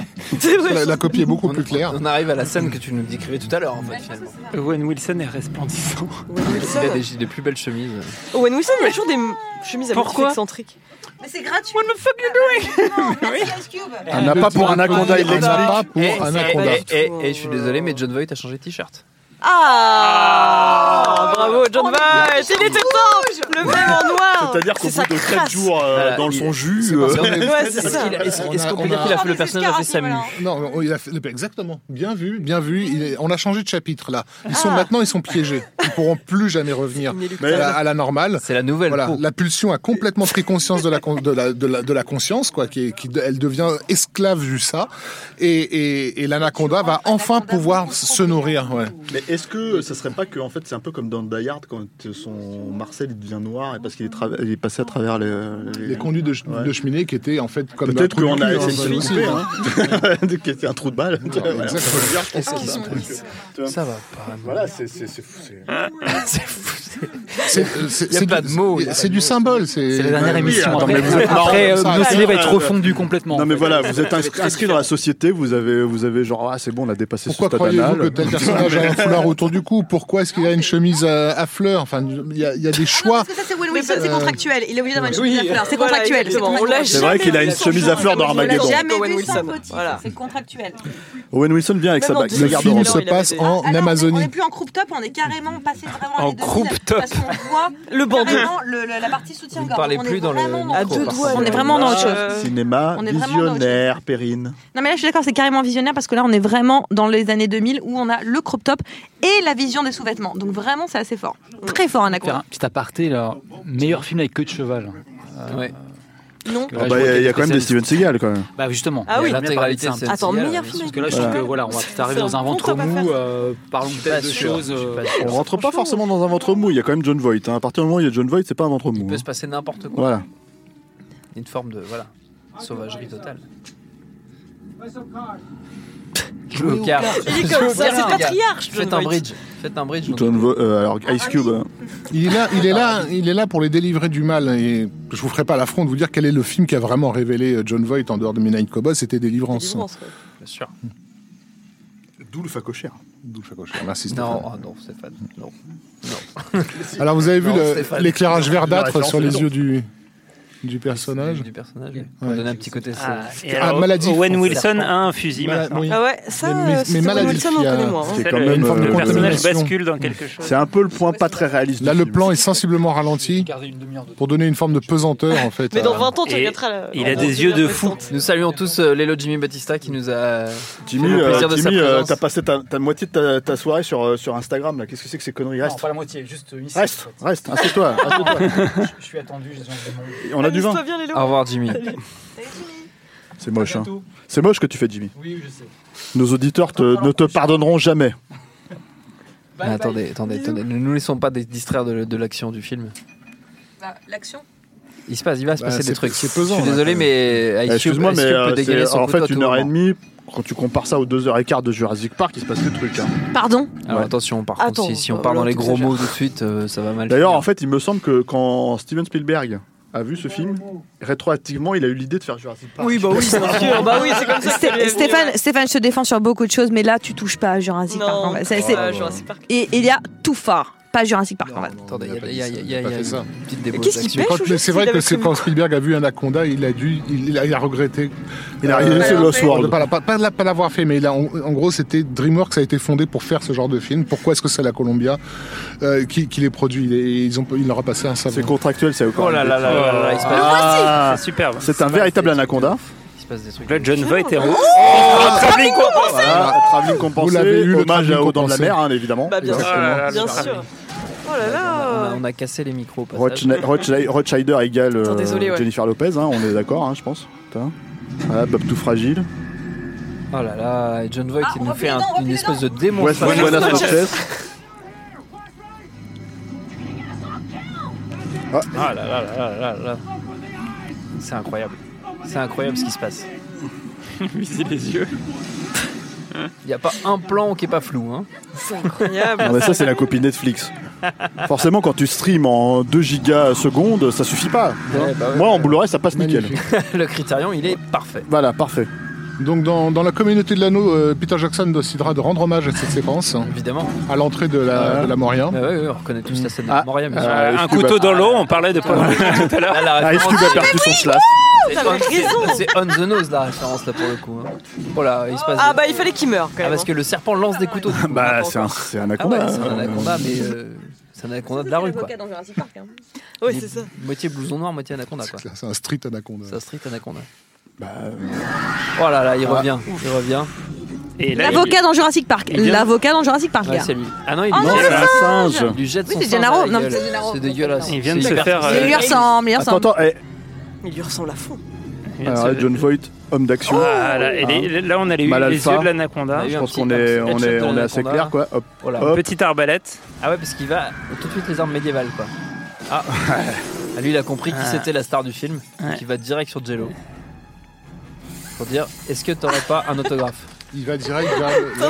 S7: la, la copie est beaucoup plus claire.
S1: On arrive à la scène que tu nous décrivais tout à l'heure en fait finalement.
S9: Owen Wilson est resplendissant.
S1: Il a des, des plus belles chemises.
S11: Owen Wilson, il a toujours des m-
S4: Ah.
S11: chemises à motifs
S9: Pourquoi
S11: excentriques.
S4: Mais c'est gratuit. What the fuck you doing? Ice Cube.
S2: Un appât Ah, pour Anaconda, il
S1: Un
S4: Eh,
S1: appât
S2: l'explique.
S1: pour
S11: Et-
S1: Anaconda.
S11: et-
S1: Et, je suis désolé, mais John Voight a changé de t-shirt.
S11: Ah, Bravo, John Voight Il était temps Le même en noir
S2: C'est-à-dire qu'au
S11: C'est sa
S2: bout de 4
S11: crasse.
S2: jours euh,
S1: Voilà,
S2: dans
S1: il-
S2: son jus,
S1: c'est pas
S2: euh,
S1: sûr, mais-
S11: Ouais, c'est ça.
S1: qu'il a- Est-ce
S7: On
S1: est-ce
S7: a-
S1: qu'on
S7: on
S1: peut dire
S7: a-
S1: qu'il a fait le personnage de Samu
S7: Non, on- il a fait- exactement. Bien vu, bien vu. Il est- on a changé de chapitre là. Ils sont maintenant, ils sont piégés. Ils pourront plus jamais revenir à la, à la normale.
S1: C'est la nouvelle.
S7: Voilà,
S1: peau.
S7: la pulsion a complètement pris conscience de la con- de la, de la, de la conscience quoi, qui, est- qui de- elle devient esclave du ça, et, et, et l'anaconda va enfin pouvoir se nourrir. Ouais.
S2: Mais est-ce que ça serait pas que en fait c'est un peu comme dans Die Hard quand son Marcel il devient noir et parce qu'il est, tra- il est passé à travers les,
S7: Les conduits de, ch-
S2: Ouais.
S7: de cheminée qui étaient en fait comme un
S2: Peut-être
S7: trou de
S2: qu'on a
S7: cul, hein,
S2: essayé de
S7: c'est
S2: couper, hein.
S7: possible.
S2: Qui était un trou de balle. Voilà.
S7: exactement.
S2: Faut le dire, je pense
S1: Qu'est-ce
S2: que
S1: qui
S2: c'est
S1: se
S2: un truc,
S1: passe
S2: tu vois.
S1: Ça va pas.
S2: Voilà, c'est c'est- c'est fou. c'est-
S7: C'est- euh,
S1: Y a
S7: C'est
S1: pas
S7: du-
S1: de mots, y a pas
S7: C'est du symbole.
S8: C'est la dernière
S2: Bah Oui,
S8: émission.
S2: attends, mais
S8: Après,
S2: vous êtes marrant
S8: après,
S2: comme
S8: euh,
S2: ça.
S8: nos idées vont être
S2: Euh,
S8: refondues complètement.
S2: Non mais voilà, vous êtes inscrit, inscrit dans la société, vous avez, vous avez genre ah c'est bon, on a dépassé
S7: Pourquoi
S2: ce stade
S7: croyez-vous
S2: anal.
S7: que tel personnage a un foulard autour du cou Pourquoi est-ce qu'il a une chemise à, à fleurs Enfin, il y, a- il y a des choix.
S4: Parce que ça, c'est Owen Wilson, c'est contractuel. Il est obligé d'avoir une chemise à fleurs. C'est
S11: Voilà,
S4: contractuel. c'est
S11: exactement. On l'a
S4: contractuel.
S2: C'est vrai
S11: jamais
S2: qu'il a
S11: vu
S2: une
S11: sans
S2: chemise à
S11: chanson,
S2: fleurs dans
S11: on l'a
S2: Armageddon.
S4: Jamais
S11: Owen
S4: vu sans
S11: Wilson.
S4: motif.
S11: Voilà.
S4: C'est contractuel.
S2: Owen Wilson vient avec
S11: Même
S2: sa
S11: dans
S2: bague,
S11: Disney
S2: sa
S7: Le film
S2: garde-robe.
S7: se
S11: il avait
S7: passe
S11: des-
S7: en
S4: Ah non, On
S7: Amazonie.
S4: n'est plus en crop top, on est carrément passé vraiment
S9: En
S4: les deux
S9: croup
S4: sides,
S9: top.
S4: Parce qu'on voit
S11: Le bandeau.
S4: carrément le- le- la partie soutien-gorge.
S1: Vous ne parlez
S4: On
S1: plus
S4: est
S1: dans le
S4: vraiment
S1: micro,
S11: À deux
S1: par
S11: doigts.
S1: contre.
S15: On est vraiment dans autre chose.
S11: Euh,
S2: Cinéma
S4: On est vraiment dans autre
S2: visionnaire, Perrine.
S15: Non mais là je suis d'accord, c'est carrément visionnaire parce que là on est vraiment dans les années 2000 où on a le crop top et la vision des sous-vêtements. Donc vraiment c'est assez fort. Très fort
S8: Faire
S15: Anaconda.
S8: un petit aparté, là. meilleur film avec queue de cheval.
S1: Ouais.
S15: Non.
S8: Parce que
S2: Il
S8: là, je
S2: bah,
S8: vois
S2: y a,
S8: qu'il
S2: y a quand même des
S8: scènes-
S2: Steven Seagal quand même.
S8: Bah justement.
S11: Ah oui.
S8: on a bien parlé de ça un
S1: L'intégralité de
S8: peu.
S1: cette
S11: Attends,
S1: série,
S11: meilleur
S1: alors,
S11: film
S8: Parce que là, je trouve que voilà, on va peut-être arriver dans un ventre
S11: compte à pas
S8: mou.
S11: faire.
S8: euh, parlons peut-être de
S1: sûr.
S8: choses. euh,
S2: On rentre pas forcément dans un ventre mou, il y a quand même John Voight. hein. À partir du moment où il y a John Voight, c'est pas un ventre
S1: Il
S2: mou.
S1: peut
S2: hein.
S1: se passer n'importe quoi.
S2: Voilà.
S1: Une forme de voilà sauvagerie totale. Jouez aux cartes.
S11: Il est comme ça, c'est patriarche, John
S1: Faites un
S11: Voight.
S1: bridge. Faites un bridge. donc-
S2: John Voight, euh, alors Ice Cube. hein.
S7: Il est là, il est là, il est là pour les délivrer du mal. Et je vous ferai pas l'affront de vous dire quel est le film qui a vraiment révélé euh, John Voight en dehors de Midnight Cowboy. C'était Délivrance.
S11: Délivrance, ouais.
S1: Bien sûr.
S2: D'où le facochère.
S7: D'où le facochère. Merci.
S1: Non,
S7: Stéphane.
S1: oh non, Stéphane. Non.
S7: Alors vous avez vu
S1: Non,
S7: le-
S1: Stéphane.
S7: l'éclairage verdâtre
S2: référence,
S7: sur les
S2: non.
S7: yeux du du personnage.
S1: Du, du personnage. oui. Pour donner un petit côté.
S9: Ah,
S1: sauvagerie.
S9: et
S7: Ah,
S9: alors,
S7: maladif,
S9: Owen
S7: en fait.
S9: Wilson a un fusil
S7: Voilà,
S9: maintenant.
S7: oui.
S11: Ah ouais, ça,
S7: Mais- mais-
S11: euh, c'est
S7: mais
S11: Owen
S7: maladie
S11: Wilson,
S7: qui
S11: on
S7: a-
S11: connaît moins. hein.
S2: C'est
S9: C'est le,
S2: quand même, euh,
S7: une forme de
S9: le personnage
S7: euh, contamination.
S9: bascule dans quelque chose.
S2: C'est un peu le point pas très réaliste.
S7: Là,
S2: du
S7: le
S2: film.
S7: plan est sensiblement ralenti pour donner une forme de pesanteur en fait.
S11: Mais dans
S7: à-
S11: 20 ans, tu
S9: Et
S11: regarderas la-
S9: il
S11: la
S9: a des
S11: bande
S9: yeux de
S11: la
S9: fou.
S11: présente.
S1: Nous saluons tous euh, l'élo de Jimmy Batista qui nous a.
S2: Jimmy,
S1: fait le
S2: euh,
S1: plaisir de sa
S2: Jimmy, euh,
S1: présence.
S2: t'as passé ta, ta moitié de ta, ta soirée sur, euh, sur Instagram là. Qu'est-ce que c'est que ces conneries
S8: Non,
S2: Reste,
S8: pas la moitié, juste ici.
S15: Ah,
S2: reste,
S8: en fait. Ah,
S2: reste, Ah, assieds-toi.
S8: Je je suis attendu, j'ai besoin de mon-
S2: On a du vin.
S11: Amuse-toi bien, Lélo.
S1: Au revoir Jimmy.
S2: C'est moche. hein. C'est moche que tu fais, Jimmy.
S8: Oui, je sais.
S2: Nos auditeurs te- ne te pardonneront jamais.
S1: Mais attendez, attendez, attendez. Ne nous laissons pas dé- distraire de, de l'action du film.
S4: Bah, L'action.
S1: Il se passe, il va se
S7: Bah,
S1: passer des
S7: c'est-
S1: trucs.
S7: c'est pesant,
S2: hein,
S1: Je suis
S7: là,
S1: désolé,
S7: quand
S1: mais Ice Cube-
S2: Excuse-moi,
S1: Ice
S2: mais
S1: Cube
S2: euh,
S1: peut dégainer
S2: c'est-
S1: son
S2: en
S1: couteau à
S2: fait
S1: tout
S2: une heure et
S1: moment.
S2: demie Quand tu compares ça aux 2h15 de Jurassic Park, il se passe des trucs. hein.
S15: Pardon
S1: Alors attention, par
S15: Attends,
S1: contre, si, si on
S2: euh,
S1: part dans
S2: voilà,
S1: les
S2: tout
S1: gros
S2: à fait.
S1: mots tout de suite, euh, ça va mal.
S2: D'ailleurs, en fait, il me semble que quand Steven Spielberg a vu ce film, rétroactivement, il a eu l'idée de faire Jurassic Park.
S11: Oui, bah oui, c'est sûr, bah oui, c'est comme ça que ça lui est
S15: Sté-
S11: venu.
S15: Stéphane, Stéphane, je te défends sur beaucoup de choses, mais là, tu touches pas à Jurassic
S11: Non,
S15: Park. en fait. C'est-
S11: pas
S15: c'est-
S11: à Jurassic Park.
S15: Et et il y a tout fort, pas Jurassic Park. en fait.
S1: Attendez, il y a- il y a il y a- il y
S7: pas
S1: a
S7: fait ça.
S1: une petite débauche
S15: qu'est-ce qu'il
S7: là-dessus.
S15: pêche
S7: Quand-
S15: aujourd'hui
S7: mais C'est vrai
S15: qu'il
S7: que
S15: avait
S7: c'est
S15: prévu
S7: quand Spielberg a vu Anaconda, il a dû, il, il a, il a regretté.
S2: Il a regretté
S7: de
S2: Lost World.
S7: de pas, la- pas- pas de la- pas l'avoir fait, mais il a- en, en gros, c'était DreamWorks a été fondé pour faire ce genre de film. Pourquoi est-ce que c'est la Columbia euh, qui, qui les produit Et ils ont, il leur a passé un savon.
S2: C'est contractuel, c'est encore.
S7: Oh là
S2: une
S7: là
S2: idée.
S7: là là là là, il se passe-
S2: Ah,
S7: C'est superbe.
S2: C'est un véritable anaconda.
S1: Ah,
S9: Là, John Voight est en.
S7: Ah,
S2: travelling compensé. Travelling
S7: Vous l'avez eu,
S2: compensé.
S7: le
S2: Hommage à
S7: travelling
S2: Eau dans la
S7: compensé.
S2: mer, hein, évidemment.
S7: Bah, bien sûr, Exactement. bien
S11: Bien
S2: sûr.
S11: sûr. Oh là
S15: Euh.
S11: là.
S1: On a cassé les micros.
S2: Rothschne- Rothschne- Rothschilder égale euh,
S11: Attends, désolé, ouais.
S2: Jennifer Lopez, hein, on est d'accord, hein, je pense. Putain. Voilà, Bob tout fragile.
S1: Oh là là, et John Voight,
S15: Ah,
S1: il nous fait un- une espèce de
S2: Buenas
S1: démonstration.
S2: Buenas noches. Ah.
S9: Ah là là là là là là.
S1: C'est incroyable. C'est incroyable ce qui se passe.
S9: Viser les yeux.
S1: Il n'y a pas un plan qui est pas flou. Hein.
S11: C'est incroyable.
S2: Ah bah ça c'est la copie Netflix. Forcément quand tu streams en 2 gigas seconde, ça suffit pas.
S1: Ouais, bah ouais.
S2: Moi en Blu-ray ça passe nickel.
S1: Le Criterion, il est parfait.
S2: Voilà, parfait.
S7: Donc dans, dans la communauté de l'anneau, euh, Peter Jackson décidera de rendre hommage à cette séquence. hein,
S1: Évidemment.
S7: À l'entrée de la,
S1: Ouais.
S7: de la Moria.
S1: Ouais, ouais, on reconnaît tous la scène de
S7: Ah,
S1: Moria. bien sûr.
S7: euh,
S9: Un couteau dans l'eau, on parlait de Paul tout à l'heure.
S1: Là, la référence,
S2: Cube a perdu son slash.
S1: c'est-
S11: T'avais raison.
S1: C'est on the nose la référence là pour le coup. hein. Oh là, il se passe.
S11: Ah
S1: des-
S11: bah il fallait qu'il meure quand
S1: Ah,
S11: même.
S1: parce que le serpent lance des couteaux. du coup.
S2: Bah c'est un, c'est
S1: Ah
S2: un
S1: ouais,
S2: anaconda.
S1: c'est
S2: hein.
S1: un anaconda, mais euh, c'est un anaconda de la rue quoi.
S4: L'avocat dans Jurassic Park. Hein. Oui, c'est ça.
S1: Moitié blouson noir, moitié anaconda quoi.
S7: C'est un street anaconda.
S1: C'est un street anaconda.
S2: Bah, ah
S1: Oh là là, il revient, il revient.
S9: Et là,
S15: L'avocat dans Jurassic Park.
S1: il vient-
S15: L'avocat dans Jurassic Park,
S1: Ouais,
S15: gars.
S1: c'est lui. Ah non, il
S15: Oh,
S1: lui
S15: non,
S1: jette
S15: c'est
S1: son-
S2: un singe.
S1: il lui jette
S15: Oui,
S1: son
S15: c'est
S1: singe à
S15: Gennaro.
S1: la
S15: Non,
S1: gueule.
S15: c'est Gennaro.
S1: C'est dégueulasse.
S9: Il vient de
S1: C'est
S9: se
S1: hyper-
S4: euh,
S9: faire,
S15: Il lui ressemble, il lui
S2: Attends,
S15: ressemble.
S2: attends, eh,
S11: Il lui ressemble à fond.
S2: alors, là, John Voight, homme d'action.
S9: Ah, là, et les- là, on a les,
S2: Mal
S9: les
S2: alpha.
S9: yeux de l'anaconda.
S1: On a eu
S2: Je
S1: un
S2: pense
S1: petit-
S2: qu'on
S1: un
S2: est,
S1: petit
S2: on
S1: headshot
S2: est,
S1: de
S2: on est assez
S1: l'anaconda.
S2: clair quoi. Hop.
S1: Oh là.
S2: Hop.
S9: Petite arbalète.
S1: Ah ouais, parce qu'il va tout de suite les armes médiévales quoi. Ah, Ah, lui il a compris qui
S9: Ah.
S1: c'était la star du film,
S9: Ouais.
S1: qui va direct sur Jello. Pour dire, est-ce que t'aurais pas un autographe
S7: Il va direct vers.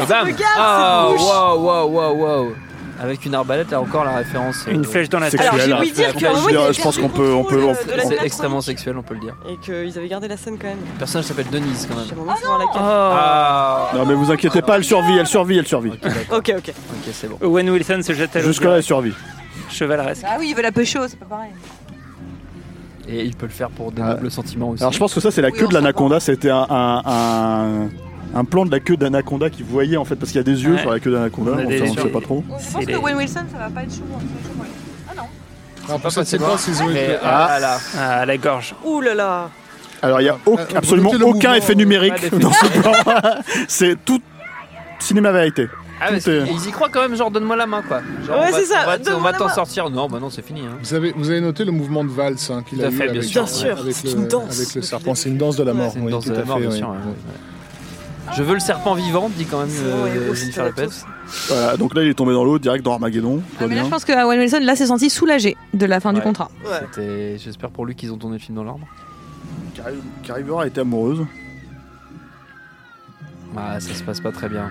S1: Bam
S11: regarde,
S1: Ah,
S11: cette bouche.
S1: waouh, waouh, waouh, waouh Avec une arbalète, là encore la référence. euh,
S9: Une flèche dans la tête.
S2: Sexuel.
S11: Alors j'ai
S2: Alors,
S11: oublié dire
S1: je
S11: qu'à un moment,
S2: veux
S11: il
S2: dire,
S11: avait
S2: je pense
S11: perdu
S2: qu'on peut- on peut-
S11: le
S2: on
S11: contrôle
S2: peut-
S11: de la
S1: C'est
S11: plateforme.
S1: extrêmement sexuel, on peut le dire.
S11: Et qu'ils avaient gardé la scène quand même.
S1: Le personnage s'appelle Denise quand même.
S11: J'aimerais bien savoir laquelle.
S1: Ah
S2: Non mais vous inquiétez pas, elle survit, elle survit, elle survit.
S11: Ok, ok.
S1: Ok, c'est bon.
S9: Oh, Owen Wilson se jette à l'eau.
S2: Jusque là elle survit.
S9: Chevaleresque.
S15: Ah oui, il veut la pécho, c'est pas pareil.
S1: Et il peut le faire pour dénouer
S2: Ah.
S1: le sentiment aussi.
S2: Alors je pense que ça c'est la
S11: Oui,
S2: queue
S11: on
S2: de l'anaconda, c'était un, un, un- un plan de la queue d'anaconda qui voyait en fait parce qu'il y a des yeux
S9: Ouais.
S2: sur la queue d'anaconda,
S9: On a
S2: on,
S9: des-
S2: sait- on
S9: des-
S2: sait pas trop.
S15: Je
S9: C'est
S15: pense
S9: les-
S15: que Wayne Wilson, ça va pas être chaud. Ah non.
S7: Ah, pour cette séquence, ils ont été-
S1: Ah là
S9: Ah, la gorge.
S11: Ouh là là.
S2: Alors il n'y a au-
S7: Euh, vous
S2: absolument
S7: notez le
S2: aucun
S7: mouvement,
S2: effet
S7: euh,
S9: pas
S2: numérique
S9: d'effet.
S2: dans ce plan. c'est tout cinéma vérité.
S1: Ah, mais
S2: Tout est-
S1: c'est- ils y croient quand même, genre donne-moi la main quoi. Genre,
S11: Ouais,
S1: on va-
S11: c'est ça,
S1: on va- On
S11: donne-moi
S1: va
S11: la
S1: t'en
S11: main.
S1: sortir. Non, bah non, c'est fini. hein.
S7: Vous avez, vous avez noté le mouvement de valse hein, qu'il
S1: Tout à
S7: a
S1: fait,
S7: eu
S1: bien
S7: avec,
S1: sûr.
S7: le-
S1: Bien sûr,
S7: avec
S11: c'est
S7: le,
S11: une danse
S7: avec le
S11: depuis
S7: serpent. C'est une danse de la mort.
S1: C'est une
S7: oui,
S1: danse
S7: tout
S1: de la
S7: à
S1: mort,
S7: fait,
S1: bien
S7: oui.
S1: sûr. ouais. Je veux le serpent vivant, dit quand même
S11: C'est
S1: euh,
S11: bon, et aussi,
S1: Jennifer
S11: t'as
S1: Lopez.
S11: tous.
S2: Voilà, donc là il est tombé dans l'eau direct dans Armageddon.
S4: Ah,
S2: tout va
S15: Ah, mais là,
S2: bien.
S15: je pense que euh, Wayne Wilson, là, s'est senti soulagé de la fin du
S1: Ouais.
S15: contrat.
S11: Ouais.
S1: C'était- J'espère pour lui qu'ils ont tourné le film dans l'arbre.
S2: Carri- Carrivera était amoureuse.
S1: Ah, ça se passe pas très bien.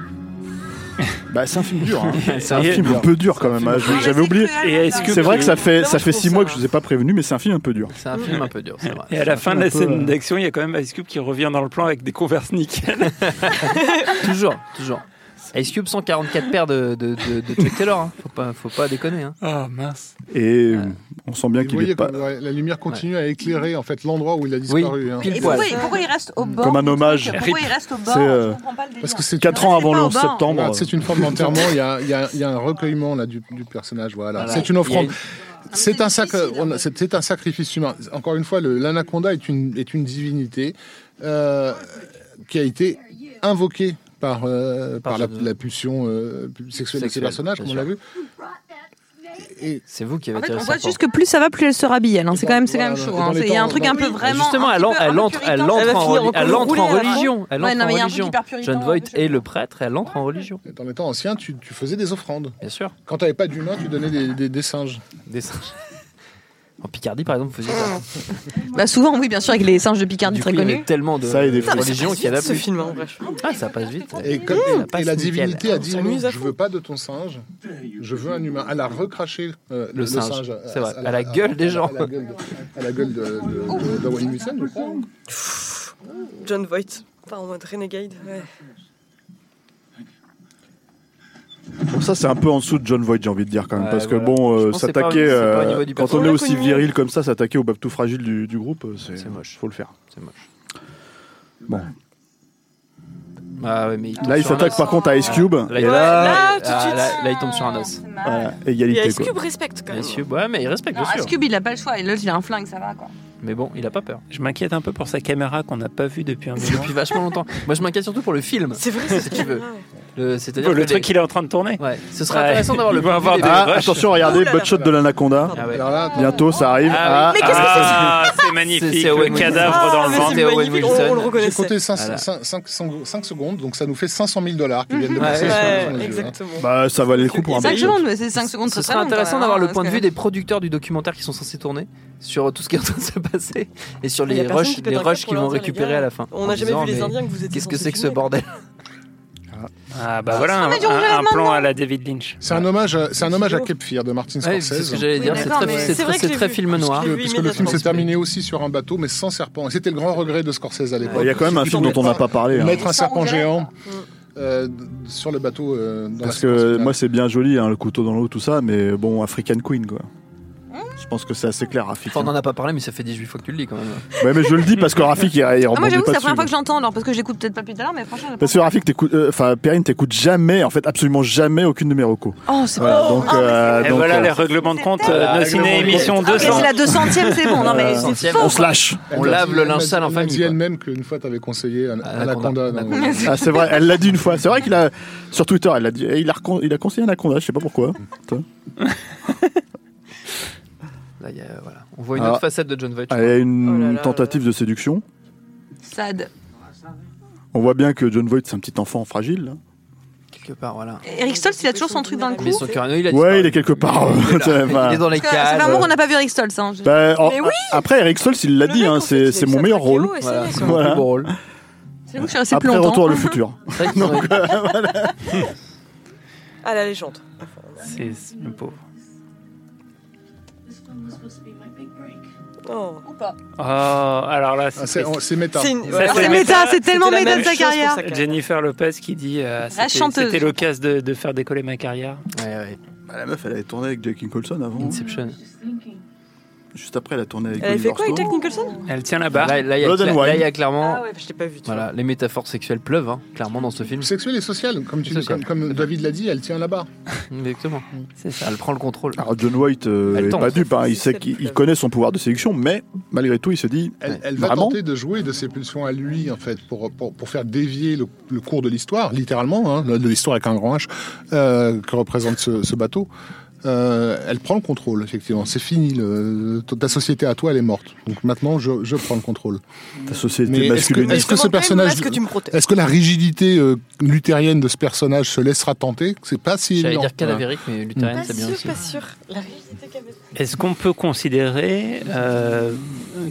S2: Bah c'est un film dur. hein. C'est un
S9: Et-
S2: film un peu dur quand même. hein. Je- J'avais oublié.
S9: Et est-ce que
S2: C'est vrai que ça fait
S11: Vraiment,
S2: ça
S11: je
S2: fait
S11: trouve
S2: six
S11: ça,
S2: mois que
S11: hein.
S2: je vous ai pas prévenu, mais c'est un film un peu dur.
S1: C'est un film un peu dur, c'est vrai.
S9: Et à la fin de
S2: un
S9: la
S2: peu,
S9: scène
S2: euh,
S9: d'action, il y a quand même Ice Cube qui revient dans le plan avec des converses nickel.
S1: toujours, toujours. Ice Cube 144 paires de, de, de, de Chuck Taylor, hein. faut, pas, faut pas déconner. Hein.
S9: Oh mince.
S2: Et euh, on sent bien
S7: Et Vous
S2: qu'il est
S7: voyez,
S2: pas
S7: comme, ouais, la lumière continue à éclairer en fait l'endroit où il a disparu. hein.
S1: pile
S15: Et
S1: poil.
S15: pourquoi, il- pourquoi il reste au bord
S2: comme un hommage.
S15: Pourquoi il reste au bord
S2: C'est,
S15: Je
S2: euh,
S15: comprends pas le délire.
S7: Parce que c'est
S2: Quatre ans avant
S15: pas
S2: le
S15: au
S2: 11
S15: bar.
S2: septembre.
S7: Voilà, Bah, c'est une forme d'enterrement. Il y a, il y a- il y a un recueillement là du, du personnage. Voilà,
S1: Voilà.
S7: c'est une offrande.
S1: Il y a
S7: C'est un, sac,
S11: difficile,
S7: on a- c'est c'est un sacrifice humain. Encore une fois, le- l'anaconda est une, est une divinité euh, qui a été invoquée par, euh, par la, la pulsion euh, pu- sexuelle, de ces
S1: Sexuelle,
S7: personnages,
S1: bien
S7: comme on l'a vu. Et,
S1: C'est vous qui avez
S15: En fait,
S1: tiré
S15: on
S1: le
S15: voit
S1: serpent.
S15: juste que plus ça va, plus elle se rhabille. elle, hein. C'est quand même, c'est quand même
S7: Voilà,
S15: chaud.
S7: et dans
S15: hein.
S7: les
S15: C'est- Il y a un
S7: temps-
S15: truc
S7: dans-
S15: un peu
S7: Et
S15: vraiment.
S1: Justement,
S15: un
S1: elle,
S15: petit
S1: en-
S15: peu- un
S1: elle
S15: peu
S1: entre, elle
S15: puritain.
S1: entre
S11: Elle va
S1: en,
S11: finir
S1: reli-
S11: au
S1: elle
S11: col
S1: entre
S11: roulé,
S1: en
S11: elle va-
S1: religion. Elle
S15: Ouais,
S1: entre
S15: non,
S1: en
S15: mais il y a un truc
S1: religion.
S15: hyper puritain,
S1: John
S15: un peu
S1: Voight
S15: chelou.
S1: est le prêtre, elle entre en religion.
S7: Dans les temps anciens, tu, tu faisais des offrandes.
S1: Bien sûr.
S7: Quand tu n'avais pas d'humains, tu donnais des, des- des singes.
S1: Des singes. En Picardie, par exemple, vous faisiez
S11: Ah,
S1: ça.
S15: Bah souvent, oui, bien sûr, avec les singes de Picardie
S1: Du
S15: très
S1: coup, il y avait
S15: connus.
S1: tellement de
S2: Ça et des
S1: de
S2: fois-
S1: religions qui adaptent.
S15: ce film, en vrai.
S1: Ah, ça passe vite.
S7: Et, comme-
S1: Mmh,
S7: et
S1: passe
S7: la
S1: nickel.
S7: divinité a dit
S1: On
S7: non,
S1: s'amuse à
S7: je veux pas de ton singe, je veux un humain. Elle a recraché euh,
S1: Le
S7: le,
S1: singe,
S7: singe. euh,
S1: c'est vrai, à la gueule des gens.
S7: À la gueule de- à la gueule de- de- de- d'Owen Wilson, je crois.
S11: John Voight. Pas en mode Renegade. Ouais.
S2: Bon, ça, c'est un peu en dessous de John Voight, j'ai envie de dire quand même.
S1: Ouais,
S2: parce que
S1: voilà.
S2: bon, euh,
S1: Je pense que c'est pas-
S2: s'attaquer.
S1: c'est pas au
S2: euh,
S1: niveau du
S2: quand on
S1: personnage.
S2: est
S1: On l'a
S2: aussi
S1: connu.
S2: viril comme ça, s'attaquer au bab tout fragile du, du groupe, euh, c'est moche. Faut le faire.
S1: C'est moche.
S2: Bon.
S1: Ah ouais, mais tombe
S2: Là, il
S1: sur un
S2: s'attaque
S1: os.
S2: par contre à Ice Cube.
S1: Là,
S2: Et
S1: il-
S2: là,
S11: là, tout de
S1: ah,
S11: suite. Ah,
S1: là- là, il tombe sur un os.
S2: voilà, égalité.
S1: Et
S11: Ice
S1: quoi
S11: Cube respecte quand
S1: Bien
S11: même.
S1: sûr, ouais, mais il respecte,
S15: Non,
S1: bien sûr.
S15: Ice Cube, il a pas le choix. Et l'autre, il a un flingue, ça va, quoi.
S1: Mais bon, il a pas peur.
S9: Je m'inquiète un peu pour sa caméra qu'on n'a pas vue depuis un moment.
S1: Depuis vachement longtemps. Moi, je m'inquiète surtout pour le film.
S11: C'est vrai, c'est
S1: si tu veux.
S11: vrai.
S1: Le,
S9: Le
S1: c'est-à-dire que
S9: truc
S1: les-
S9: qu'il est en train de tourner.
S1: Ouais, ce serait
S9: Ouais.
S1: intéressant d'avoir le
S9: Il va
S1: point de
S9: avoir
S1: vue
S9: des-
S1: des-
S2: Ah,
S9: Rush.
S2: attenez, regardez, butt shot de l'anaconda.
S1: Ah ouais.
S7: Alors là,
S2: Bientôt, ça arrive.
S9: Ah,
S2: Ah,
S9: oui. Ah, c'est magnifique,
S1: C'est Owen
S9: le
S1: Wilson.
S9: cadavre dans le
S11: Ah, mais
S9: vent.
S11: c'est magnifique, on- on, le
S7: J'ai
S11: reconnaissait.
S7: compté 5,
S1: Voilà.
S7: secondes, donc ça nous fait 500 000 dollars qui viennent de passer sur- sur
S11: Ouais,
S7: nos yeux, hein.
S11: exactement.
S2: Bah, ça valait le coup pour un
S15: 5
S2: budget.
S15: secondes, mais c'est 5 secondes,
S1: Ce
S15: c'est
S1: serait
S15: très long,
S1: intéressant
S15: quand même,
S1: d'avoir le
S15: hein,
S1: point de
S15: parce
S1: vue
S15: que-
S1: des producteurs du documentaire qui sont censés tourner sur tout ce qui est en train de se passer et sur
S11: Il y a
S1: les
S11: personne
S1: rushs,
S11: qui pète
S1: les
S11: un câble
S1: rushs
S11: pour
S1: qu'ils
S11: leur
S1: vont
S11: dire,
S1: récupérer
S11: les gars,
S1: à la fin.
S11: on
S1: en
S11: n'a jamais
S1: disant,
S11: vu les
S1: mais
S11: Indiens que vous étiez
S1: Qu'est-ce que
S11: censés
S1: c'est que ce
S11: filmer.
S1: bordel
S9: Ah, bah voilà, un,
S15: mais John
S9: un- un
S15: Goodman,
S9: plan
S15: non
S9: à la David Lynch.
S7: C'est un hommage, à- c'est un hommage à
S11: beau.
S7: Cape Fear de Martin
S1: Ouais, C'est ce
S7: Scorsese.
S1: que j'allais
S11: Oui,
S1: dire. C'est
S11: d'accord,
S1: très,
S11: mais
S1: c'est
S11: c'est
S1: très,
S11: vrai que
S1: c'est
S11: je l'ai
S1: très
S11: vu.
S1: film
S11: Je l'ai
S1: noir.
S11: vu.
S7: Parce que- parce que le film s'est
S11: immédiatement.
S7: terminé aussi sur un bateau, mais sans serpent. Et c'était le grand regret de Scorsese à l'époque.
S2: Il y a quand même un film dont on n'a pas parlé. hein.
S7: Mettre un
S15: Sans
S7: serpent
S15: regret.
S7: géant euh, d- sur le bateau. euh, dans
S2: Parce
S7: la séquence
S2: que
S7: finale.
S2: moi, c'est bien joli, hein, le couteau dans l'eau, tout ça, mais bon, African Queen, quoi. Je pense que c'est assez clair, Rafik. hein.
S1: Enfin, on n'en a pas parlé, mais ça fait 18 fois que tu le lis quand même.
S2: Ouais, mais je le dis parce que Rafik, il, il
S15: Ah, moi,
S2: rebondit
S15: j'avoue que c'est
S2: pas
S15: la première fois que
S2: dessus. hein.
S15: j'entends, alors parce que je l'écoute peut-être pas plus tard, mais franchement. j'ai pas-
S2: Parce que Rafik, t'écoutes- euh, enfin, Perrine, t'écoutes jamais, en fait, absolument jamais aucune de mes recos.
S15: Oh, c'est
S2: Voilà,
S15: pas.
S2: donc,
S15: Ah, mais
S2: euh,
S9: Et
S2: donc,
S9: voilà
S2: euh,
S9: les règlements de compte,
S1: Voilà,
S9: euh, nos
S1: règlements de
S9: ciné
S1: compte.
S9: émission
S15: Ah, mais
S9: 200.
S15: c'est la 200ème, c'est bon. Non, mais
S2: euh,
S15: c'est
S2: on
S15: faux.
S2: se lâche.
S7: Elle
S1: On
S7: m'a
S1: lave
S7: dit-
S1: le
S7: elle m'a
S1: linge
S7: dit-
S1: sale en
S7: elle m'a
S1: famille,
S7: dit
S1: quoi.
S7: elle-même qu'une fois, t'avais conseillé un- Anaconda.
S1: Anaconda.
S7: dans-
S15: quoi.
S2: Ah, c'est vrai, elle l'a dit une fois. C'est vrai qu'il a, sur Twitter, elle l'a dit. Et il a, recon- il a conseillé Anaconda, je sais pas pourquoi. Putain.
S1: Là, il y a- voilà. On voit une
S2: Ah.
S1: autre facette de John Voight.
S2: Elle a une
S11: Oh là là.
S2: tentative de séduction.
S15: Sad.
S2: On voit bien que John Voight, c'est un petit enfant fragile. là.
S1: Quelque part, voilà.
S15: Eric Stoltz, il a toujours son truc dans le cou.
S1: Mais son cœur, il a disparu.
S2: Ouais, il est quelque part.
S1: Il est là.
S2: Enfin,
S1: Il est dans les
S15: Parce que Ça fait
S1: cases.
S15: un moment qu'on n'a pas vu Eric Stoltz. hein. Je-
S2: bah, en-
S11: Mais oui
S2: a- Après, Eric Stoltz, il l'a
S11: Le
S2: dit,
S11: mec,
S2: hein,
S11: en fait,
S2: c'est
S11: il
S2: c'est
S11: fait
S2: mon
S11: ça
S2: meilleur
S11: craquer
S2: rôle.
S11: haut et c'est
S1: Voilà,
S11: vrai,
S1: c'est
S11: quoi.
S1: mon plus
S2: Voilà.
S1: beau rôle.
S15: C'est vous que je suis restée plus
S2: Après,
S15: longtemps.
S2: retour à le futur.
S1: C'est vrai qu'ils sont-
S11: Ah, la légende.
S9: C'est c'est le pauvre.
S11: Oh. Ou pas.
S9: Oh, alors là,
S7: Ah,
S9: c'est
S7: c'est- on-
S9: triste.
S7: C'est méta.
S11: C'est une-
S9: Ça,
S11: ouais.
S15: Ah,
S9: c'est
S15: C'est méta, c'est tellement
S11: C'était la
S15: méta de
S11: même
S15: sa
S11: chose pour
S15: carrière.
S11: sa
S9: Jennifer Lopez qui dit euh, c'était-
S15: chanteuse.
S9: c'était l'occasion de, de faire décoller ma carrière.
S1: Ouais, ouais.
S2: Ah, la meuf, elle avait tourné avec Jack Nicholson avant.
S1: Inception.
S2: Juste après, elle a tourné avec
S11: Elle avait fait quoi avec Jack Nicholson
S9: Elle tient la barre.
S1: Là, là, il y a-
S2: Blood and
S1: là,
S2: Wine.
S1: il y a clairement.
S11: Ah ouais, je l'ai pas vu. tu
S1: Voilà, les métaphores sexuelles pleuvent, hein, clairement, dans ce film.
S7: Sexuelle et sociale, comme, tu,
S1: Sociale.
S7: comme, comme David l'a dit, elle tient là-bas.
S1: Exactement.
S9: C'est ça.
S1: Elle prend le contrôle.
S2: Alors John White euh,
S1: Elle
S2: est
S1: tente.
S2: pas dupe, hein. il, sait
S11: C'est
S2: qu'il
S11: le
S2: il
S11: club.
S2: connaît son pouvoir de séduction, mais malgré tout il se dit
S7: Elle,
S1: Ouais.
S7: elle va
S2: Vraiment
S7: tenter de jouer de ses pulsions à lui, en fait, pour, pour, pour faire dévier le, le cours de l'histoire, littéralement, hein, de l'histoire avec un grand H, euh, que représente ce, ce bateau. Euh, elle prend le contrôle, effectivement. C'est fini. le- ta société à toi, elle est morte. Donc maintenant, je, je prends le contrôle.
S2: ta société
S7: Mais est-ce que,
S2: masculiniste.
S7: est-ce que ce
S11: Demande quand même,
S7: personnage.
S11: Est-ce que tu me protèges
S7: Est-ce que la rigidité euh, luthérienne de ce personnage se laissera tenter C'est pas si
S1: J'allais
S7: évident.
S1: dire cadavérique, mais luthérienne, c'est bien aussi.
S11: sûr. La réalité qu'elle
S9: Est-ce qu'on peut considérer euh,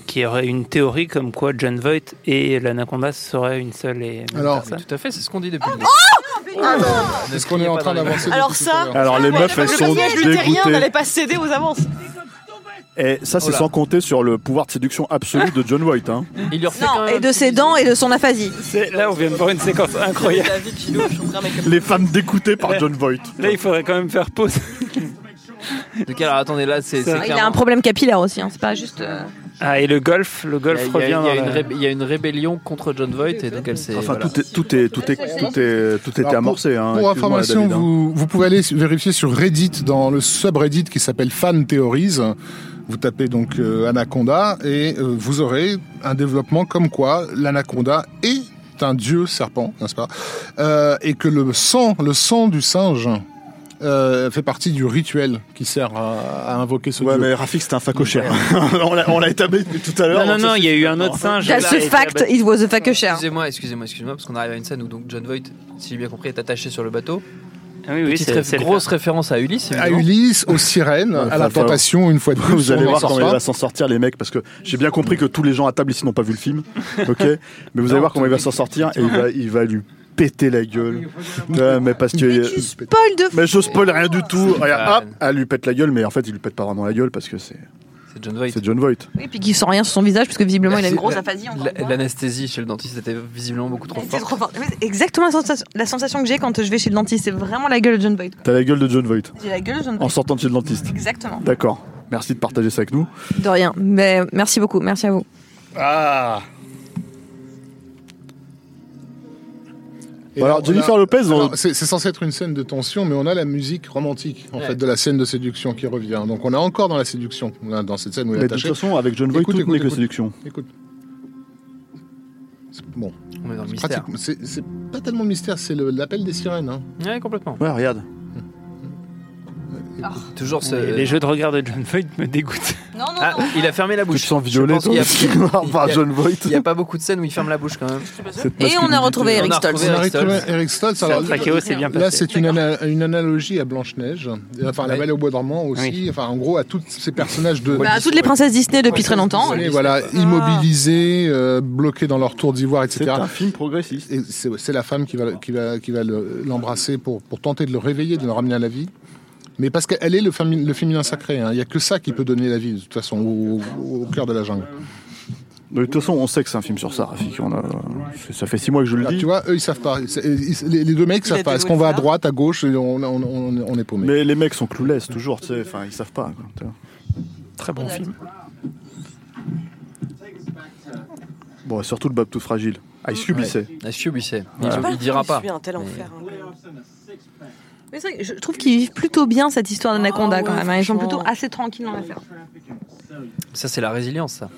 S9: qu'il y aurait une théorie comme quoi John Voight et l'anaconda seraient une seule et même
S7: Alors,
S9: personne
S1: Tout à fait, Ah, c'est ce qu'on dit
S15: Ah
S1: depuis le
S7: Voilà. Est-ce qu'on est en train d'avancer
S11: Alors
S7: depuis tout
S11: ça-
S7: à l'heure
S2: Alors les meufs elles
S11: Le
S2: sont
S11: personnage luthérien
S2: dégoûtées.
S11: n'allait pas céder aux avances.
S2: Et ça c'est
S1: Oh là.
S2: sans compter sur le pouvoir de séduction absolu de John White. Hein.
S1: début. Il lui refait quand
S15: Non,
S1: même
S15: et de ses dents et de son aphasie.
S9: C'est- Là, on vient de voir une séquence incroyable.
S11: David Gillot, je comprends un mec comme ça.
S2: Les femmes dégoûtées par John Voight.
S9: Là, il faudrait quand même faire pause.
S1: De quel- alors, attendez, là, c'est. c'est
S9: Ça- Il
S15: Il a
S1: clairement-
S15: un problème capillaire aussi, hein, c'est pas juste. euh,
S9: Ah, et le golf, le
S1: Il y a-
S9: golf
S1: il y a-
S9: revient
S1: il y a
S9: dans
S1: une
S9: la-
S1: rébé- il y a une rébellion contre John Voight et donc elle s'est.
S2: Enfin
S1: voilà.
S2: tout est tout est tout est tout est tout
S7: Alors,
S2: était
S7: pour-
S2: amorcé. hein. Excuse-moi,
S7: Pour information,
S2: David, hein.
S7: vous, vous pouvez aller vérifier sur Reddit, dans le subreddit qui s'appelle Fan Theories. Vous tapez donc euh, Anaconda et euh, vous aurez un développement comme quoi l'anaconda est un dieu serpent, n'est-ce pas Euh, Et que le sang, le sang du singe euh, fait partie du rituel qui sert à, à invoquer ce
S2: Ouais
S7: dieu.
S2: mais Rafik c'était un facochère. on l'a on l'a établi depuis tout à l'heure.
S9: Non, non, non, il y a eu un autre singe.
S15: That's
S9: là,
S15: a
S9: et-
S15: fact, it was a fact cher.
S1: Excusez-moi, excusez-moi, excusez-moi, parce qu'on arrive à une scène où donc John Voight, si j'ai bien compris, est attaché sur le bateau.
S9: ah bah, oui, oui,
S1: Petite
S9: c'est-
S1: ré-
S9: c'est le
S1: grosse référence à Ulysse.
S7: à
S1: évidemment.
S7: Ulysse, aux sirènes, à la
S2: Enfin,
S7: tentation, une fois de plus.
S2: Vous allez
S7: on en
S2: voir
S7: sort
S2: comment il
S7: pas.
S2: va s'en sortir, les mecs, parce que j'ai bien compris que tous les gens à table ici n'ont pas vu le film. Ok Mais vous allez voir comment il va s'en sortir et il va, il va lui péter la gueule. Ouais, mais parce que.
S15: Paul de
S2: Mais je spoil rien du tout. Regarde, hop, elle lui pète la gueule, mais en fait, il lui pète pas vraiment la gueule parce que c'est.
S1: C'est John Voight.
S2: C'est John Voight.
S15: Et puis qu'il sent rien sur son visage, parce que visiblement il a une
S1: C'est-
S15: grosse
S1: la-
S15: aphasie. encore
S1: la-
S15: une fois.
S1: L'anesthésie chez le dentiste était visiblement beaucoup trop
S15: C'est
S1: forte.
S15: trop fort. Mais c'est Exactement la sensation, la sensation que j'ai quand je vais chez le dentiste. C'est vraiment la gueule de John Boyd.
S2: T'as la gueule de John Voight.
S15: J'ai la gueule de John
S2: En
S15: Boyd.
S2: sortant de chez le dentiste.
S15: Exactement.
S2: D'accord. Merci de partager ça avec nous.
S15: De rien. Mais merci beaucoup. Merci à vous.
S2: Ah
S7: Et
S2: Alors,
S7: là, on
S2: Jennifer
S7: a-
S2: Lopez, on-
S7: alors, C'est c'est censé être une scène de tension, mais on a la musique romantique, en fait, de la scène de séduction qui revient. Donc on a encore dans la séduction, on a dans cette scène où il est
S2: Mais de toute
S7: attaché.
S2: façon, avec John Voight,
S7: Écoute,
S2: toute
S7: écoute,
S2: n'est que
S7: écoute.
S2: séduction.
S7: Écoute. C'est- Bon.
S1: On est dans le
S7: C'est
S1: mystère.
S7: pratiquement- C'est c'est pas tellement le mystère, c'est le- l'appel des sirènes. Hein.
S1: Ouais, complètement.
S2: Ouais, regarde.
S1: Toujours ce.
S9: Les jeux de regard de John Voight me dégoûtent.
S15: Non, non,
S1: Ah, il a fermé la bouche.
S2: sens violé,
S1: Je pense
S2: toi,
S1: qu'il y a-
S2: parce qu'il est mort par
S1: il y a-
S2: John Voight.
S1: Il n'y a pas beaucoup de scènes où il ferme la bouche quand même.
S15: Et on a retrouvé
S2: euh,
S15: Eric
S1: On a
S15: Stoltz.
S1: retrouvé Eric Stoltz.
S7: Eric Stoltz, alors,
S9: Le trachéo s'est bien
S7: Là,
S9: passé.
S7: c'est une, ana- une analogie à Blanche-Neige, enfin à la Vallée au Bois dormant aussi, enfin en gros à tous ces personnages de.
S15: Bah, à toutes les princesses Disney depuis très longtemps. hein.
S7: Disney, voilà,
S2: Ah.
S7: immobilisés, euh, bloqués dans leur tour d'ivoire, etc.
S2: C'est un film progressiste.
S7: Et c'est c'est la femme qui va, qui va, qui va le- l'embrasser pour, pour tenter de le réveiller, de le ramener à la vie. Mais parce qu'elle est le, fami- le féminin sacré, hein. il n'y a que ça qui peut donner la vie, de toute façon, au, au- au cœur de la jungle.
S2: De toute façon, on sait que c'est un film sur ça, Rafik. On a... Ça fait six mois que je le
S7: Là,
S2: dis.
S7: Ah, tu vois, eux, ils savent pas. C'est- ils- les, les deux mecs
S2: Il a
S7: savent
S2: des
S7: pas. Est-ce qu'on va à
S2: hauteurs.
S7: droite, à gauche et on, on- on- on est paumé.
S2: Mais les mecs sont clouless toujours, tu sais. Enfin, ils savent pas. quoi, tu vois.
S9: Très bon film.
S2: Bon, et surtout le Bob tout fragile. Ice Cube, il
S1: Ouais.
S2: sait.
S1: Ice Cube, il sait.
S2: Ouais.
S1: Ah, Il, il dira pas.
S11: Je suis un tel
S1: Mais-
S11: enfer. hein, quand même.
S15: Mais c'est vrai que je trouve qu'ils vivent plutôt bien cette histoire d'Anaconda
S11: Ah
S15: quand
S11: ouais,
S15: même. hein. Ils sont
S11: franchement.
S15: plutôt assez tranquilles dans l'affaire.
S1: Ça, c'est la résilience, ça.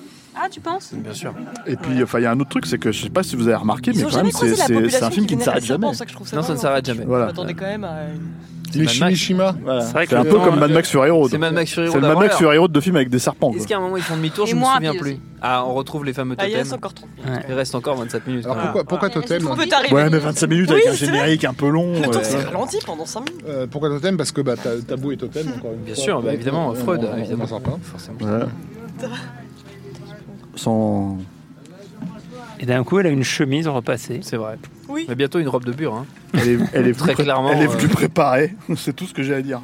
S15: Ah, tu penses
S1: Bien sûr.
S2: Et puis, euh, enfin, il y a un autre truc, c'est que je sais pas si vous avez remarqué,
S11: Ils
S2: mais
S11: ont
S2: quand même,
S11: jamais
S2: c'est
S11: croisé la
S2: c'est- c'est
S11: population
S2: un film qui ne
S11: vénère
S2: s'arrête
S11: les serpents,
S2: jamais.
S11: c'est ça que je trouve ça
S1: Non, ça
S11: dingue,
S1: ne
S11: en
S1: s'arrête
S11: fait.
S1: jamais.
S11: Je
S2: Voilà.
S11: m'attendais quand même à une.
S2: Les
S1: Mad Max.
S7: Shimishima.
S2: Voilà.
S9: C'est vrai
S2: C'est
S9: que
S2: un peu
S9: dans-
S2: comme Mad Max Fury Road.
S1: C'est Mad Max Fury
S2: C'est
S1: Road
S2: le Mad
S1: avant
S2: Max
S1: l'heure.
S2: Fury Road de film avec des serpents.
S1: Est-ce
S2: quoi.
S1: qu'à un moment ils font demi-tour
S15: Et
S1: Je ne me
S15: moi,
S1: souviens
S15: puis
S1: plus.
S15: aussi.
S1: Ah, on retrouve les fameux
S11: Ah, il
S1: totems.
S11: reste encore 30 minutes.
S9: Ouais.
S1: Il reste encore 27 minutes.
S7: Alors pourquoi, pourquoi Totem
S11: On peut t'arriver.
S2: Ouais, mais 25 minutes avec
S11: Oui,
S2: un
S11: c'est
S2: générique un peu long.
S11: Le temps
S2: ouais.
S11: s'est ralenti pendant 5 minutes.
S7: Euh, Pourquoi Totem Parce que bah, ta- Tabou et Totem, encore une
S1: Bien
S7: fois.
S1: sûr, bah,
S7: on-
S1: évidemment,
S7: on-
S1: Freud,
S7: on- on
S1: évidemment.
S7: en sort pas.
S1: Forcément.
S2: Voilà. Sans.
S9: Et d'un coup, elle a une chemise repassée.
S1: C'est vrai.
S11: Oui.
S1: Mais bientôt une robe de bure. Hein.
S2: Elle est, elle est
S1: Très
S2: plus pré-
S1: clairement,
S2: Elle est
S1: euh,
S2: plus préparée. C'est tout ce que j'ai à dire.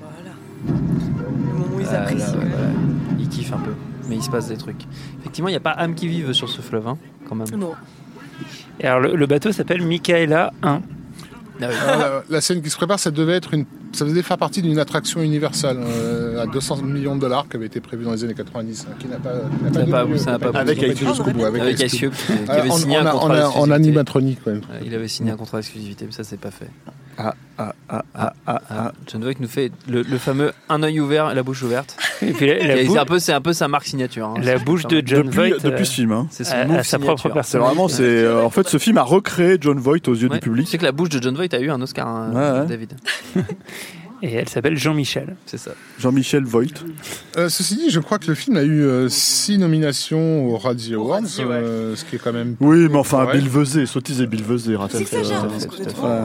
S11: Voilà. Le moment où ils
S1: Ah, là,
S11: apprécient.
S1: ouais,
S11: ouais.
S1: voilà. Ils kiffent un peu. Mais il se passe des trucs. Effectivement, il n'y a pas âme qui vive sur ce fleuve, hein, quand même.
S11: Non.
S9: Et alors, le, le bateau s'appelle Michaela 1.
S7: Alors, la, la scène qui se prépare, ça devait être une, ça devait faire partie d'une attraction universelle euh, à 200 millions de dollars qui avait été prévue dans les années 90, hein, qui n'a pas, qui n'a
S1: Ça n'a
S7: donné
S1: pas-
S7: lieu.
S1: ça n'a pas
S7: avec
S1: bougé.
S7: Ice Cube, jusqu'au bout,
S1: Avec Ice Cube, qui qui avait
S2: Ah,
S7: Euh, en-
S1: signé
S7: en-
S1: un
S7: en-
S1: contrat
S7: en- en
S1: d'exclusivité.
S7: animatronique, quand même.
S1: Ouais, Euh, Il avait signé un contrat d'exclusivité, mais ça, c'est pas fait.
S2: Ah, ah, ah, ah, ah, ah.
S1: John Voight nous fait le, le fameux un œil ouvert et la bouche ouverte.
S9: Et puis, la,
S1: Et
S9: la
S1: c'est
S9: bouche,
S1: un peu, c'est un peu sa marque signature. hein.
S9: la
S1: C'est
S9: bouche de John
S2: depuis,
S9: Voight.
S2: depuis
S9: euh,
S2: ce film, hein.
S1: C'est
S9: à-
S1: son
S9: à
S1: move
S9: sa propre
S1: signature.
S2: C'est
S9: personne.
S2: vraiment, c'est euh, en fait ce film a recréé John Voight aux yeux
S1: Ouais.
S2: du public.
S1: Tu sais que la bouche de John Voight a eu un Oscar, hein,
S2: Ouais, ouais.
S1: David.
S9: Et elle s'appelle Jean-Michel.
S1: C'est ça.
S2: Jean-Michel Voight.
S7: Euh, ceci dit, je crois que le film a eu euh, six nominations aux Radio
S11: Aux
S7: Awards,
S11: Radio,
S7: euh, ce qui est quand même.
S2: Oui, mais enfin,
S7: Ouais.
S2: Bill Vesey, sottise et Bill Vesey,
S11: C'est
S2: Raphaël.
S11: exagéré, parce
S1: tout
S11: que
S1: à
S11: honnêtement,
S2: fait.
S11: euh,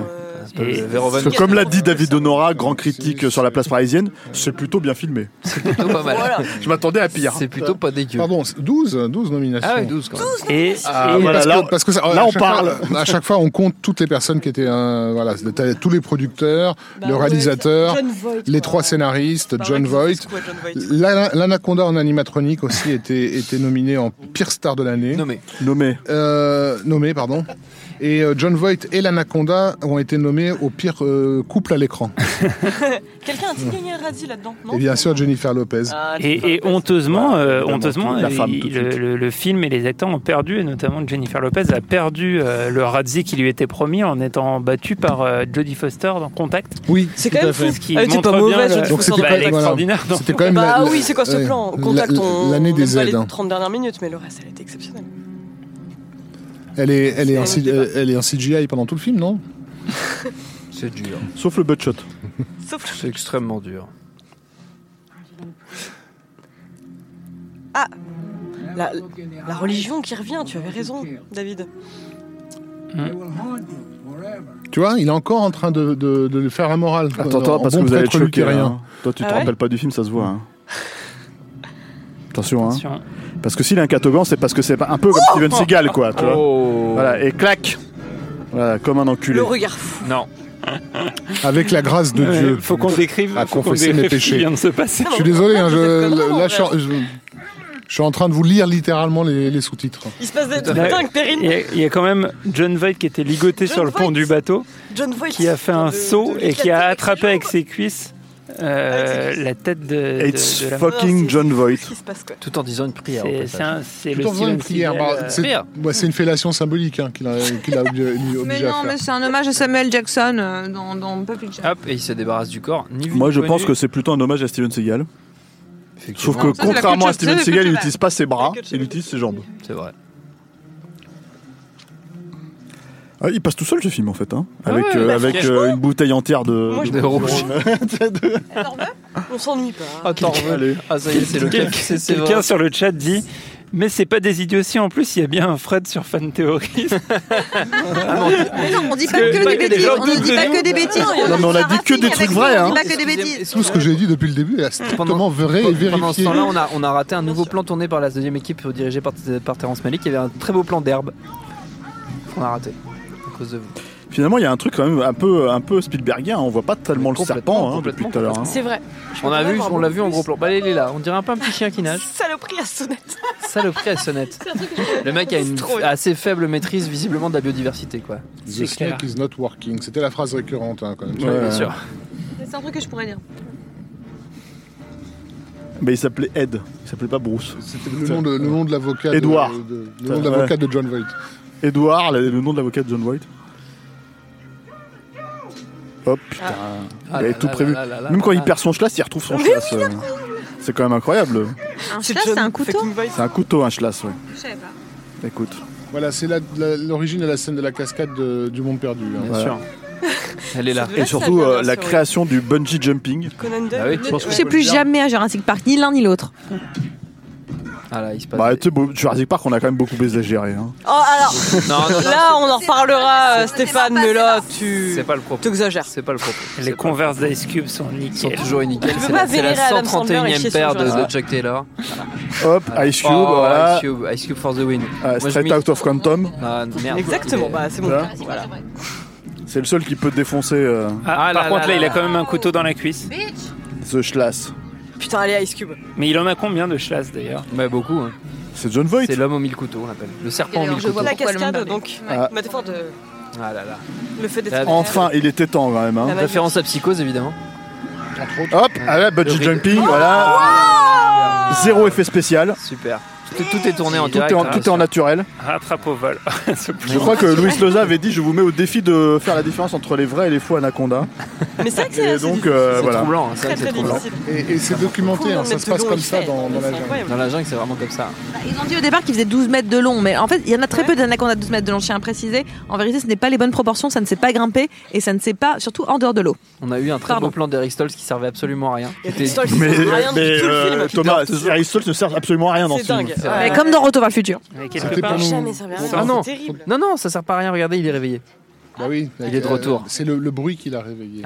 S1: Euh, Verhoeven,
S2: Parce que comme l'a dit David Honora, grand critique sur la place parisienne, c'est plutôt bien filmé.
S1: c'est plutôt pas mal.
S11: Voilà.
S2: Je m'attendais à pire.
S1: C'est plutôt pas dégueu.
S7: Pardon, c'est 12, 12 nominations.
S1: Ah ouais, 12 quand même.
S9: Et,
S2: Ah,
S9: et-
S2: voilà,
S7: Parce
S2: là,
S7: que- parce que ça-
S2: là,
S7: à
S2: on
S7: chaque
S2: parle.
S7: fois- à chaque fois, on compte toutes les personnes qui étaient. euh, voilà, t'avais tous les producteurs,
S11: Bah,
S7: le
S11: ouais,
S7: réalisateur,
S11: John Voight,
S7: les
S11: quoi.
S15: Ah
S7: trois scénaristes,
S11: Bah,
S7: John
S11: ouais, qu'est-ce
S7: Voight.
S11: que c'est, quoi, John Voight
S7: L'ana- L'Anaconda en animatronique aussi était, était nominé en pire star de l'année.
S1: Nommé.
S2: Nommé.
S7: Euh, nommé, pardon. Et euh, John Voight et l'Anaconda ont été nommés au pire euh, couple à l'écran.
S11: Quelqu'un a-t-il gagné le radis là-dedans Non
S7: Et Eh bien sûr, Jennifer Lopez.
S11: Ah,
S9: et- et honteusement,
S2: Voilà,
S9: euh,
S2: évidemment,
S9: honteusement
S2: la
S9: il-
S2: femme, tout de
S9: le,
S2: suite.
S9: le- le film et les acteurs ont perdu, et notamment Jennifer Lopez a perdu euh, le Razzie qui lui était promis en étant battue par euh, Jodie Foster dans Contact.
S7: Oui,
S11: C'est
S7: tout
S11: quand
S7: à
S11: même
S7: fait.
S11: fou.
S9: Ce qui
S5: Ah
S11: Elle était
S9: montre
S11: pas
S9: bien
S11: mauvaise,
S9: le-
S11: Jodie
S9: bah,
S7: Donc
S11: Foster.
S7: c'était
S11: Bah,
S9: elle
S7: quand
S9: est
S7: même- voilà.
S9: extraordinaire. dans-
S7: C'était quand même
S11: Bah
S7: la- la-
S11: oui, c'est quoi ce
S7: ouais,
S11: plan Au
S7: la-
S11: contact, on.
S7: L'année
S11: même
S7: des
S11: pas
S7: aides.
S11: Les
S7: hein.
S11: 30 dernières minutes, mais le reste, elle était exceptionnelle.
S7: Elle est, elle, est en,
S11: C'est-
S7: C- elle est en CGI pendant tout le film, non
S1: C'est dur.
S2: Sauf le butt shot.
S11: Sauf
S1: C'est extrêmement dur.
S11: la, la religion qui revient, tu avais raison, David.
S7: Tu vois, il est encore en train de, de, de lui faire la morale.
S2: Attends, attends,
S7: En
S2: parce
S7: bon
S2: que vous allez être
S7: prêtre
S2: choqué.
S7: luthérien.
S2: hein. Toi, tu
S7: Ah
S2: te
S7: ouais
S2: rappelles pas du film, ça se voit. hein. Attention, hein.
S7: Attention.
S2: Parce que s'il a un catogan, c'est parce que c'est un peu comme Steven Seagal, quoi. Tu vois Voilà, et clac Voilà, comme un enculé.
S11: Le regard fou.
S7: Non.
S2: hein.
S7: Avec la grâce de
S5: Ouais,
S7: Dieu.
S5: faut qu'on décrive-
S7: à
S5: faut qu'on
S7: confesser
S5: décrive
S7: mes
S5: ce qui
S7: péchés.
S5: vient de se passer.
S7: Je suis désolé,
S11: Ah,
S7: hein, je,
S11: en
S7: là, je, suis en- je- je suis en train de vous lire littéralement les, les sous-titres.
S11: Il se passe des trucs
S5: Là,
S11: dingues, Perrine.
S5: Il y, a- il y a quand même John Voight qui était ligoté sur le pont du bateau,
S11: John Voight.
S5: qui a fait un saut et qui a attrapé avec ses cuisses euh, la tête de, de-
S2: It's
S5: de la-
S2: fucking John Voight.
S1: Tout en disant une prière.
S5: C'est-
S1: au passage.
S5: c'est un- c'est
S7: Tout en faisant une prière. bah,
S5: euh,
S1: euh,
S7: c'est bah, c'est une fellation symbolique hein, qu'il a, qu'il a obligé, lui
S15: Mais
S7: obligé à
S15: non,
S7: faire.
S15: mais c'est un hommage à Samuel Jackson euh, dans, dans Peuple Jack.
S1: Hop, et il se débarrasse du corps. Ni vu
S2: Moi,
S1: ni
S2: je
S1: connu.
S2: pense que c'est plutôt un hommage à Steven Seagal. Sauf que
S1: Ça, c'est la
S2: contrairement
S1: culture-
S2: à Steven
S1: ça, c'est la
S2: Seagal, il
S1: culture-
S2: n'utilise pas ses bras, il utilise ses jambes.
S1: C'est vrai.
S2: Ah, il passe tout seul ce film en fait, hein,
S11: Ah
S2: avec,
S11: ouais,
S2: euh,
S11: bah,
S2: avec
S11: franchement.
S2: euh, une bouteille entière de,
S11: Moi, je
S2: de
S11: me
S2: rouge.
S11: On s'ennuie pas. hein.
S1: Attends,
S2: Allez.
S1: Ah, ça y est, c'est le
S5: Quelqu'un-
S1: cap. C'est- c'est
S5: Quelqu'un
S1: vrai.
S5: sur le chat dit Mais c'est pas des idioties en plus, il y a bien un Fred sur Fan Theory.
S15: Mais non, on dit pas
S5: que-
S15: que
S5: pas
S15: des
S5: que des
S15: bêtises.
S5: gens
S15: On ne dit
S5: de-
S15: pas que des bêtises.
S2: Non, mais on a dit que des trucs vrais.
S15: On
S2: Hein.
S11: Ah,
S15: dit pas que des bêtises.
S7: Tout ce que j'ai dit depuis le début est strictement vrai et vérifié.
S1: Pendant ce temps-là, on a, on a raté un nouveau plan tourné par la deuxième équipe dirigée par, par Terence Malik. Il y avait un très beau plan d'herbe qu'on a raté à cause de vous.
S2: Finalement, il y a un truc quand même un peu, un peu Spielbergien. hein, On voit pas tellement le serpent hein, depuis tout à l'heure. hein.
S11: C'est vrai. Je
S1: On, a
S11: pourrais
S1: vu,
S11: avoir
S1: on l'a vu en
S11: beaucoup
S1: gros plan. Bah, il est là. On dirait un peu un petit chien qui
S11: plus.
S1: nage.
S11: Saloperie à sonnette.
S1: Saloperie à sonnette. Le mec a une assez faible maîtrise visiblement de la biodiversité, quoi.
S7: The snake is not working. C'était la phrase récurrente hein, quand même.
S1: Ouais, bien sûr.
S15: C'est un truc que je pourrais dire.
S2: hein. Mais il s'appelait Ed. Il s'appelait pas Bruce.
S7: C'était le nom de- le nom de l'avocat de-
S2: Edouard.
S7: de- de- le nom de l'avocat de John Voight.
S2: Edouard, le, le nom de l'avocat de John Voight. Hop, Oh, putain.
S1: Ah
S2: il avait
S1: là
S2: tout
S1: là
S2: prévu.
S1: là là là
S2: Même quand
S1: là
S2: il
S1: là.
S2: perd son chlass, il retrouve son chlass. euh. C'est quand même incroyable.
S15: Un chat, c'est un couteau
S2: C'est un couteau, un chlass, ouais.
S15: Je savais pas.
S2: Écoute.
S7: Voilà, c'est la- la- l'origine de la scène de la cascade de- du Mont Perdu. hein.
S2: Bien
S7: Voilà.
S2: sûr.
S1: Elle est là.
S2: Et surtout, euh, la création du bungee jumping.
S11: Conan Doyle.
S1: Bah
S2: Ah oui,
S11: Mais-
S2: je pense
S15: Je sais plus jamais hein, à Jurassic Park, ni l'un ni l'autre.
S1: Ah là, il se passe.
S2: Bah, tu sais, bon, Jurassic Park, on a quand même beaucoup exagéré. Hein.
S11: Oh, alors.
S1: Non, non, non,
S11: là, on en reparlera, euh, Stéphane, mais là, tu.
S1: C'est pas le propos.
S11: T'exagères.
S1: C'est pas le propos.
S9: Les Converse d'Ice Cube sont nickel.
S1: Ils sont toujours nickel.
S11: Je veux
S1: C'est
S11: pas
S1: la, c'est la
S11: vénérer Adam Sandler et
S1: 131ème
S11: chier
S1: paire
S11: sur
S1: de,
S11: Jordan.
S1: de Chuck Taylor.
S2: Hop, Ice Cube,
S1: Oh,
S2: voilà.
S1: Ice Cube, Ice Cube for the win.
S2: Ah,
S1: Moi, je
S2: straight
S1: mets-
S2: out of Quantum.
S1: Ah, merde.
S11: Exactement,
S1: Il est-
S11: bah, c'est mon
S2: Voilà.
S7: Hein
S11: cas. Voilà.
S2: C'est le seul qui peut défoncer euh,
S9: Ah,
S1: Ah
S9: par
S1: là
S9: contre,
S1: là
S9: là, il a
S1: là.
S9: quand même un couteau dans la cuisse.
S2: The Schlass.
S11: Putain, allez, Ice
S7: Oh,
S11: Cube.
S9: Mais il en a combien de chasses d'ailleurs
S1: Bah, beaucoup. hein.
S2: C'est John Voight.
S1: C'est l'homme aux mille couteaux, on l'appelle. Le serpent aux mille
S11: Je
S1: couteaux.
S11: vois Bah, la
S15: Pourquoi le
S11: cascade,
S15: monde
S11: donc.
S2: Ah.
S11: Métaphore de.
S1: Ah là là.
S11: Le fait
S1: La-
S11: d'être.
S2: Enfin, il était temps quand même. hein.
S11: La-
S1: Référence à Psychose, évidemment.
S2: Hop, ah là, bungee
S1: Le Oh,
S2: jumping, voilà.
S11: Oh.
S2: Zéro effet spécial.
S1: Super. Tout, tout est tourné en
S2: Tout
S1: direct.
S2: est en,
S1: hein,
S2: tout est
S1: sur-
S2: en naturel.
S9: Rattrape au vol. Ce plan.
S2: Je crois que Louis Loza avait dit Je vous mets au défi de faire la différence entre les vrais et les faux anacondas.
S11: Mais c'est vrai que c'est.
S2: Et
S11: assez
S2: donc,
S11: difficile.
S2: euh,
S1: Ah, C'est
S2: voilà.
S1: troublant, hein, c'est
S11: Très,
S1: vrai que c'est
S11: très
S1: troublant.
S11: difficile.
S7: Et, et c'est documenté, hein, ça se passe comme ça dans, dans la jungle.
S1: Dans la jungle, c'est vraiment comme ça.
S15: Ils ont dit au départ qu'ils faisaient 12 mètres de long, mais en fait, il y en a très peu d'anacondas de 12 mètres de long, je tiens à préciser. En vérité, ce n'est pas les bonnes proportions, ça ne sait pas grimper et ça ne sait pas, surtout en dehors de l'eau.
S1: On a eu un très
S15: Pardon.
S1: beau plan d'Eric Stoltz qui servait absolument à rien. C'était-
S11: Eric Stoltz,
S2: Mais,
S11: ça sert à rien du
S2: mais,
S11: tout le
S2: euh,
S11: film.
S2: Thomas, Aristote ne sert absolument à rien dans
S11: C'est
S2: ce film.
S11: dingue.
S1: C'est vrai.
S15: Mais comme dans Retour vers le futur.
S9: Mais quelque
S7: C'était
S9: part-
S7: pour nous-
S11: Jamais servi à rien.
S1: Ah non.
S11: C'est terrible.
S1: Non, non, ça sert pas à rien, regardez, il est réveillé.
S7: Bah oui,
S1: Il est de retour. Ah
S7: C'est le, le bruit qu'il a réveillé.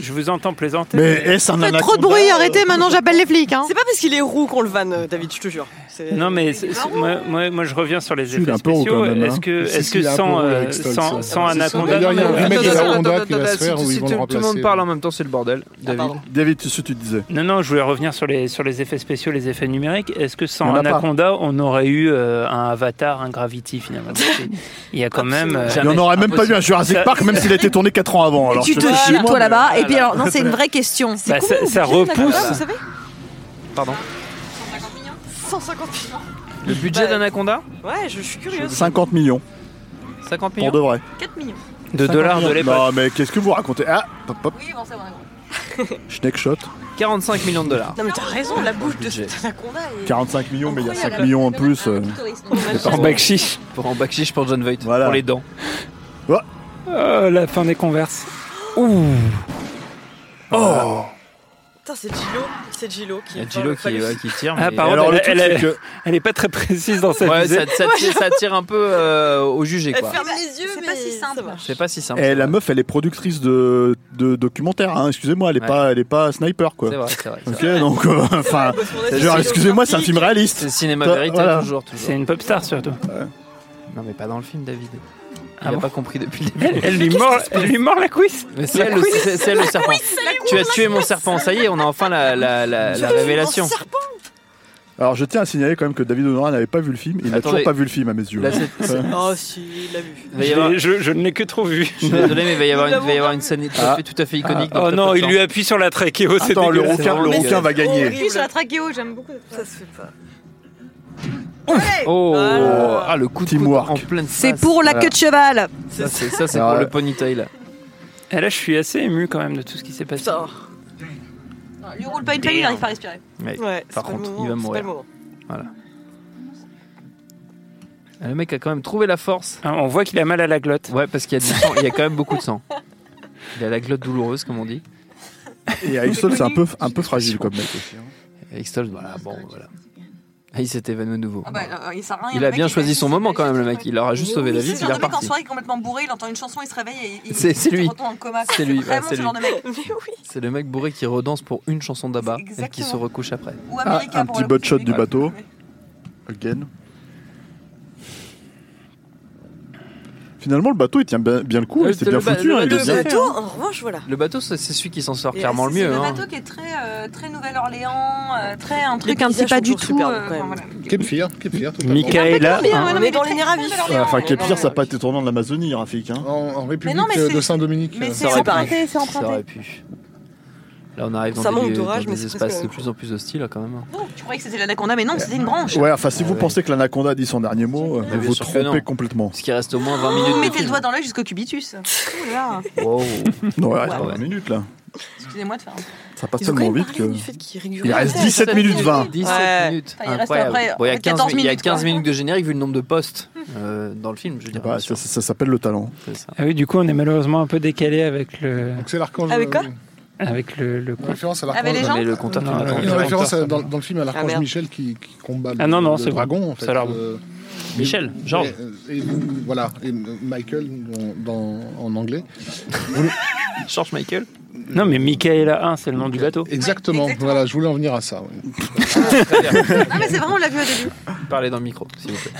S9: Je vous entends plaisanter.
S2: Mais est-ce un anaconda
S15: Trop de bruit,
S1: euh,
S15: arrêtez maintenant, j'appelle les flics. Hein.
S11: C'est pas parce qu'il est roux qu'on le vanne, euh, David, je te jure. C'est-
S9: Non mais c'est- c'est- moi, moi, moi, je reviens sur les
S2: il est
S9: effets
S2: un peu haut
S9: spéciaux.
S2: quand même, hein.
S9: Est-ce que,
S7: Si,
S9: est-ce
S7: si,
S9: que
S7: il a un peu
S9: sans,
S7: haut,
S9: euh,
S7: Eric Stoltz,
S9: sans,
S7: hein.
S9: sans
S7: Ah, c'est
S9: Anaconda,
S7: sûr. D'ailleurs, il y a un
S9: non,
S7: remake
S9: non,
S7: de la
S9: non,
S7: Honda
S9: non,
S7: qui va se faire où ils vont le
S1: tout le monde
S7: remplacer.
S1: parle en même temps, c'est le bordel. David.
S11: Ah, pardon.
S2: David, c'est ce que tu disais.
S9: Non, non, je voulais revenir sur les, sur les effets spéciaux, les effets numériques. Est-ce que
S2: Il y
S9: sans
S2: en a pas.
S9: Anaconda, on aurait eu euh, un Avatar, un Gravity finalement Parce que Il y a quand même. euh,
S2: Il n'y en aurait même pas eu un Jurassic
S9: Ça-
S2: Park, même s'il a été tourné 4 ans avant. Alors,
S15: tu
S2: je
S15: te
S2: sais pas.
S15: chies, toi
S9: mais-
S15: là-bas. Et puis
S9: Voilà.
S15: alors, non, c'est une vraie question.
S9: bah, ça, ça repousse.
S11: Vous savez
S1: Pardon.
S11: 150 millions.
S1: Le
S11: Bah,
S1: budget d'Anaconda
S11: Ouais, je suis curieuse.
S2: 50 millions,
S1: 50 millions
S2: pour de vrai.
S11: 4 millions.
S9: De
S2: 50
S9: dollars
S2: millions.
S9: de l'époque.
S2: Non, mais qu'est-ce que vous racontez Ah, pop, pop,
S11: Oui, bon, ça va.
S2: Snake Shot.
S1: 45 millions de dollars.
S11: Non, mais t'as raison, la bouche de cet anaconda est.
S2: 45 millions, mais il y a
S11: Incroyable.
S2: 5 millions en plus. euh.
S9: En bac chiche.
S1: Pour en bac chiche pour John Voight.
S2: Voilà.
S1: Pour les dents.
S5: Oh, la fin des converses.
S11: Putain, c'est Gilo. c'est Gilo qui.
S1: Il y a Gilo qui, ouais, qui tire.
S5: Ah,
S1: mais-
S5: par contre,
S1: Alors, le
S5: elle,
S1: truc,
S5: elle-
S1: c'est que-
S5: elle est pas très précise dans sa
S1: Ouais,
S5: visée.
S1: ça, ça tire, ça tire un peu euh, au jugé, quoi.
S4: les yeux, mais c'est pas si simple.
S1: C'est pas si simple.
S2: Et Eh, la meuf, elle est productrice de, de documentaires, hein, excusez-moi, elle est
S1: Ouais.
S2: pas, elle est pas sniper quoi.
S1: C'est vrai, c'est vrai, c'est
S2: Ok,
S1: vrai.
S2: donc, euh, enfin, genre, excusez-moi, c'est un film réaliste.
S1: C'est cinéma
S2: Toi,
S1: vérité,
S2: voilà.
S1: toujours, toujours.
S2: C'est une
S9: pop star surtout.
S1: Non, mais pas dans le film, David. Il
S9: Ah
S1: a
S9: bon
S1: pas compris depuis le
S9: Elle,
S1: début.
S9: elle lui mord, elle lui mord la cuisse.
S1: Mais c'est elle, le- c'est- c'est elle le serpent. tu as tué mon serpent, ça y est, on a enfin la, la, la, la révélation.
S2: Alors, je tiens à signaler quand même que David Honora n'avait pas vu le film, il n'a
S1: Attendez.
S2: toujours pas vu le film à mes yeux. hein.
S1: Là, c'est- c'est-
S11: Oh si, il l'a vu.
S1: Il va y avoir-
S5: Je, je ne l'ai que trop vu.
S1: Je suis désolé, mais il va y avoir une, il va y avoir une scène tout à fait, tout à fait iconique.
S9: Ah,
S1: dans
S5: oh
S1: très
S5: non,
S1: peu de
S5: il
S1: temps.
S5: lui appuie sur la trachéo. c'est
S2: Attends, le
S5: dégueulasse.
S2: rouquin- le rouquin va gagner.
S4: Puis sur la trachéo, j'aime beaucoup. Ça se fait pas.
S1: Oh, ah, le coup de coude en pleine
S15: C'est
S1: face.
S15: pour la
S1: Voilà.
S15: queue de cheval.
S1: Ça, c'est ça, c'est pour le ponytail.
S9: Et là, je suis assez ému quand même de tout ce qui s'est passé.
S4: Lui roule pas une pelle, il arrive pas à respirer.
S1: Ouais,
S4: c'est
S1: par
S4: pas le
S1: contre,
S4: moment,
S1: il va
S4: c'est pas
S1: mourir.
S4: le moment.
S1: Voilà. Ah, Le mec a quand même trouvé la force.
S9: Hein, on voit qu'il a mal à la glotte.
S1: Ouais, parce qu'il y a du sang, il y a quand même beaucoup de sang. Il a la glotte douloureuse, comme on dit.
S2: Et Axel, c'est un peu, un peu fragile comme mec aussi. hein.
S1: Extol, voilà, bon, voilà. Ah, il s'est évanoui de nouveau.
S4: Ah bah, euh, il sert à rien,
S1: Il
S4: le
S1: a
S4: mec,
S1: bien
S4: il
S1: choisi
S4: fait-
S1: son moment quand même, le mec. Il leur a Ah, juste sauvé la vie, il
S4: C'est le
S1: est
S4: genre de mec en
S1: reparti.
S4: soirée complètement bourré, il entend une chanson, il se réveille et il,
S1: C'est-
S4: il
S1: c'est lui.
S4: se retourne en coma. quoi.
S1: C'est lui, ouais,
S4: vraiment
S1: c'est
S4: ce genre de
S1: lui.
S4: mec.
S1: C'est le mec bourré qui redanse pour une chanson d'Abba et qui se
S4: exactement.
S1: recouche après.
S4: Ou
S2: Ah,
S4: America
S2: un
S4: pour
S2: petit
S4: le
S2: butt
S4: coup,
S2: shot
S4: c'est
S2: du
S4: lui.
S2: bateau. Again. Finalement, le bateau, il tient bien, bien le coup,
S1: Le-
S2: il s'est bien
S1: Euh, le ba-
S2: foutu.
S1: le
S2: hein, il est
S1: bateau-
S2: bien-
S1: le
S11: Toi, en revanche, voilà.
S1: Le bateau, c'est c'est celui qui s'en sort
S4: Et
S1: clairement le
S4: c'est-
S1: mieux.
S4: C'est
S1: hein.
S4: le bateau qui est très, euh, très Nouvelle-Orléans, euh, très un truc
S15: paysages
S4: un petit pas
S15: sont
S4: du
S15: toujours
S4: tout.
S15: superbes,
S4: euh,
S15: quand même.
S4: enfin, voilà.
S7: Kefir, Kefir, tout à fait.
S5: Michaela,
S4: Bien,
S5: hein.
S4: voilà,
S11: On
S4: mais
S11: est dans
S4: très-
S11: l'Héravis.
S4: très
S2: Ouais, Enfin,
S4: Nouvelle-Orléans,
S2: Kepir,
S4: ouais.
S2: ça n'a pas été tourné en Amazonie, Rafik. Hein.
S7: En, en République
S4: non, mais
S7: euh,
S4: c'est-
S7: de Saint-Dominique.
S4: mais
S7: euh,
S4: c'est
S7: ça aurait
S4: emprunté,
S7: pu.
S4: c'est emprunté.
S1: Ça aurait pu. Là, on arrive dans
S11: Ça manque
S1: des, lieux-
S11: d'orage,
S1: dans
S11: mais
S1: des
S11: c'est
S1: espaces
S11: presque-
S1: de plus en plus hostiles quand même.
S4: Non, Tu croyais que c'était l'anaconda, mais non, c'était une branche.
S2: Ouais, enfin, si
S1: Ah
S2: vous
S1: ouais.
S2: pensez que l'anaconda a dit son dernier mot, euh,
S1: Mais
S2: vous
S1: bien
S2: vous
S1: sûr que non.
S2: trompez complètement.
S1: Ce qui reste au moins 20 minutes.
S4: Vous
S1: de
S4: mettez le
S1: film.
S4: doigt dans l'œil jusqu'au cubitus. Ouh là.
S1: Wow.
S2: Non, ouais, attends,
S1: ouais.
S2: 20 minutes là.
S4: Excusez-moi de faire un
S2: Ça passe
S11: Ils ont quand
S2: tellement
S11: même
S2: vite
S11: parlé
S2: que.
S11: du fait qu'il régularise.
S2: Il reste 17 minutes 20.
S1: 17
S11: Ouais.
S1: minutes.
S4: Enfin, il reste après,
S1: Bon, il y a
S4: après
S1: 15, il
S4: 14
S1: y a
S4: minutes,
S1: 15
S4: quoi.
S1: minutes de générique vu le nombre de postes euh, dans le film, je veux dire.
S2: Bah, ça ça- ça s'appelle le talent.
S1: C'est ça.
S9: Ah oui, du coup, on est malheureusement un peu décalé avec le.
S7: Donc c'est l'archange.
S4: Avec quoi
S7: euh,
S9: Avec le. le-
S7: une référence à
S4: Avec les
S7: l'archange.
S4: gens
S1: Mais le compteur
S9: Non,
S7: Il y a
S9: le
S7: Une référence à-
S9: compteur,
S7: dans, dans le film à l'archange
S11: Ah, merde.
S7: Michel qui, qui combat le,
S9: Ah non, non,
S7: le
S9: c'est bon.
S7: dragon. En fait.
S9: Ça a l'air bon.
S7: Euh,
S9: Michel, George.
S7: Et, et- voilà, et Michael dans- dans- en anglais.
S1: George Michael.
S9: Non, mais Michaela 1, c'est le nom du bateau.
S7: Exactement, voilà, je voulais en venir à ça. oui.
S4: Ah, mais c'est vraiment, on l'a vu au début.
S1: Parlez dans le micro, s'il vous plaît.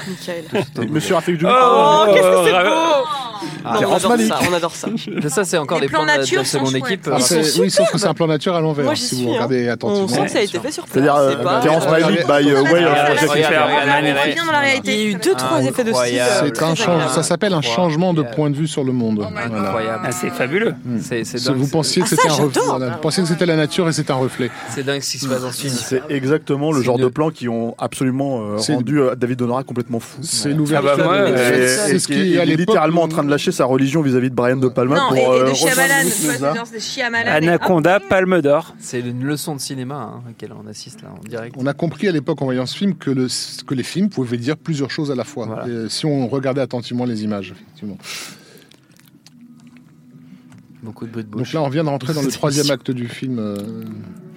S11: Michael.
S2: Monsieur Rafik Djoumi.
S11: Oh, qu'est-ce que c'est beau
S1: Ah,
S11: On adore ça, on adore ça.
S1: Mais ça, c'est encore
S4: Les
S1: des plans
S4: plans
S1: de la- de
S4: nature
S1: la
S4: sont
S1: seconde
S4: chouettes.
S1: équipe.
S4: Ils
S1: euh,
S7: Ah, c'est-
S4: sont
S7: oui, sauf que c'est un plan nature à l'envers,
S11: Moi, j'y
S7: si
S11: suis,
S7: vous
S11: hein.
S7: regardez
S11: On
S7: attentivement.
S11: sent que ça a été fait sur place.
S2: C'est-à-dire,
S11: c'est pas-
S2: euh, Terence Malick by euh, Way
S1: Regarde,
S2: of Russia.
S1: regarde, regarde,
S4: On
S1: regarde.
S4: revient dans la
S11: Il y a
S4: réalité.
S11: eu deux,
S9: Ah,
S11: trois effets de style.
S1: Incroyable.
S11: euh,
S7: C'est un
S11: très
S7: change,
S11: agréables.
S7: ça s'appelle un changement de
S1: Incroyable.
S7: point de vue sur le monde. Voilà.
S1: Incroyable.
S9: Ah, c'est fabuleux.
S1: C'est c'est
S7: Si
S1: dingue.
S7: Vous
S1: c'est-
S7: pensiez que
S11: Ah, ça,
S7: c'était un reflet.
S11: j'adore.
S7: voilà, Vous pensiez que c'était la nature et c'est un reflet.
S1: C'est dingue ce qui se passe dans ce film.
S2: C'est exactement le
S1: C'est
S2: genre
S1: une-
S2: de plans qui ont absolument euh,
S7: C'est-
S2: rendu euh, David Honora complètement fou.
S7: C'est l'ouverture.
S9: Ah bah moi,
S7: de-
S2: Et-
S9: euh,
S7: c'est
S2: et
S7: ce
S2: qui
S7: qui
S2: est
S7: à l'époque,
S2: littéralement en train de lâcher sa religion vis-à-vis de Brian De Palma
S4: Non,
S2: pour
S4: et, et
S2: euh,
S4: de
S2: rejoindre
S4: Shyamalan,
S2: le
S4: tu vois,
S2: Mozart.
S4: c'est genre, c'est Shyamalan.
S11: Ah,
S9: Anaconda, Palme d'Or.
S1: C'est une leçon de cinéma hein, à laquelle on assiste là en direct.
S7: On a compris à l'époque en voyant ce film que, le, que les films pouvaient dire plusieurs choses à la fois.
S1: Voilà.
S7: Et si on regardait attentivement les images, effectivement.
S1: Beaucoup de bruit de
S7: Donc
S1: bouche.
S7: là, on vient de rentrer dans le
S1: Cette
S7: troisième
S1: émission.
S7: acte du film, euh,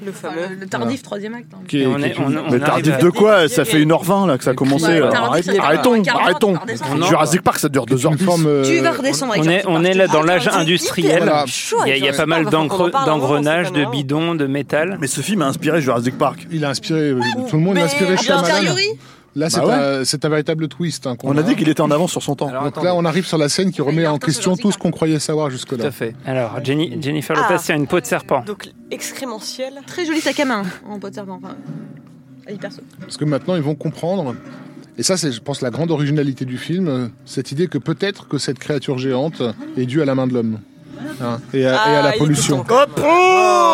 S11: Le
S4: Enfin,
S11: fameux.
S4: le, le tardif troisième acte. hein.
S7: qui
S9: Et
S7: est,
S9: on
S7: qui est
S9: est- on-
S7: une-
S9: on
S2: Mais
S9: arrive
S2: tardif
S9: à-
S2: de quoi Ça fait 1h20 là que ça a commencé.
S1: Ouais,
S2: alors
S4: tardif, ça
S2: arrêtons,
S4: fait
S2: arrêtons,
S4: quarante,
S2: arrêtons.
S4: quarante, descend.
S9: On en-
S2: Jurassic Park ça dure 2h10.
S7: une forme. euh,
S4: Tu vas redescendre avec
S9: On est,
S4: Jurassic
S9: on
S4: Park.
S9: est là dans l'âge
S11: Attends, c'est
S9: industriel.
S7: Voilà.
S11: chaud,
S9: Il y a, il y a
S11: Jurassic
S9: pas mal
S11: Park, on va
S9: d'encre-
S11: en parle,
S9: d'engrenages,
S11: vraiment, c'est
S9: de
S11: pas
S9: bidons, de métal.
S2: Mais ce film a inspiré Jurassic Park.
S7: Il a inspiré euh, tout le monde, il
S4: Ah, Mais
S7: a inspiré
S4: a
S7: Shyamalan.
S4: priori,
S7: Là, c'est
S2: Bah ouais.
S7: un- c'est un, véritable twist. hein, qu'on
S2: On a dit qu'il était en avance sur son temps.
S1: Alors,
S7: Donc
S1: attendez,
S7: là, on arrive sur la scène qui remet en
S4: Attends,
S7: question
S4: Jurassic
S7: tout ce
S4: Park.
S7: qu'on croyait savoir
S1: Tout
S7: jusque-là.
S1: à fait.
S9: Alors, Jenny- Jennifer
S11: Ah.
S9: Lopez tient une peau de serpent.
S11: Donc, excrémentiel.
S4: Très joli sac à main en pot de serpent. Enfin, à hyper saut.
S7: Parce que maintenant, ils vont comprendre. Et ça, c'est, je pense, la grande originalité du film, euh, cette idée que peut-être que cette créature géante est due à la main de l'homme. Hein, et, à, et à
S11: Ah,
S7: la
S11: il est tout
S7: pollution.
S11: le temps comme-
S2: Oh,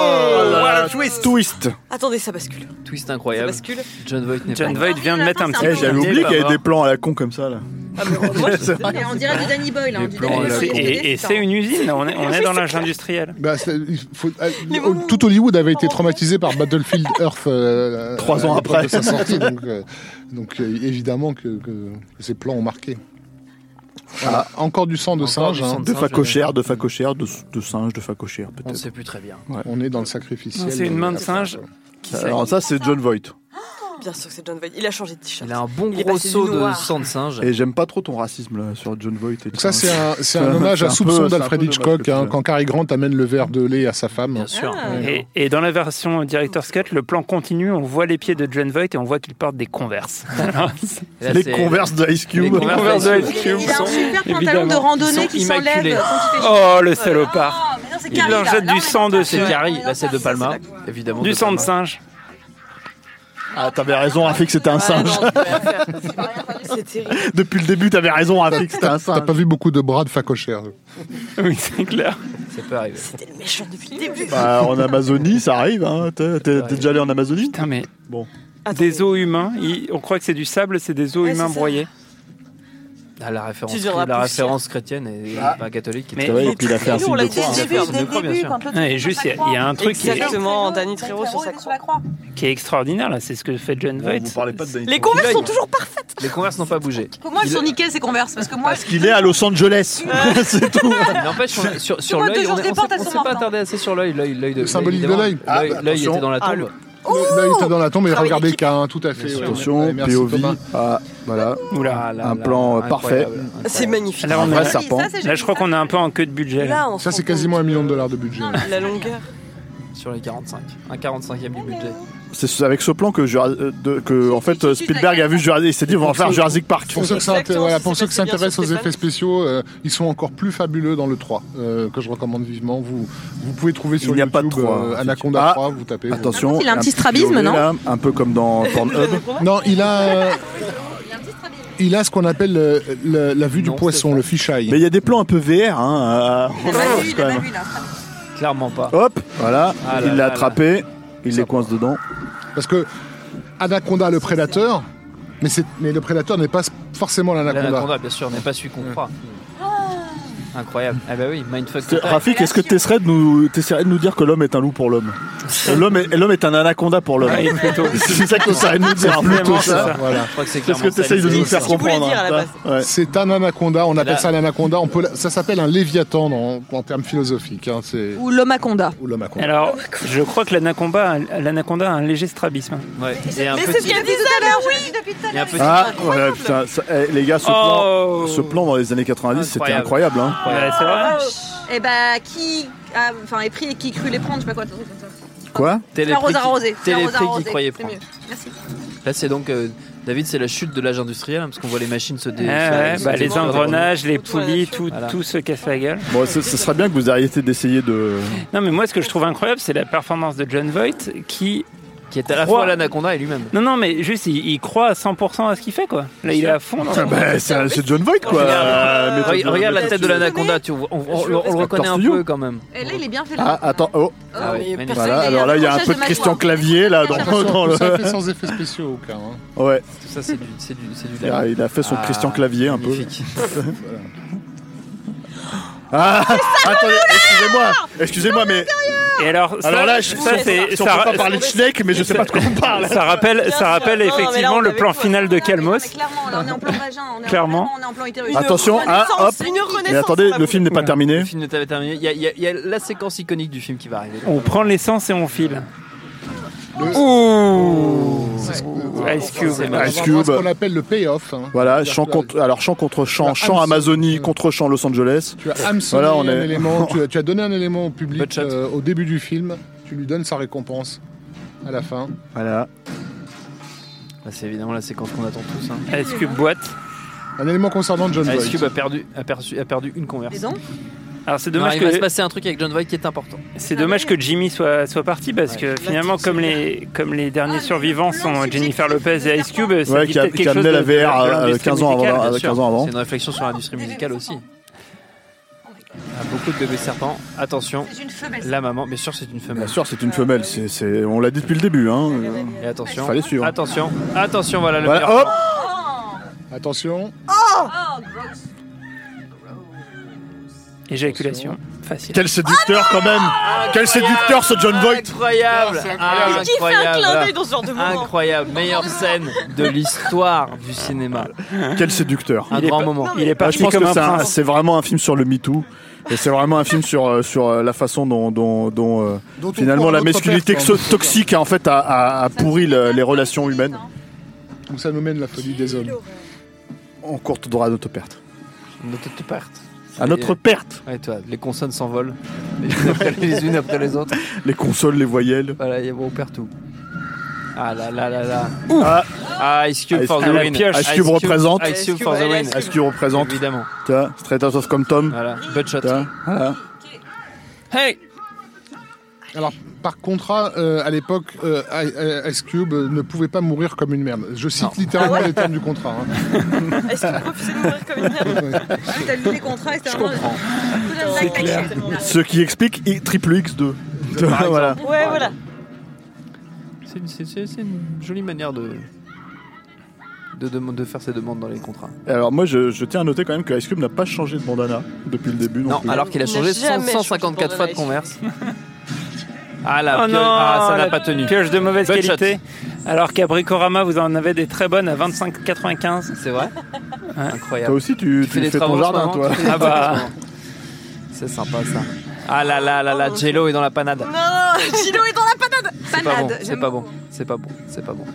S2: Voilà, twist Twist
S11: Attendez, ça bascule.
S1: Twist
S11: Ça
S1: incroyable.
S11: bascule.
S1: John Voight n'est pas.
S9: John Voight vient de mettre un
S4: Eh,
S9: petit
S2: Eh,
S9: coup
S2: J'avais
S9: de pied
S2: oublié qu'il y
S9: par
S2: avait des plans à la con comme ça là.
S11: Ah, mais moi, je-
S4: Mais on dirait du Danny Boyle. Hein,
S1: Les
S4: du
S1: plans,
S4: Danny
S9: Et
S1: là,
S4: Boyle.
S9: c'est-
S1: pour-
S9: Et, et c'est une usine, on est, on est dans l'âge industriel.
S7: Bah, c'est- il faut- euh,
S11: Les
S7: au-
S11: moments
S7: tout Hollywood avait été
S11: où-
S7: traumatisé par Battlefield Earth euh,
S2: Trois
S7: à
S2: ans
S7: l'époque
S2: après.
S7: de sa sortie, donc, euh, donc, euh, évidemment que, que ces plans ont marqué.
S2: Ah.
S7: Voilà, encore du sang de
S1: Encore
S7: singe.
S1: du
S7: hein.
S1: sang
S2: De
S1: singe,
S2: facochère,
S1: ouais.
S2: de facochère, de, de singe, de facochère
S1: On ne
S2: peut-être.
S1: sait plus très bien.
S7: On est dans le sacrificiel.
S9: C'est une main de
S7: Euh,
S9: singe.
S2: Euh, Alors ça, c'est John Voight.
S11: Bien sûr que c'est John Voight. Il a changé de t-shirt.
S1: Il a un bon
S11: Il est
S1: gros
S11: passé du
S1: saut de
S11: noir.
S1: sang de singe.
S2: Et j'aime pas trop ton racisme là, sur John Voight. et tout hein.
S7: Ça, c'est un, c'est un hommage à
S2: peu-
S7: soupçon
S2: c'est un
S7: d'Alfred
S2: peu dommage
S7: Hitchcock
S2: que tu
S7: hein,
S2: l'aies.
S7: quand Cary Grant amène le verre de lait à sa femme. Bien
S1: sûr.
S11: Ah.
S9: Et, et dans la version Director's Cut, le plan continue, on voit les pieds de John Voight et on voit qu'il porte des Converse.
S1: Là, Les c'est- Converse
S2: de Ice
S1: Cube.
S9: Les Converse de Ice Cube.
S4: Il a un
S1: Oh,
S4: super pantalon
S9: Évidemment.
S4: de randonnée qui s'enlève quand il fait chaud. Ah,
S9: Oh, le salopard.
S4: mais non, c'est
S9: Il
S4: Carrie,
S9: leur
S4: là.
S9: jette
S4: Là, on
S9: du
S4: est
S9: sang
S11: Ah.
S9: dessus.
S1: C'est Carrie, là c'est De Palma, évidemment.
S9: Du
S1: De
S9: sang de
S1: Palma.
S9: singe.
S2: Ah, t'avais raison, Rafik, c'était un singe.
S11: C'est terrible.
S2: Depuis le début, t'avais raison, Rafik, c'était un
S7: T'as
S2: singe.
S7: pas vu beaucoup de bras de facochère.
S9: Oui, c'est clair.
S1: Ça peut arriver.
S11: C'était le méchant depuis le début.
S2: Bah, en Amazonie, ça arrive. Hein. T'es, t'es- t'es déjà allé en Amazonie
S9: Putain, mais
S2: bon.
S9: des os humains, il- on croit que c'est du sable, c'est des os
S11: Ouais,
S9: humains
S11: c'est ça.
S9: broyés.
S1: Ah, la référence,
S11: Tu diras
S1: la
S11: poussière.
S1: référence chrétienne et et
S9: Ah.
S1: pas catholique.
S9: Mais- Ouais, et puis il a fait un
S11: Nous, on l'a dit
S9: croix,
S11: dès
S9: hein.
S11: le début, dès
S1: Personne ne
S11: le
S1: croit, bien
S11: début.
S1: sûr.
S11: quand l'autre
S9: Ouais,
S11: est sur
S9: juste,
S11: sa
S9: il y a-
S11: croix.
S9: il y a un truc qui est-
S11: Exactement, Danny Trejo sur sa croix.
S9: Qui est extraordinaire, là, c'est ce que fait John Voight.
S2: vous parlez pas de Danny
S11: Les converses sont toujours parfaites.
S1: Les converses n'ont pas bougé.
S4: Comment elles sont nickées ces converses Parce que moi,
S2: Parce qu'il est à Los Angeles. c'est tout.
S1: N'empêche, sur, sur, sur
S4: vois,
S1: l'œil,
S4: deux
S1: on
S4: jours des
S1: ne
S4: portes, elles sont
S1: s'est pas
S4: mortes,
S1: attardé assez sur l'œil. L'œil, l'œil de
S7: symbolique de
S1: évidemment,
S7: l'œil.
S2: Ah,
S1: L'œil était
S7: attention.
S1: dans la
S7: Ah,
S1: tombe.
S9: Oh
S7: Là, il était dans la tombe et regardez qu'un tout à fait. ouais.
S2: Attention,
S7: Ouais, merci,
S2: POV.
S7: Thomas.
S2: Ah, voilà.
S1: Ah
S9: Oula.
S2: un plan euh, parfait.
S11: C'est magnifique.
S9: Là, on
S2: Un
S9: a-
S2: vrai serpent.
S9: là, je crois qu'on a un peu en queue de budget. là.
S11: Là, on
S7: Ça,
S11: se
S7: c'est
S11: rend compte
S7: quasiment un million de dollars de budget.
S11: de La longueur.
S1: Sur les 45. Un 45e
S4: Oh
S1: du budget.
S2: C'est ce- avec ce plan que, Jura- euh, de- que en fait, euh, Spielberg a vu Jurassic. Il s'est dit, on va en faire Jurassic Park.
S7: Pour ceux que ça inté-
S11: Exactement,
S7: voilà,
S11: ça
S7: pour
S11: s'est
S7: ceux qui
S11: passé bien
S7: s'intéressent
S11: sur
S7: aux
S11: Stéphane.
S7: effets spéciaux, euh, ils sont encore plus fabuleux dans le 3, euh, que je recommande vivement. Vous, vous pouvez trouver sur
S2: Il n'y a
S7: YouTube
S2: pas de 3,
S7: euh,
S2: hein,
S7: Anaconda
S2: Ah,
S7: 3, vous tapez. vous-
S2: Attention.
S15: Il a un petit strabisme,
S2: violet,
S15: non
S2: là, Un peu comme dans Pornhub.
S7: Non, il a, euh, il a ce qu'on appelle le- le- la vue du poisson, le fisheye.
S2: Mais il y a des plans un peu VR. Hein, à-
S4: il a pas vu, il a
S2: quand
S4: pas
S2: même.
S4: vu là.
S1: Clairement pas.
S2: Hop, voilà.
S1: Ah là
S2: il
S1: là
S2: l'a attrapé. Il les coince dedans.
S7: Parce que Anaconda, le prédateur, mais, c'est- mais le prédateur n'est pas forcément l'anaconda.
S1: L'anaconda, bien sûr, n'est pas celui
S2: Mm.
S1: qu'on croit.
S4: Ah.
S1: Incroyable. Ah bah oui, mindfuck.
S2: C'est-
S1: total.
S2: Rafik, est-ce que tu essaierais de nous, t'essaierais de nous dire que l'homme est un loup pour l'homme Euh, L'homme est, l'homme est un anaconda pour l'homme.
S9: Ouais, plutôt.
S2: c'est ça qu'on saurait nous dire.
S9: Vraiment,
S2: Plutôt
S9: c'est
S2: ça.
S9: ça.
S7: Voilà.
S1: Je crois que c'est
S2: C'est ce
S1: clairement
S2: que tu essayes de
S1: ça,
S2: nous
S1: l'idée.
S2: faire
S11: qu'il voulait
S2: comprendre.
S11: dire à la
S2: hein. Ouais.
S7: C'est un anaconda, on appelle
S1: là-
S7: ça l'anaconda, on peut, la- ça s'appelle un léviathan dans- en termes philosophiques. hein, c'est-
S15: Ou l'omaconda.
S7: Ou l'homme anaconda.
S9: Alors, je crois que l'anaconda l'anaconda a un léger strabisme.
S1: Ouais. Et un
S11: Mais c'est ce
S1: petit.
S11: qu'elle dit tout à l'heure, oui
S1: Et un petit.
S2: Ah, ouais, putain, ça- eh, les gars, ce,
S9: Oh.
S2: plan, ce plan dans les années 90, c'était incroyable. Hein.
S11: Ah,
S9: Ouais, c'est vrai.
S4: Et bah, qui a- enfin, est pris et qui crut les prendre, je sais pas quoi.
S2: hein. Quoi
S4: La rose arrosée. La rose
S1: Téléprix qui
S4: arrosée,
S1: croyait
S4: c'est
S1: prendre.
S4: mieux. Merci.
S1: Là, c'est donc. euh, David, c'est la chute de l'âge industriel, hein, parce qu'on voit les machines se dé.
S9: Ouais,
S2: Eh
S1: se-
S9: ouais,
S1: se
S9: bah, les
S1: démonter.
S9: engrenages, les poulies, tout,
S1: Voilà.
S9: tout se casse la gueule.
S2: Bon, ce, ce serait bien que vous arrêtiez d'essayer de.
S9: Non, mais moi, ce que je trouve incroyable, c'est la performance de John Voight qui.
S1: Qui est à la
S9: Trois.
S1: fois l'anaconda et lui-même.
S9: Non, non, mais juste, il, il croit à 100% à ce qu'il fait, quoi. Là, il est à fond. dans son-
S2: Bah, c'est c'est John Voight, quoi.
S1: Regarde,
S2: Euh, mais-
S1: Regarde, regarde la tête de l'anaconda, tu vois, on, on- on- on le reconnaît un
S2: Studio.
S1: peu quand même.
S4: Et là, il est bien fait
S2: Ah,
S4: là.
S2: attends, oh,
S1: Ah
S11: mais
S1: oui, magnifique.
S11: personne
S2: voilà.
S11: n'a
S2: Alors là, il y a un
S4: accrochage
S2: peu
S4: de
S2: de
S4: ma
S2: Christian
S4: foi.
S2: Clavier, là, dans,
S7: Tout ça-
S2: dans
S7: tout
S2: le.
S7: ça fait sans effets spéciaux aucun. hein.
S2: Ouais,
S1: Tout ça, c'est du, c'est du, c'est du.
S2: il a- il a fait son
S1: Ah,
S2: Christian Clavier un peu.
S1: magnifique.
S2: Ah, attendez, excusez-moi, excusez-moi, mais
S9: Et alors, ça,
S2: alors là, je,
S9: ça, c'est.
S2: si on
S9: ça
S2: peut
S9: ra-
S2: pas parler de Schneck, mais je sais pas de quoi on parle.
S9: ça rappelle, ça rappelle
S11: Non, mais là,
S9: effectivement
S11: on
S9: le
S11: avait
S9: plan
S11: tout,
S9: final de
S4: Non, mais non, mais
S9: Calmos.
S4: Clairement, là, on est en plan vagin. on est en-
S9: Clairement.
S4: vraiment, On est en plan
S11: Une
S4: itération.
S2: Attention, ah, hop.
S11: renaissance, Une renaissance.
S2: Mais attendez,
S11: on va
S2: le film n'est pas terminé.
S1: Le film ne t'avait terminé. Il y, a- il y a- il y a la séquence iconique du film qui va
S2: Oh.
S1: arriver.
S9: On prend l'essence et on file.
S7: Le-
S9: Ouh Ice Cube.
S1: C'est
S7: On va
S2: Ice
S7: voir
S2: Cube.
S7: Ce qu'on appelle le payoff. hein.
S2: Voilà,
S7: C'est-à-dire
S2: champ
S7: que
S2: contre, alors champ contre champ,
S7: La
S2: champ
S7: Amazon-
S2: Amazonie contre champ Los Angeles.
S7: Tu as hameçonné
S2: Voilà, on
S7: un
S2: est-
S7: élément, tu, as, tu as donné un élément au
S1: Bud
S7: public
S1: shot.
S7: euh, au début du film, tu lui donnes sa récompense à la fin.
S2: Voilà.
S1: Bah, c'est évidemment la séquence qu'on attend tous. Hein.
S9: Ice Cube Ah, boîte.
S7: Un élément concernant John
S1: Ice
S7: Boyd.
S1: Cube a perdu, a, perçu- a perdu une converse.
S4: Dis donc.
S9: Alors c'est
S1: Non,
S9: dommage
S1: il va se
S9: que
S1: passer un truc avec John Voight qui est important.
S9: c'est dommage que Jimmy soit soit parti parce que finalement comme les comme les derniers
S4: Ah,
S9: survivants
S4: le plan
S9: sont
S4: subjectif
S9: Jennifer Lopez et Ice Cube, ça
S2: Ouais,
S9: dit
S2: qui a-
S9: peut-être
S2: qui
S9: quelque
S2: a
S9: chose
S2: amené la
S9: de- de-
S2: VR
S9: de
S2: à- à
S9: l'industrie
S2: 15 ans avant
S9: musicale.
S2: la-
S1: Bien sûr,
S2: 15 ans avant.
S1: C'est une réflexion sur l'industrie musicale aussi. Ah, beaucoup de bébés serpents. Attention,
S4: C'est une femelle.
S1: la maman, bien sûr, c'est une
S2: Bien
S1: femelle.
S2: sûr, c'est une femelle. c'est- c'est- on l'a dit depuis le début. Hein. Euh,
S1: Et attention,
S2: Fallait suivre.
S1: attention, attention, voilà le
S9: Ah
S2: Voilà,
S1: meilleur
S2: hop.
S1: plan.
S7: Attention,
S9: Éjaculation facile.
S2: Quel séducteur quand même. Quel Oh, séducteur ce John Voight.
S1: Incroyable, Ah,
S11: Mais Qui fait un clin d'œil
S1: incroyable,
S11: dans ce genre de moment
S1: incroyable, meilleure scène de l'histoire du cinéma.
S2: Quel séducteur.
S1: Un
S9: Il est
S1: grand
S9: pas-
S1: moment.
S9: Il est
S2: Ah, je
S9: parti
S2: pense
S9: comme
S2: que
S9: un
S2: c'est un-
S9: prince.
S2: c'est vraiment un film sur le Me Too. Et c'est vraiment un film sur, euh, sur euh, la façon dont, dont, dont, euh,
S7: Dont on
S2: finalement
S7: prend
S2: la
S7: notre
S2: masculinité
S7: perte,
S2: exo-
S7: hein.
S2: toxique en fait a, a- a pourri le- les relations humaines.
S7: Donc ça nous mène la folie des hommes.
S2: On court droit à notre perte.
S1: Notre perte.
S2: À notre perte.
S1: Ouais, toi, les consonnes s'envolent, les unes, après, les unes après les autres.
S2: Les consoles, les voyelles.
S1: Voilà, y a- on perd tout. Ah là là là là.
S2: Ouf. Ah.
S1: Ah, Ice Cube
S2: Ice
S1: for the
S2: Cube.
S1: win.
S2: Ice Cube représente.
S1: Ice Cube for the win.
S2: Ice Cube représente.
S1: Évidemment.
S2: Tiens, Straight Out of Compton.
S1: Voilà, Buckshot.
S2: Voilà.
S1: Hey
S7: Alors, par contrat, euh, à l'époque, euh, I- I- Ice Cube euh, ne pouvait pas mourir comme une merde. Je cite littéralement
S4: Ah ouais
S7: les termes du contrat. hein.
S4: Est-ce qu'il refusait de mourir comme une merde Ah oui, t'as lu les contrats et c'était vraiment.
S2: C'est clair. Ce qui explique I- Triple X2. voilà.
S4: Ouais, voilà.
S1: C'est une, c'est- c'est- c'est une jolie manière de, de, dem- de faire ses demandes dans les contrats.
S2: Et Alors moi je, je tiens à noter quand même que Ice Cube n'a pas changé de bandana depuis le début.
S1: Non,
S2: plus.
S1: alors qu'il a
S4: Il
S1: changé
S4: n'a jamais
S1: 154 fois de
S4: changé de
S1: converse. Ah la
S9: Oh
S1: pioche-
S9: non,
S1: ah, ça
S9: la
S1: n'a pas tenu.
S9: Pioche de mauvaise
S1: Buckshot.
S9: qualité. Alors qu'à Bricorama, vous en avez des très bonnes à 25,95.
S1: C'est vrai Incroyable.
S2: Toi aussi tu, tu fais, ton
S1: travaux en ce
S2: jardin
S1: moment,
S2: toi.
S1: tu fais des
S9: Ah
S1: travaux en
S9: bah.
S1: ce moment. C'est sympa ça. Ah là là là là, Jello est dans la panade.
S4: Oh, Non, Gino est dans la panade
S1: C'est pas bon,
S4: Panade
S1: c'est
S4: j'aime
S1: pas bon, c'est pas bon, c'est pas bon.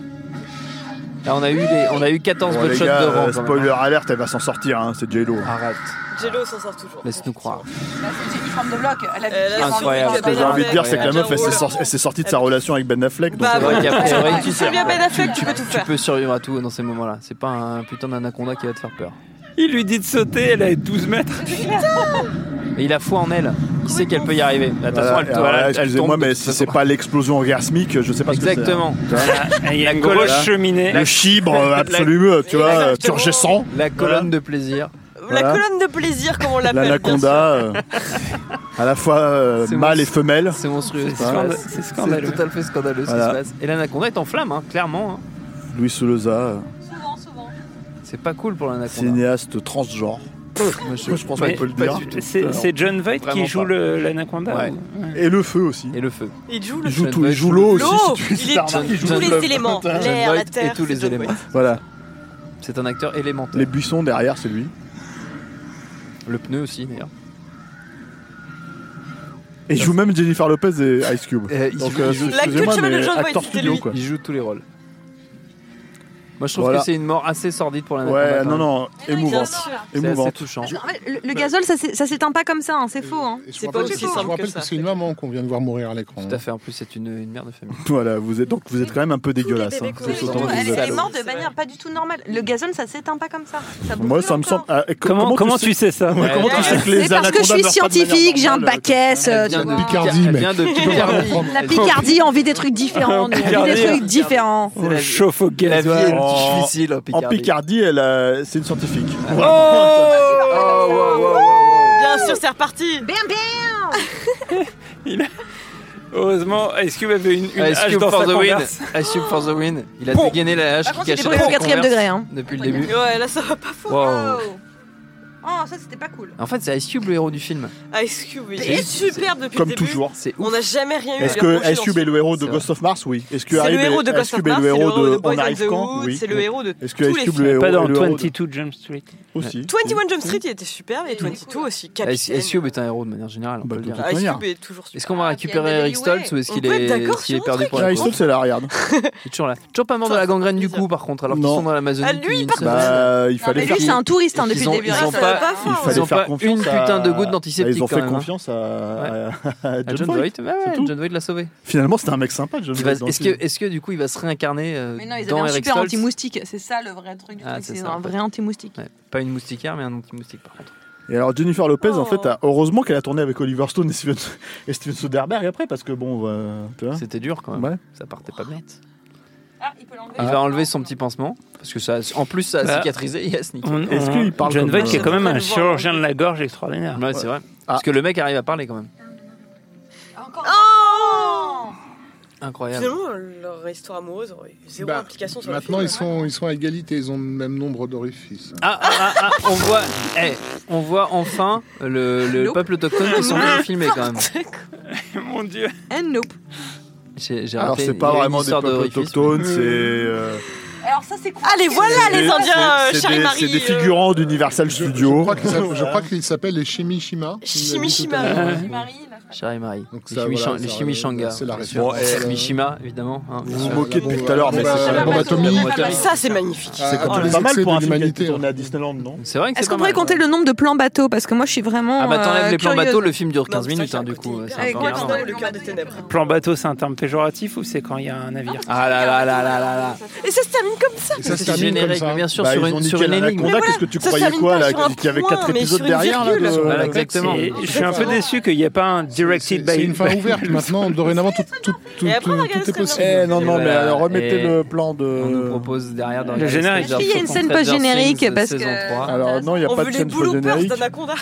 S1: Là on a eu, les- on a eu 14
S2: Bon,
S1: butt
S2: les
S1: shots
S2: gars,
S1: de hein. Ah.
S2: euh,
S1: rang. quand
S2: spoiler
S1: même.
S2: alerte, elle va s'en sortir, hein, c'est J-Lo.
S1: Arrête,
S4: Jello s'en sort toujours.
S1: laisse-nous croire.
S4: Bah, c'est une forme de bloc. Elle a
S1: Euh, Incroyable.
S2: Ce que j'ai envie de dire, c'est
S1: Bah,
S2: que la meuf, elle s'est
S4: Incroyable.
S2: sorti- elle s'est sortie de sa relation avec Ben Affleck. donc,
S4: Bah,
S2: euh,
S1: ouais, qu'a priori, euh,
S4: tu sais bien Ben Affleck, tu peux tout
S1: Tu
S4: faire.
S1: peux survivre à tout dans ces moments-là. C'est pas un putain d'anaconda qui va te faire peur.
S9: Il lui dit de sauter, elle est 12 mètres.
S1: Mais il a foi en elle. Il sait qu'elle peut y arriver. De toute façon,
S2: euh, voilà,
S1: elle,
S2: alors,
S1: voilà, elle
S2: Excusez-moi,
S1: tombe de
S2: mais
S1: toute
S2: si
S1: façon.
S2: c'est pas l'explosion orgasmique, je sais pas ce que c'est.
S1: Exactement.
S2: Tu vois
S9: Il y a
S1: La
S9: une
S1: colonne-
S9: grosse cheminée.
S2: Le chibre euh, absolu, euh, tu vois, euh, turgescent.
S1: La colonne de plaisir.
S4: La
S2: Voilà.
S4: colonne de plaisir, comme on l'appelle.
S2: L'anaconda, euh, à la fois euh,
S1: C'est
S2: mâle
S1: mon-
S2: et femelle.
S1: C'est monstrueux. ce qui se
S2: Voilà.
S1: passe.
S9: c'est scandaleux.
S1: C'est tout à fait scandaleux
S2: Voilà.
S1: ce qui se passe. Et l'anaconda est en flamme, hein, clairement. hein.
S2: Louis Souloza, euh,
S4: Souvent, souvent.
S1: C'est pas cool pour l'anaconda.
S2: cinéaste transgenre.
S1: Moi,
S2: Moi, je pense
S9: Mais
S2: qu'on peut le
S9: pas
S2: dire.
S9: du tout. C'est c'est John Voight
S2: Vraiment
S9: qui joue
S2: pas.
S9: le- l'anaconda.
S1: Ouais.
S2: Et le feu aussi.
S1: Et le feu.
S4: Il joue le
S2: Il joue
S1: John
S2: tout, il
S1: Voight
S2: joue
S1: joue
S2: l'eau
S4: L'eau,
S2: aussi. si tu-
S4: il est
S2: Pardon.
S4: tout, tous
S1: John
S4: les
S1: Voigt.
S4: éléments.
S1: John
S4: L'air, la
S1: Voight
S4: terre.
S1: et tous
S4: c'est
S1: les
S4: John
S1: éléments.
S4: Voigt.
S2: Voilà,
S1: C'est un acteur élémentaire.
S2: les buissons derrière, c'est lui.
S1: Le pneu aussi, d'ailleurs.
S2: Et il joue même Jennifer Lopez et Ice Cube.
S1: Euh, il joue- il joue-
S4: La queue de
S2: excusez-moi,
S4: cheval de
S2: mais
S4: John Voight,
S2: acteur
S4: c'était
S2: studio,
S4: lui.
S2: quoi.
S1: Il joue tous les rôles. Moi, je trouve
S2: Voilà.
S1: que c'est une mort assez sordide pour l'anaconda.
S2: Ouais,
S1: quand
S2: non,
S1: même.
S2: non, émouvant.
S4: sûr.
S1: C'est assez
S2: Émouvant.
S1: touchant.
S15: En fait, le, le gazole, ça, s'é- ça s'éteint pas comme ça, hein, c'est faux. hein.
S7: Et je
S4: C'est
S7: vous
S4: pas
S7: rappelle-
S4: aussi
S7: je vous
S4: simple que
S7: rappelle
S4: ça.
S7: que c'est une maman qu'on vient de voir mourir à l'écran. hein.
S1: Tout à fait. En plus, c'est une, une mère de famille.
S2: Voilà, vous êtes, donc vous êtes quand même un peu dégueulasse. hein.
S4: Oui,
S2: C'est
S4: surtout,
S2: autant vous
S4: Elle
S2: dire.
S4: elle est morte de manière pas du tout normale. Le gazole, ça s'éteint pas comme ça. ça
S2: Moi,
S4: brûle
S2: ça me
S4: encore.
S2: semble. ah, et co-
S9: Comment, comment tu sais ça
S2: Ouais, comment tu sais que les
S15: C'est parce que je
S2: anacondas
S15: suis
S2: meurent pas de manière
S15: scientifique, j'ai un
S2: normale,
S15: bac S. euh,
S1: Elle vient
S15: tu
S1: de
S15: vois.
S7: Picardie,
S1: Elle
S7: mec.
S1: vient de
S15: La
S1: Picardie.
S15: Picardie a envie des trucs différents. nous, envie des
S9: Picardie.
S2: hein.
S15: trucs différents.
S9: On le Oh, chauffe au
S1: La
S9: gaz.
S1: vie est
S2: En-
S1: difficile en
S2: En
S1: Picardie.
S2: Picardie, elle, euh, c'est une scientifique.
S9: Oh,
S4: Bien sûr, c'est reparti.
S15: Bam, bam
S9: Heureusement, Ice Cube avait une, une
S1: Ice
S9: hache
S1: Cube
S9: dans
S1: for
S9: sa
S1: the win.
S9: converse.
S1: Ice Cube for the win. Il a
S9: Bon.
S1: dégainé la hache
S4: Par
S1: qui
S4: contre, il est
S1: cachait
S4: brûlé
S1: son
S4: au
S15: quatrième
S1: converse
S15: degré, hein.
S1: Depuis le début.
S4: Ouais, là, ça va pas fort.
S1: Wow.
S4: Oh, ça, c'était pas cool.
S1: En fait, c'est Ice Cube le héros du film.
S4: Ice Cube, il est
S1: C'est-
S4: superbe depuis
S2: Comme
S4: le début.
S2: toujours.
S1: C'est
S4: On
S1: ouf.
S4: n'a jamais rien eu à
S2: Est-ce
S4: lui
S2: que
S4: reprocher
S2: Ice
S4: dans
S2: Cube
S4: ce
S2: est le héros de
S1: C'est
S2: Ghost of Mars Oui. Est-ce
S4: C'est
S2: que
S4: le
S2: Harry
S4: héros de
S2: est- Ice
S4: Ghost of
S2: Cube est
S4: Mars,
S2: le
S4: c'est le
S2: héros
S4: héros de
S2: de
S4: Boys
S2: On
S4: and
S2: arrive
S4: the
S2: quand
S4: Hood,
S2: Oui.
S4: c'est le héros de
S2: Est-ce que
S4: tous
S2: Ice
S4: les
S2: Cube
S4: films.
S2: le héros
S9: Pas dans
S2: est le héros de-
S9: 22 Jump Street.
S2: aussi
S4: 21 Jump Street, il était superbe. Et 22 aussi.
S1: Ice,
S4: Capitaine.
S1: Ice Cube est un héros de manière générale. on peut
S2: Bah,
S1: le dire.
S2: tout à fait.
S4: Ice
S2: manière.
S4: Cube est toujours
S1: Est-ce
S4: superbe.
S1: qu'on va récupérer Eric Stoltz ou est-ce
S4: On
S1: qu'il
S4: peut être
S1: est,
S4: d'accord
S1: est-ce qu'il est
S4: sur un
S1: perdu
S4: truc.
S1: pour
S2: Ah,
S1: la
S2: Ice
S1: cause
S2: Cube, c'est la regarde.
S1: Il est toujours là. Toujours pas mort de la gangrène du cou, par contre, alors qu'ils
S2: Non.
S1: sont dans l'Amazonie.
S4: Ah, lui,
S1: depuis
S4: par
S1: une
S4: contre,
S1: semaine.
S2: Bah, il fallait
S15: Mais lui,
S2: faire.
S15: c'est un touriste hein,
S1: Ils
S15: depuis
S1: ont-
S15: le début.
S1: ils
S15: hein.
S1: ont
S4: ça
S1: pas-
S4: va pas
S2: Il
S4: fort.
S2: fallait
S1: ont
S2: faire
S1: pas
S2: confiance
S1: une
S2: à-
S1: putain de goutte d'antiseptique,
S2: Ils ont
S1: quand
S2: fait
S1: même, hein.
S2: confiance à, à
S1: Ah,
S2: John Voight.
S1: ouais, ouais,
S2: c'est tout.
S1: John Voight l'a sauvé.
S2: Finalement, c'était un mec sympa, John
S1: Il va-
S2: Voight. dans le
S1: Est-ce que,
S2: film.
S1: est-ce que du coup il va se réincarner euh,
S4: Mais non, ils avaient
S1: dans
S4: un
S1: Eric
S4: super
S1: Stoltz
S4: anti-moustique. C'est ça le vrai truc du
S1: Ah,
S4: truc.
S1: c'est
S4: C'est
S1: ça,
S4: un
S1: en fait.
S4: vrai anti-moustique.
S1: Ouais. Pas une moustiquaire, mais un anti-moustique par contre.
S2: Et alors Jennifer Lopez, en
S4: Oh.
S2: fait, a- heureusement qu'elle a tourné avec Oliver Stone et Steven, et Steven Soderbergh après, parce que bon, euh, tu vois.
S1: C'était dur quand même.
S2: Ouais.
S1: Ça partait pas bien.
S4: Ah, il peut l'enlever.
S1: Il va enlever son petit pansement parce que ça, en plus ça a
S9: Bah.
S1: cicatrisé. Yes, nickel.
S9: On-
S2: Est-ce
S9: on-
S2: qu'il parle
S9: John
S2: comme
S9: Voight qui
S2: un-
S9: est quand même
S4: Je
S9: un
S4: suis en train de
S9: chirurgien
S4: voir.
S9: de la gorge extraordinaire.
S1: Ouais, c'est vrai. Parce que le mec arrive à parler quand même.
S4: Oh
S1: Incroyable.
S4: Finalement, leur histoire amoureuse aurait eu zéro
S7: Bah,
S4: implication sur
S7: Maintenant,
S4: le
S7: ils
S4: film.
S7: sont, ils sont à égalité, ils ont le même nombre d'orifices.
S1: Ah, ah, ah, ah, on voit, eh, on voit enfin le, le
S4: Nope.
S1: peuple autochtone qui sont venus filmer quand même.
S9: Mon dieu.
S15: Eh,
S4: And nope.
S1: J'ai, j'ai
S2: Alors
S1: raté,
S2: c'est
S1: il y
S2: pas
S1: a une
S2: vraiment des
S1: histoire
S2: peuples
S1: d'orifice, mais-
S2: autochtones, c'est euh,
S4: Eh, Alors ça, c'est quoi
S11: Allez, voilà les Indiens,
S2: C'est
S11: euh, Charlie
S2: des-
S11: Marie.
S2: C'est des figurants d'Universal Studios.
S7: Je crois qu'il s'appelle- je crois qu'il s'appelle les Shimishima.
S11: Shimishima.
S1: Charlie Marie.
S7: ça,
S1: les Shimi-
S7: voilà,
S1: les
S7: ça,
S1: Shimishanga.
S7: c'est la
S1: bien sûr.
S7: référence.
S1: Bon,
S7: Bon,
S1: et
S7: euh,
S1: Mishima, évidemment. hein, bien
S7: vous
S1: sûr.
S7: vous moquez depuis tout à l'heure, mais
S1: Bon,
S7: c'est-
S1: bah,
S7: la bombe atomique.
S11: Ça, c'est magnifique.
S7: C'est
S1: quand
S7: les
S19: pas mal
S7: excès hein.
S19: pour un film qui a
S7: de
S19: été
S7: l'humanité,
S19: tourné à Disneyland, non
S1: C'est vrai que
S15: Est-ce
S1: c'est pas
S15: qu'on pourrait
S1: mal.
S15: compter le nombre de plans bateaux Parce que moi, je suis vraiment.
S1: Ah bah t'enlèves
S15: euh,
S1: les plans
S15: curieuse.
S1: bateaux, le film dure 15 minutes, hein, du coup. euh, c'est un peu énorme.
S11: le cœur des ténèbres.
S9: Plan bateau, c'est un terme péjoratif ou c'est quand il y a un navire
S1: Ah là là là là là là.
S11: Et ça se termine comme ça.
S1: ça se termine comme ça. Bien sûr,
S2: Bah,
S1: sur
S2: ils
S1: une-
S2: ont
S1: sur
S2: niqué
S1: une énigme.
S2: Anaconda,
S1: Mais
S2: Qu'est-ce que tu
S11: ça se
S2: croyais
S11: termine
S2: quoi
S11: pas
S2: là
S11: sur un
S2: Qu'il y avait
S11: point,
S2: 4
S11: mais
S2: épisodes
S11: sur une
S2: derrière là,
S11: virgule.
S2: de-
S9: Voilà,
S2: Ouais,
S9: exactement.
S2: c'est-
S9: Je suis un peu déçu qu'il n'y ait pas un directed by.
S7: C'est une fin ouverte maintenant. Dorénavant, tout, tout, tout,
S11: après, on
S7: tout-
S11: regarde
S7: tout est
S11: Stranger
S7: possible.
S2: Eh non, non, mais
S1: voilà,
S2: alors remettez
S1: et-
S2: le plan de. On nous
S1: propose derrière dans
S15: Le générique. Est-ce qu'il y a une scène post-générique Parce que-
S2: Alors non, il n'y a
S11: On
S2: pas
S11: veut
S2: de
S11: les
S2: scène post-générique.
S11: bloopers d'Anaconda.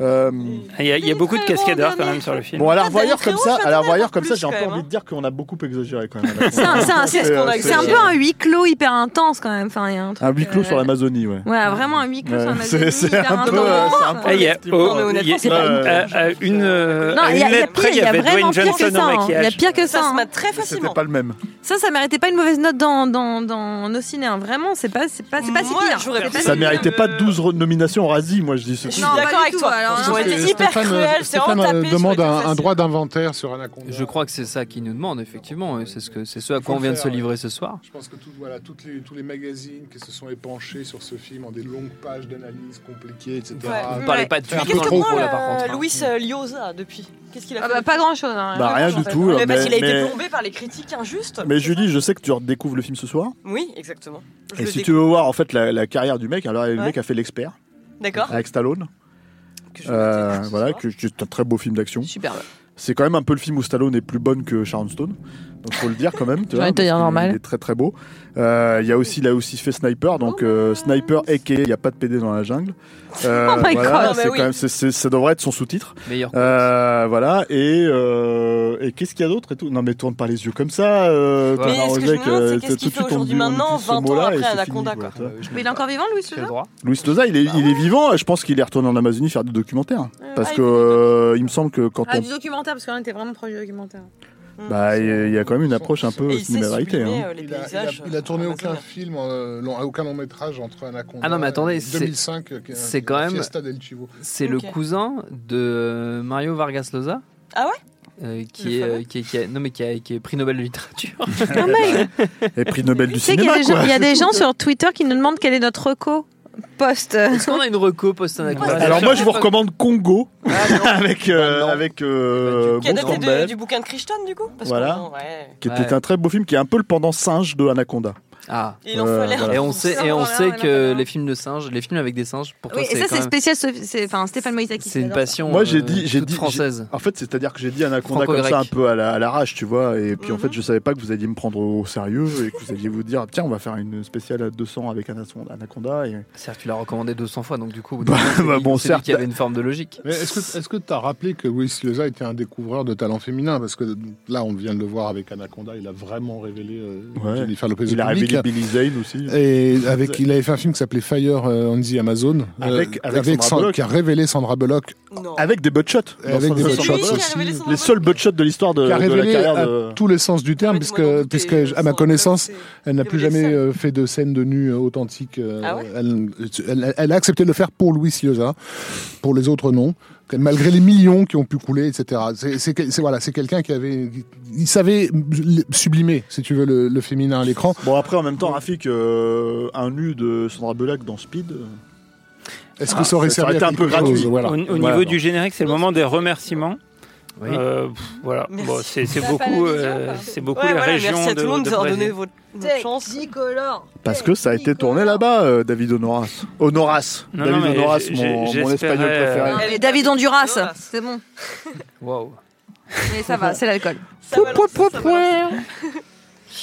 S2: Euh,
S9: Il y a, il y a beaucoup de cascadeurs quand même sur le film.
S2: Bon, à la
S11: Putain, t'as
S2: revoyeur
S11: montré
S2: comme
S11: Rouge,
S2: ça,
S11: toi,
S2: à la
S11: t'as
S2: revoyeur
S11: l'air
S2: comme ça,
S11: plus,
S2: j'ai un
S11: quand
S2: peu
S11: même,
S2: envie de dire qu'on a beaucoup exagéré quand même.
S15: C'est un, c'est un- c'est- c'est un peu un huis clos hyper intense quand même. Enfin, il y a un truc.
S2: Un huis clos
S15: euh,
S2: sur l'Amazonie, ouais.
S1: Ah.
S15: Ouais, vraiment un huis clos sur
S2: Ouais,
S15: l'Amazonie.
S2: c'est- c'est
S15: hyper
S2: un peu,
S15: intense.
S2: euh, c'est un peu
S1: Eh,
S9: Ah, il y a,
S2: effectivement.
S9: oh,
S2: Mais honnêtement,
S9: il y a-
S2: c'est pas
S9: euh,
S2: une-
S9: à- à une, euh,
S15: Non,
S9: à
S15: il y
S9: une
S15: a- il y a
S9: lettre près,
S15: pire,
S9: il
S15: il y a
S9: avait
S15: vraiment
S9: Dwayne
S15: pire que
S9: Johnson
S15: ça.
S9: au
S15: hein. Il y a
S9: maquillage.
S15: pire que
S4: Ça
S15: ça.
S4: se
S15: hein.
S4: mate très
S2: C'était
S4: facilement.
S2: pas le même.
S15: Ça, ça méritait pas une mauvaise note dans, dans, dans nos ciné. hein. Vraiment, c'est pas, c'est pas, c'est pas si
S11: Moi,
S15: pire.
S11: j'aurais
S15: C'est pas
S2: Ça
S15: si
S2: méritait pas 12 re- nominations au Razzie, moi je dis ce
S15: pire.
S11: suis d'accord
S15: pas du
S11: avec
S15: tout,
S11: toi.
S15: alors,
S11: Ils ont
S15: hein.
S11: été hyper
S7: Stéphane,
S11: cruels, c'est
S7: Stéphane
S11: vraiment
S7: euh,
S11: tapé.
S7: demande un, un droit d'inventaire sur Anaconda.
S1: Je crois que c'est ça qu'ils nous demandent, effectivement. et C'est ce, que- c'est ce à
S7: Il faut
S1: quoi on
S7: le
S1: vient de
S7: faire,
S1: se
S7: ouais.
S1: livrer ce soir.
S7: Je pense que tout- voilà, toutes les- tous les magazines qui se sont épanchés sur ce film en des longues pages d'analyse compliquées, etc.
S11: Ouais.
S1: On parlait pas de
S7: Un
S11: Mais
S7: peu
S11: qu'est-ce que
S7: trop,
S11: prend
S7: pour là, par
S11: euh,
S7: contre, hein.
S11: Luis euh, Liosa depuis Qu'est-ce qu'il a
S15: Ah
S11: fait
S15: bah, pas grand chose. Hein.
S2: Bah, rien du
S11: fait.
S2: tout,
S11: Mais
S2: mais-
S11: parce qu'il a été
S2: mais-
S11: plombé par les critiques injustes.
S2: Mais Julie, je sais que tu redécouvres le film ce soir.
S11: Oui, exactement. Je
S2: Et
S11: le
S2: si
S11: découvre.
S2: tu veux voir en fait la, la carrière du mec, alors le
S11: Ouais.
S2: mec a fait l'expert
S11: D'accord.
S2: avec Stallone. Euh, voilà, que c'est un très beau film d'action.
S15: Superbe.
S2: C'est quand même un peu le film où Stallone est plus bonne que Sharon Stone. Donc faut le dire quand même. Tu
S15: J'ai
S2: vois,
S15: envie de te
S2: parce
S15: dire
S2: qu'il-
S15: normal.
S2: Il est très très beau. Euh, Il y a aussi, il a aussi fait Sniper. Donc
S11: Oh.
S2: euh, Sniper et il n'y a pas de PD dans la jungle. Euh,
S15: Oh my God.
S2: voilà,
S15: Non, mais
S2: c'est quand
S15: oui.
S2: même- c'est- c'est- ça devrait être son sous-titre.
S1: Meilleur.
S2: Euh, voilà. Et, euh, et qu'est-ce qu'il y a d'autre et tout Non mais tourne pas les yeux comme ça. Euh,
S11: Mais ce
S2: Thomas
S11: que je me
S2: Rozek,
S11: demande,
S2: euh,
S11: c'est
S2: tout
S11: qu'est-ce
S2: de
S11: qu'il
S2: suite,
S11: fait
S2: on
S11: aujourd'hui
S2: dit- on
S11: maintenant,
S2: dit ce
S11: 20 ans
S2: mot-là, et
S11: après
S2: c'est
S11: Anaconda,
S2: fini,
S11: quoi.
S2: tu vois.
S15: Mais il est encore vivant, Louis Souza
S2: Louis Loza, il est, il est vivant et je pense qu'il est retourné en Amazonie faire des documentaires. hein. Parce
S15: ah,
S2: que
S15: il fait des
S2: euh, il me semble que quand
S15: Ah,
S2: on.
S15: du documentaire, parce qu'on était vraiment proche du documentaire.
S2: Bah, il y a quand même une approche un peu cinéma-vérité. Hein.
S7: Il a, il a- il a tourné aucun film, euh, long- aucun long métrage entre Anaconda.
S1: Ah non, mais attendez,
S7: et
S1: c'est-
S7: 2005, euh, qui-
S1: c'est quand même-
S7: Fiesta del Chivo.
S1: C'est le
S7: Ok.
S1: cousin de Mario Vargas Llosa.
S11: Ah ouais
S1: euh, qui, est, euh, qui, est- qui a- non mais qui, a- qui est prix Nobel de littérature.
S2: Et prix Nobel du
S15: Tu sais qu'il y
S2: cinéma.
S15: a des, gens,
S2: quoi.
S15: il y a des gens sur Twitter qui nous demandent quelle est notre reco post.
S1: Est-ce qu'on a une reco post anaconda
S2: Alors, moi, je vous recommande Congo
S11: Ah,
S2: avec, euh, avec euh,
S11: Qui est
S2: Bruce
S11: adapté de-
S2: Campbell,
S11: Ah, Bah, du bouquin de Crichton, du coup Parce
S2: Voilà.
S11: qu'on- ouais.
S2: qui était un très beau film qui est un peu le pendant singe de Anaconda.
S1: Ah.
S11: Il en fallait un
S1: Et
S11: pour
S1: on
S11: ça.
S1: sait, et on
S11: Voilà,
S1: sait
S11: voilà,
S1: que les films de singes, les films avec des singes, pour toi,
S15: Oui, et
S1: c'est
S15: ça,
S1: quand
S15: c'est
S1: même-
S15: spécial. Sophie- c'est- Enfin, Stéphane Moïsaki.
S1: C'est une
S15: j'adore ça.
S1: passion.
S2: Moi, j'ai
S1: euh,
S2: dit, j'ai
S1: toute
S2: dit,
S1: française.
S2: j'ai- En fait, c'est-à-dire que j'ai dit Anaconda comme
S1: Franco-grec.
S2: ça un peu à la- à l'arrache, tu vois. Et
S11: Mhm.
S2: puis en fait, je savais pas que vous alliez me prendre au sérieux et que vous alliez vous dire tiens, on va faire une spéciale à 200 avec Anaconda- Anaconda. Et...
S1: Certes, tu l'as recommandé 200 fois, donc du coup, au bout d'un
S2: Bah,
S1: moment, c'est
S2: bah,
S1: lui-
S2: bon,
S1: c'est lui
S2: certes.
S1: qui avait une forme de logique.
S7: Mais est-ce que est-ce que t'as rappelé que Louis Leza était un découvreur de talent féminin parce que là on vient de le voir avec Anaconda il a vraiment révélé euh,
S2: Ouais.
S7: Jennifer Lopez
S2: Il
S7: au
S2: a
S7: public.
S2: révélé Billy Zane aussi.
S7: Et avec, il avait fait un film qui s'appelait Fire euh, on the Amazon,
S2: Avec- avec Sandra
S7: Sand-
S2: Bullock. Euh,
S7: qui a révélé Sandra Bullock,
S2: Avec des butt shots.
S7: Avec
S2: Dans
S7: des
S2: son-
S7: butt
S2: son-
S7: shots
S2: son-
S7: aussi. Qui a révélé
S2: Les seuls butt shots de l'histoire de,
S7: qui a
S2: de la
S7: révélé
S2: carrière
S7: à
S2: de.
S7: tous les sens du terme, puisque, puisque à ma connaissance, elle n'a plus jamais euh, fait de scène de nu euh, authentique. euh,
S11: Ah ouais
S7: elle, elle- elle a accepté de le faire pour Louis Llosa, pour les autres non, malgré les millions qui ont pu couler, etc. C'est- C'est quel- c'est- voilà, c'est quelqu'un qui avait, qui- il savait sublimer, si tu veux, le, le féminin à l'écran.
S2: Bon, après, en même temps, Rafik, euh, un nu de Sandra Bullock dans Speed. euh,
S7: Est-ce que ça aurait servi
S2: Ah, été
S7: à
S2: un peu
S7: quelque
S2: gratuit
S7: chose, voilà.
S9: Au, au
S7: Voilà.
S9: niveau du générique, c'est le moment des remerciements. Euh, pff, voilà,
S11: Merci.
S9: Bon, c'est c'est
S11: Ça va pas la
S9: beaucoup,
S11: vision,
S9: euh,
S11: quoi.
S9: c'est beaucoup
S11: Ouais,
S9: la
S11: voilà,
S9: région
S11: Merci à tout
S9: de-
S11: le monde
S9: de
S11: d'avoir donné
S9: Brésil.
S11: votre votre chance. Nicolore.
S2: Parce que ça a été tourné là-bas, euh, David Honoras. Honoras.
S9: Non, non,
S2: David
S9: mais
S2: Honoras,
S9: j'ai-
S2: mon,
S9: j'ai-
S2: mon espagnol
S9: j'espérais, euh,
S2: préféré.
S15: Non, mais David Honduras, c'est bon.
S1: Waouh.
S15: Mais ça va, c'est l'alcool.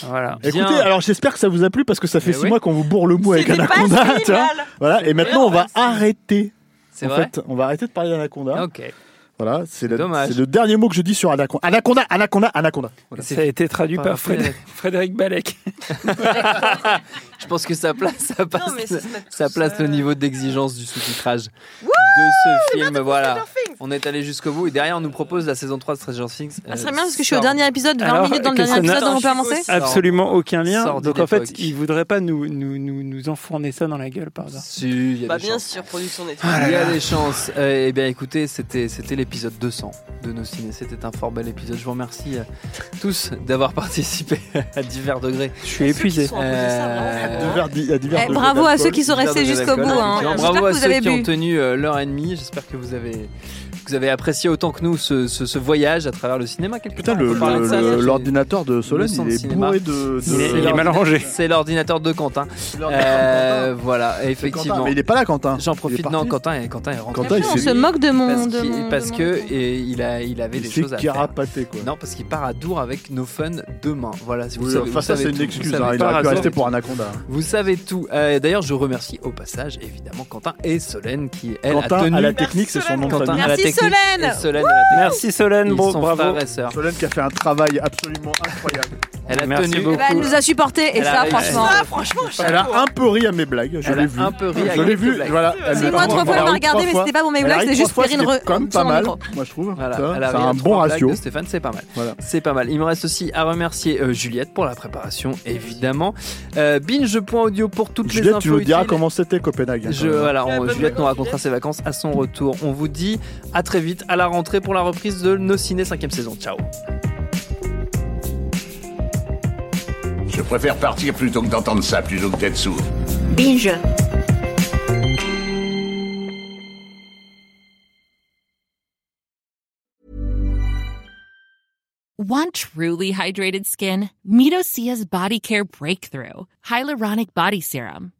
S9: Voilà.
S2: Écoutez, alors j'espère que ça vous a plu parce que ça fait
S1: Mais
S2: six
S1: Eh oui.
S2: mois qu'on vous bourre le mou avec
S1: C'était pas
S2: Anaconda.
S1: si
S2: tu vois.
S1: mal.
S2: Voilà, et maintenant on va arrêter.
S1: C'est
S2: En
S1: vrai
S2: fait, hein. on va arrêter de parler d'Anaconda.
S1: Ok.
S2: Voilà, c'est le,
S1: Dommage.
S2: c'est le dernier mot que je dis sur Anaconda. Anaconda, Anaconda, Anaconda.
S9: Ça a été traduit
S1: Par
S9: par Frédéric, Frédéric Balek.
S1: Je pense que ça place, ça passe-
S11: mais ça se met tout
S1: ça place
S11: seul.
S1: le niveau d'exigence du sous-titrage de ce film. Voilà. On est allé jusqu'au bout et derrière on nous propose la saison 3 de Stranger Things.
S11: Euh, Ça
S1: Euh,
S11: Ah, serait bien parce que je suis au dernier épisode, 20 minutes dans le dernier épisode, on peut avancer
S9: Absolument aucun lien.
S1: Sort
S9: Donc
S1: d'une
S9: en fait,
S1: époque.
S9: ils voudraient pas nous, nous, nous, nous enfourner ça dans la gueule par hasard.
S1: Si, il y a
S20: Bah,
S1: des
S20: bien
S1: chances. Ah
S20: sûr, production Netflix.
S1: Il y a des chances. Euh, Eh bien, écoutez, c'était c'était l'épisode 200 de nos ciné. C'était un fort bel épisode. Je vous remercie euh, tous d'avoir participé à divers degrés. Je Euh,
S9: suis épuisé.
S11: Eh, bravo à ceux qui sont restés jusqu'au bout. hein. J'espère
S1: Bravo
S11: que
S1: à
S11: vous avez
S1: ceux qui ont
S11: bu.
S1: tenu euh, l'heure et demie. J'espère que vous avez que vous avez apprécié autant que nous ce, ce- ce voyage à travers le cinéma. Quelque
S2: Putain,
S1: part. On
S2: le-
S1: peut parler de ça,
S2: le-
S1: c'est-
S2: l'ordinateur de Solène,
S1: centre
S2: il est
S1: cinéma.
S2: bourré de. de-
S1: C'est l'ordinateur- C'est l'ordinateur de Quentin. Euh, voilà, effectivement.
S2: Mais il est pas là, Quentin.
S1: J'en profite. Non, Quentin est, Quentin est rentré.
S2: Quentin, il
S11: Mmh, On se moque de mon.
S1: Parce
S11: de mon-
S1: qu'il-
S11: de
S1: Parce
S11: mon-
S1: que et il, a, il avait
S2: Il
S1: des
S2: s'est
S1: choses à faire.
S2: carapaté, quoi.
S1: Non, parce qu'il part à Dour avec No Fun demain. Voilà, si vous
S2: Oui,
S1: savez,
S2: enfin,
S1: vous
S2: ça,
S1: savez
S2: c'est
S1: tout,
S2: une
S1: vous
S2: excuse,
S1: savez
S2: hein, il
S1: pas.
S2: aurait pu
S1: Raison.
S2: rester pour Anaconda.
S1: Vous savez tout. Euh, D'ailleurs, je remercie au passage évidemment Quentin et Solène qui elle
S2: Quentin
S1: a tenu
S2: à la technique, c'est son nom de
S1: Quentin
S2: famille.
S1: à la
S2: Merci,
S1: technique
S2: Solène.
S1: et Solène à la technique.
S9: Merci Solène,
S1: Ils
S9: bon,
S1: sont
S9: bravo.
S1: frères et sœurs.
S2: Solène qui a fait un travail absolument incroyable.
S1: Elle a
S9: Merci
S1: tenu.
S9: beaucoup.
S11: Bah, elle nous a supportés et
S1: Elle a
S11: ça,
S1: réussi.
S11: franchement.
S1: Ça,
S11: franchement,
S2: Elle a un peu ri à mes blagues, je
S1: Elle a
S2: l'ai vu.
S1: un peu ri à
S2: Je l'ai
S1: quelques
S2: vu,
S1: blagues.
S2: voilà. elle
S11: C'est
S2: me-
S11: moi,
S2: elle
S11: trois
S2: me-
S11: fois, elle
S2: elle
S11: m'a
S2: a ri
S11: regardé,
S2: trois
S11: mais
S2: fois.
S11: c'était pas pour mes
S2: Elle a
S11: blagues,
S2: ri
S11: c'est
S2: trois
S11: juste
S2: fois,
S11: Perrine
S2: ce qui est
S11: re-
S2: quand même
S11: sur
S2: pas
S11: le
S2: mal,
S11: micro.
S2: moi je trouve.
S1: Voilà,
S2: Tu vois,
S1: elle a
S2: C'est
S1: ri à
S2: un
S1: trois
S2: bon
S1: blagues
S2: ratio.
S1: de Stéphane, c'est pas mal. C'est pas mal. Il me reste aussi à remercier euh, Juliette pour la préparation, évidemment. Euh, binge.audio pour toutes les
S2: Juliette,
S1: infos.
S2: tu nous diras
S1: utiles.
S2: comment c'était Copenhague. hein,
S1: Je, voilà, on- Juliette nous racontera ses vacances à son retour. On vous dit à très vite à la rentrée pour la reprise de Nos Ciné 5 saison. Ciao
S3: Je préfère partir plutôt que d'entendre ça, plutôt que d'être sourd.
S21: Binge.
S4: Want truly hydrated skin? Meet Osea's Body Care Breakthrough Hyaluronic Body Serum.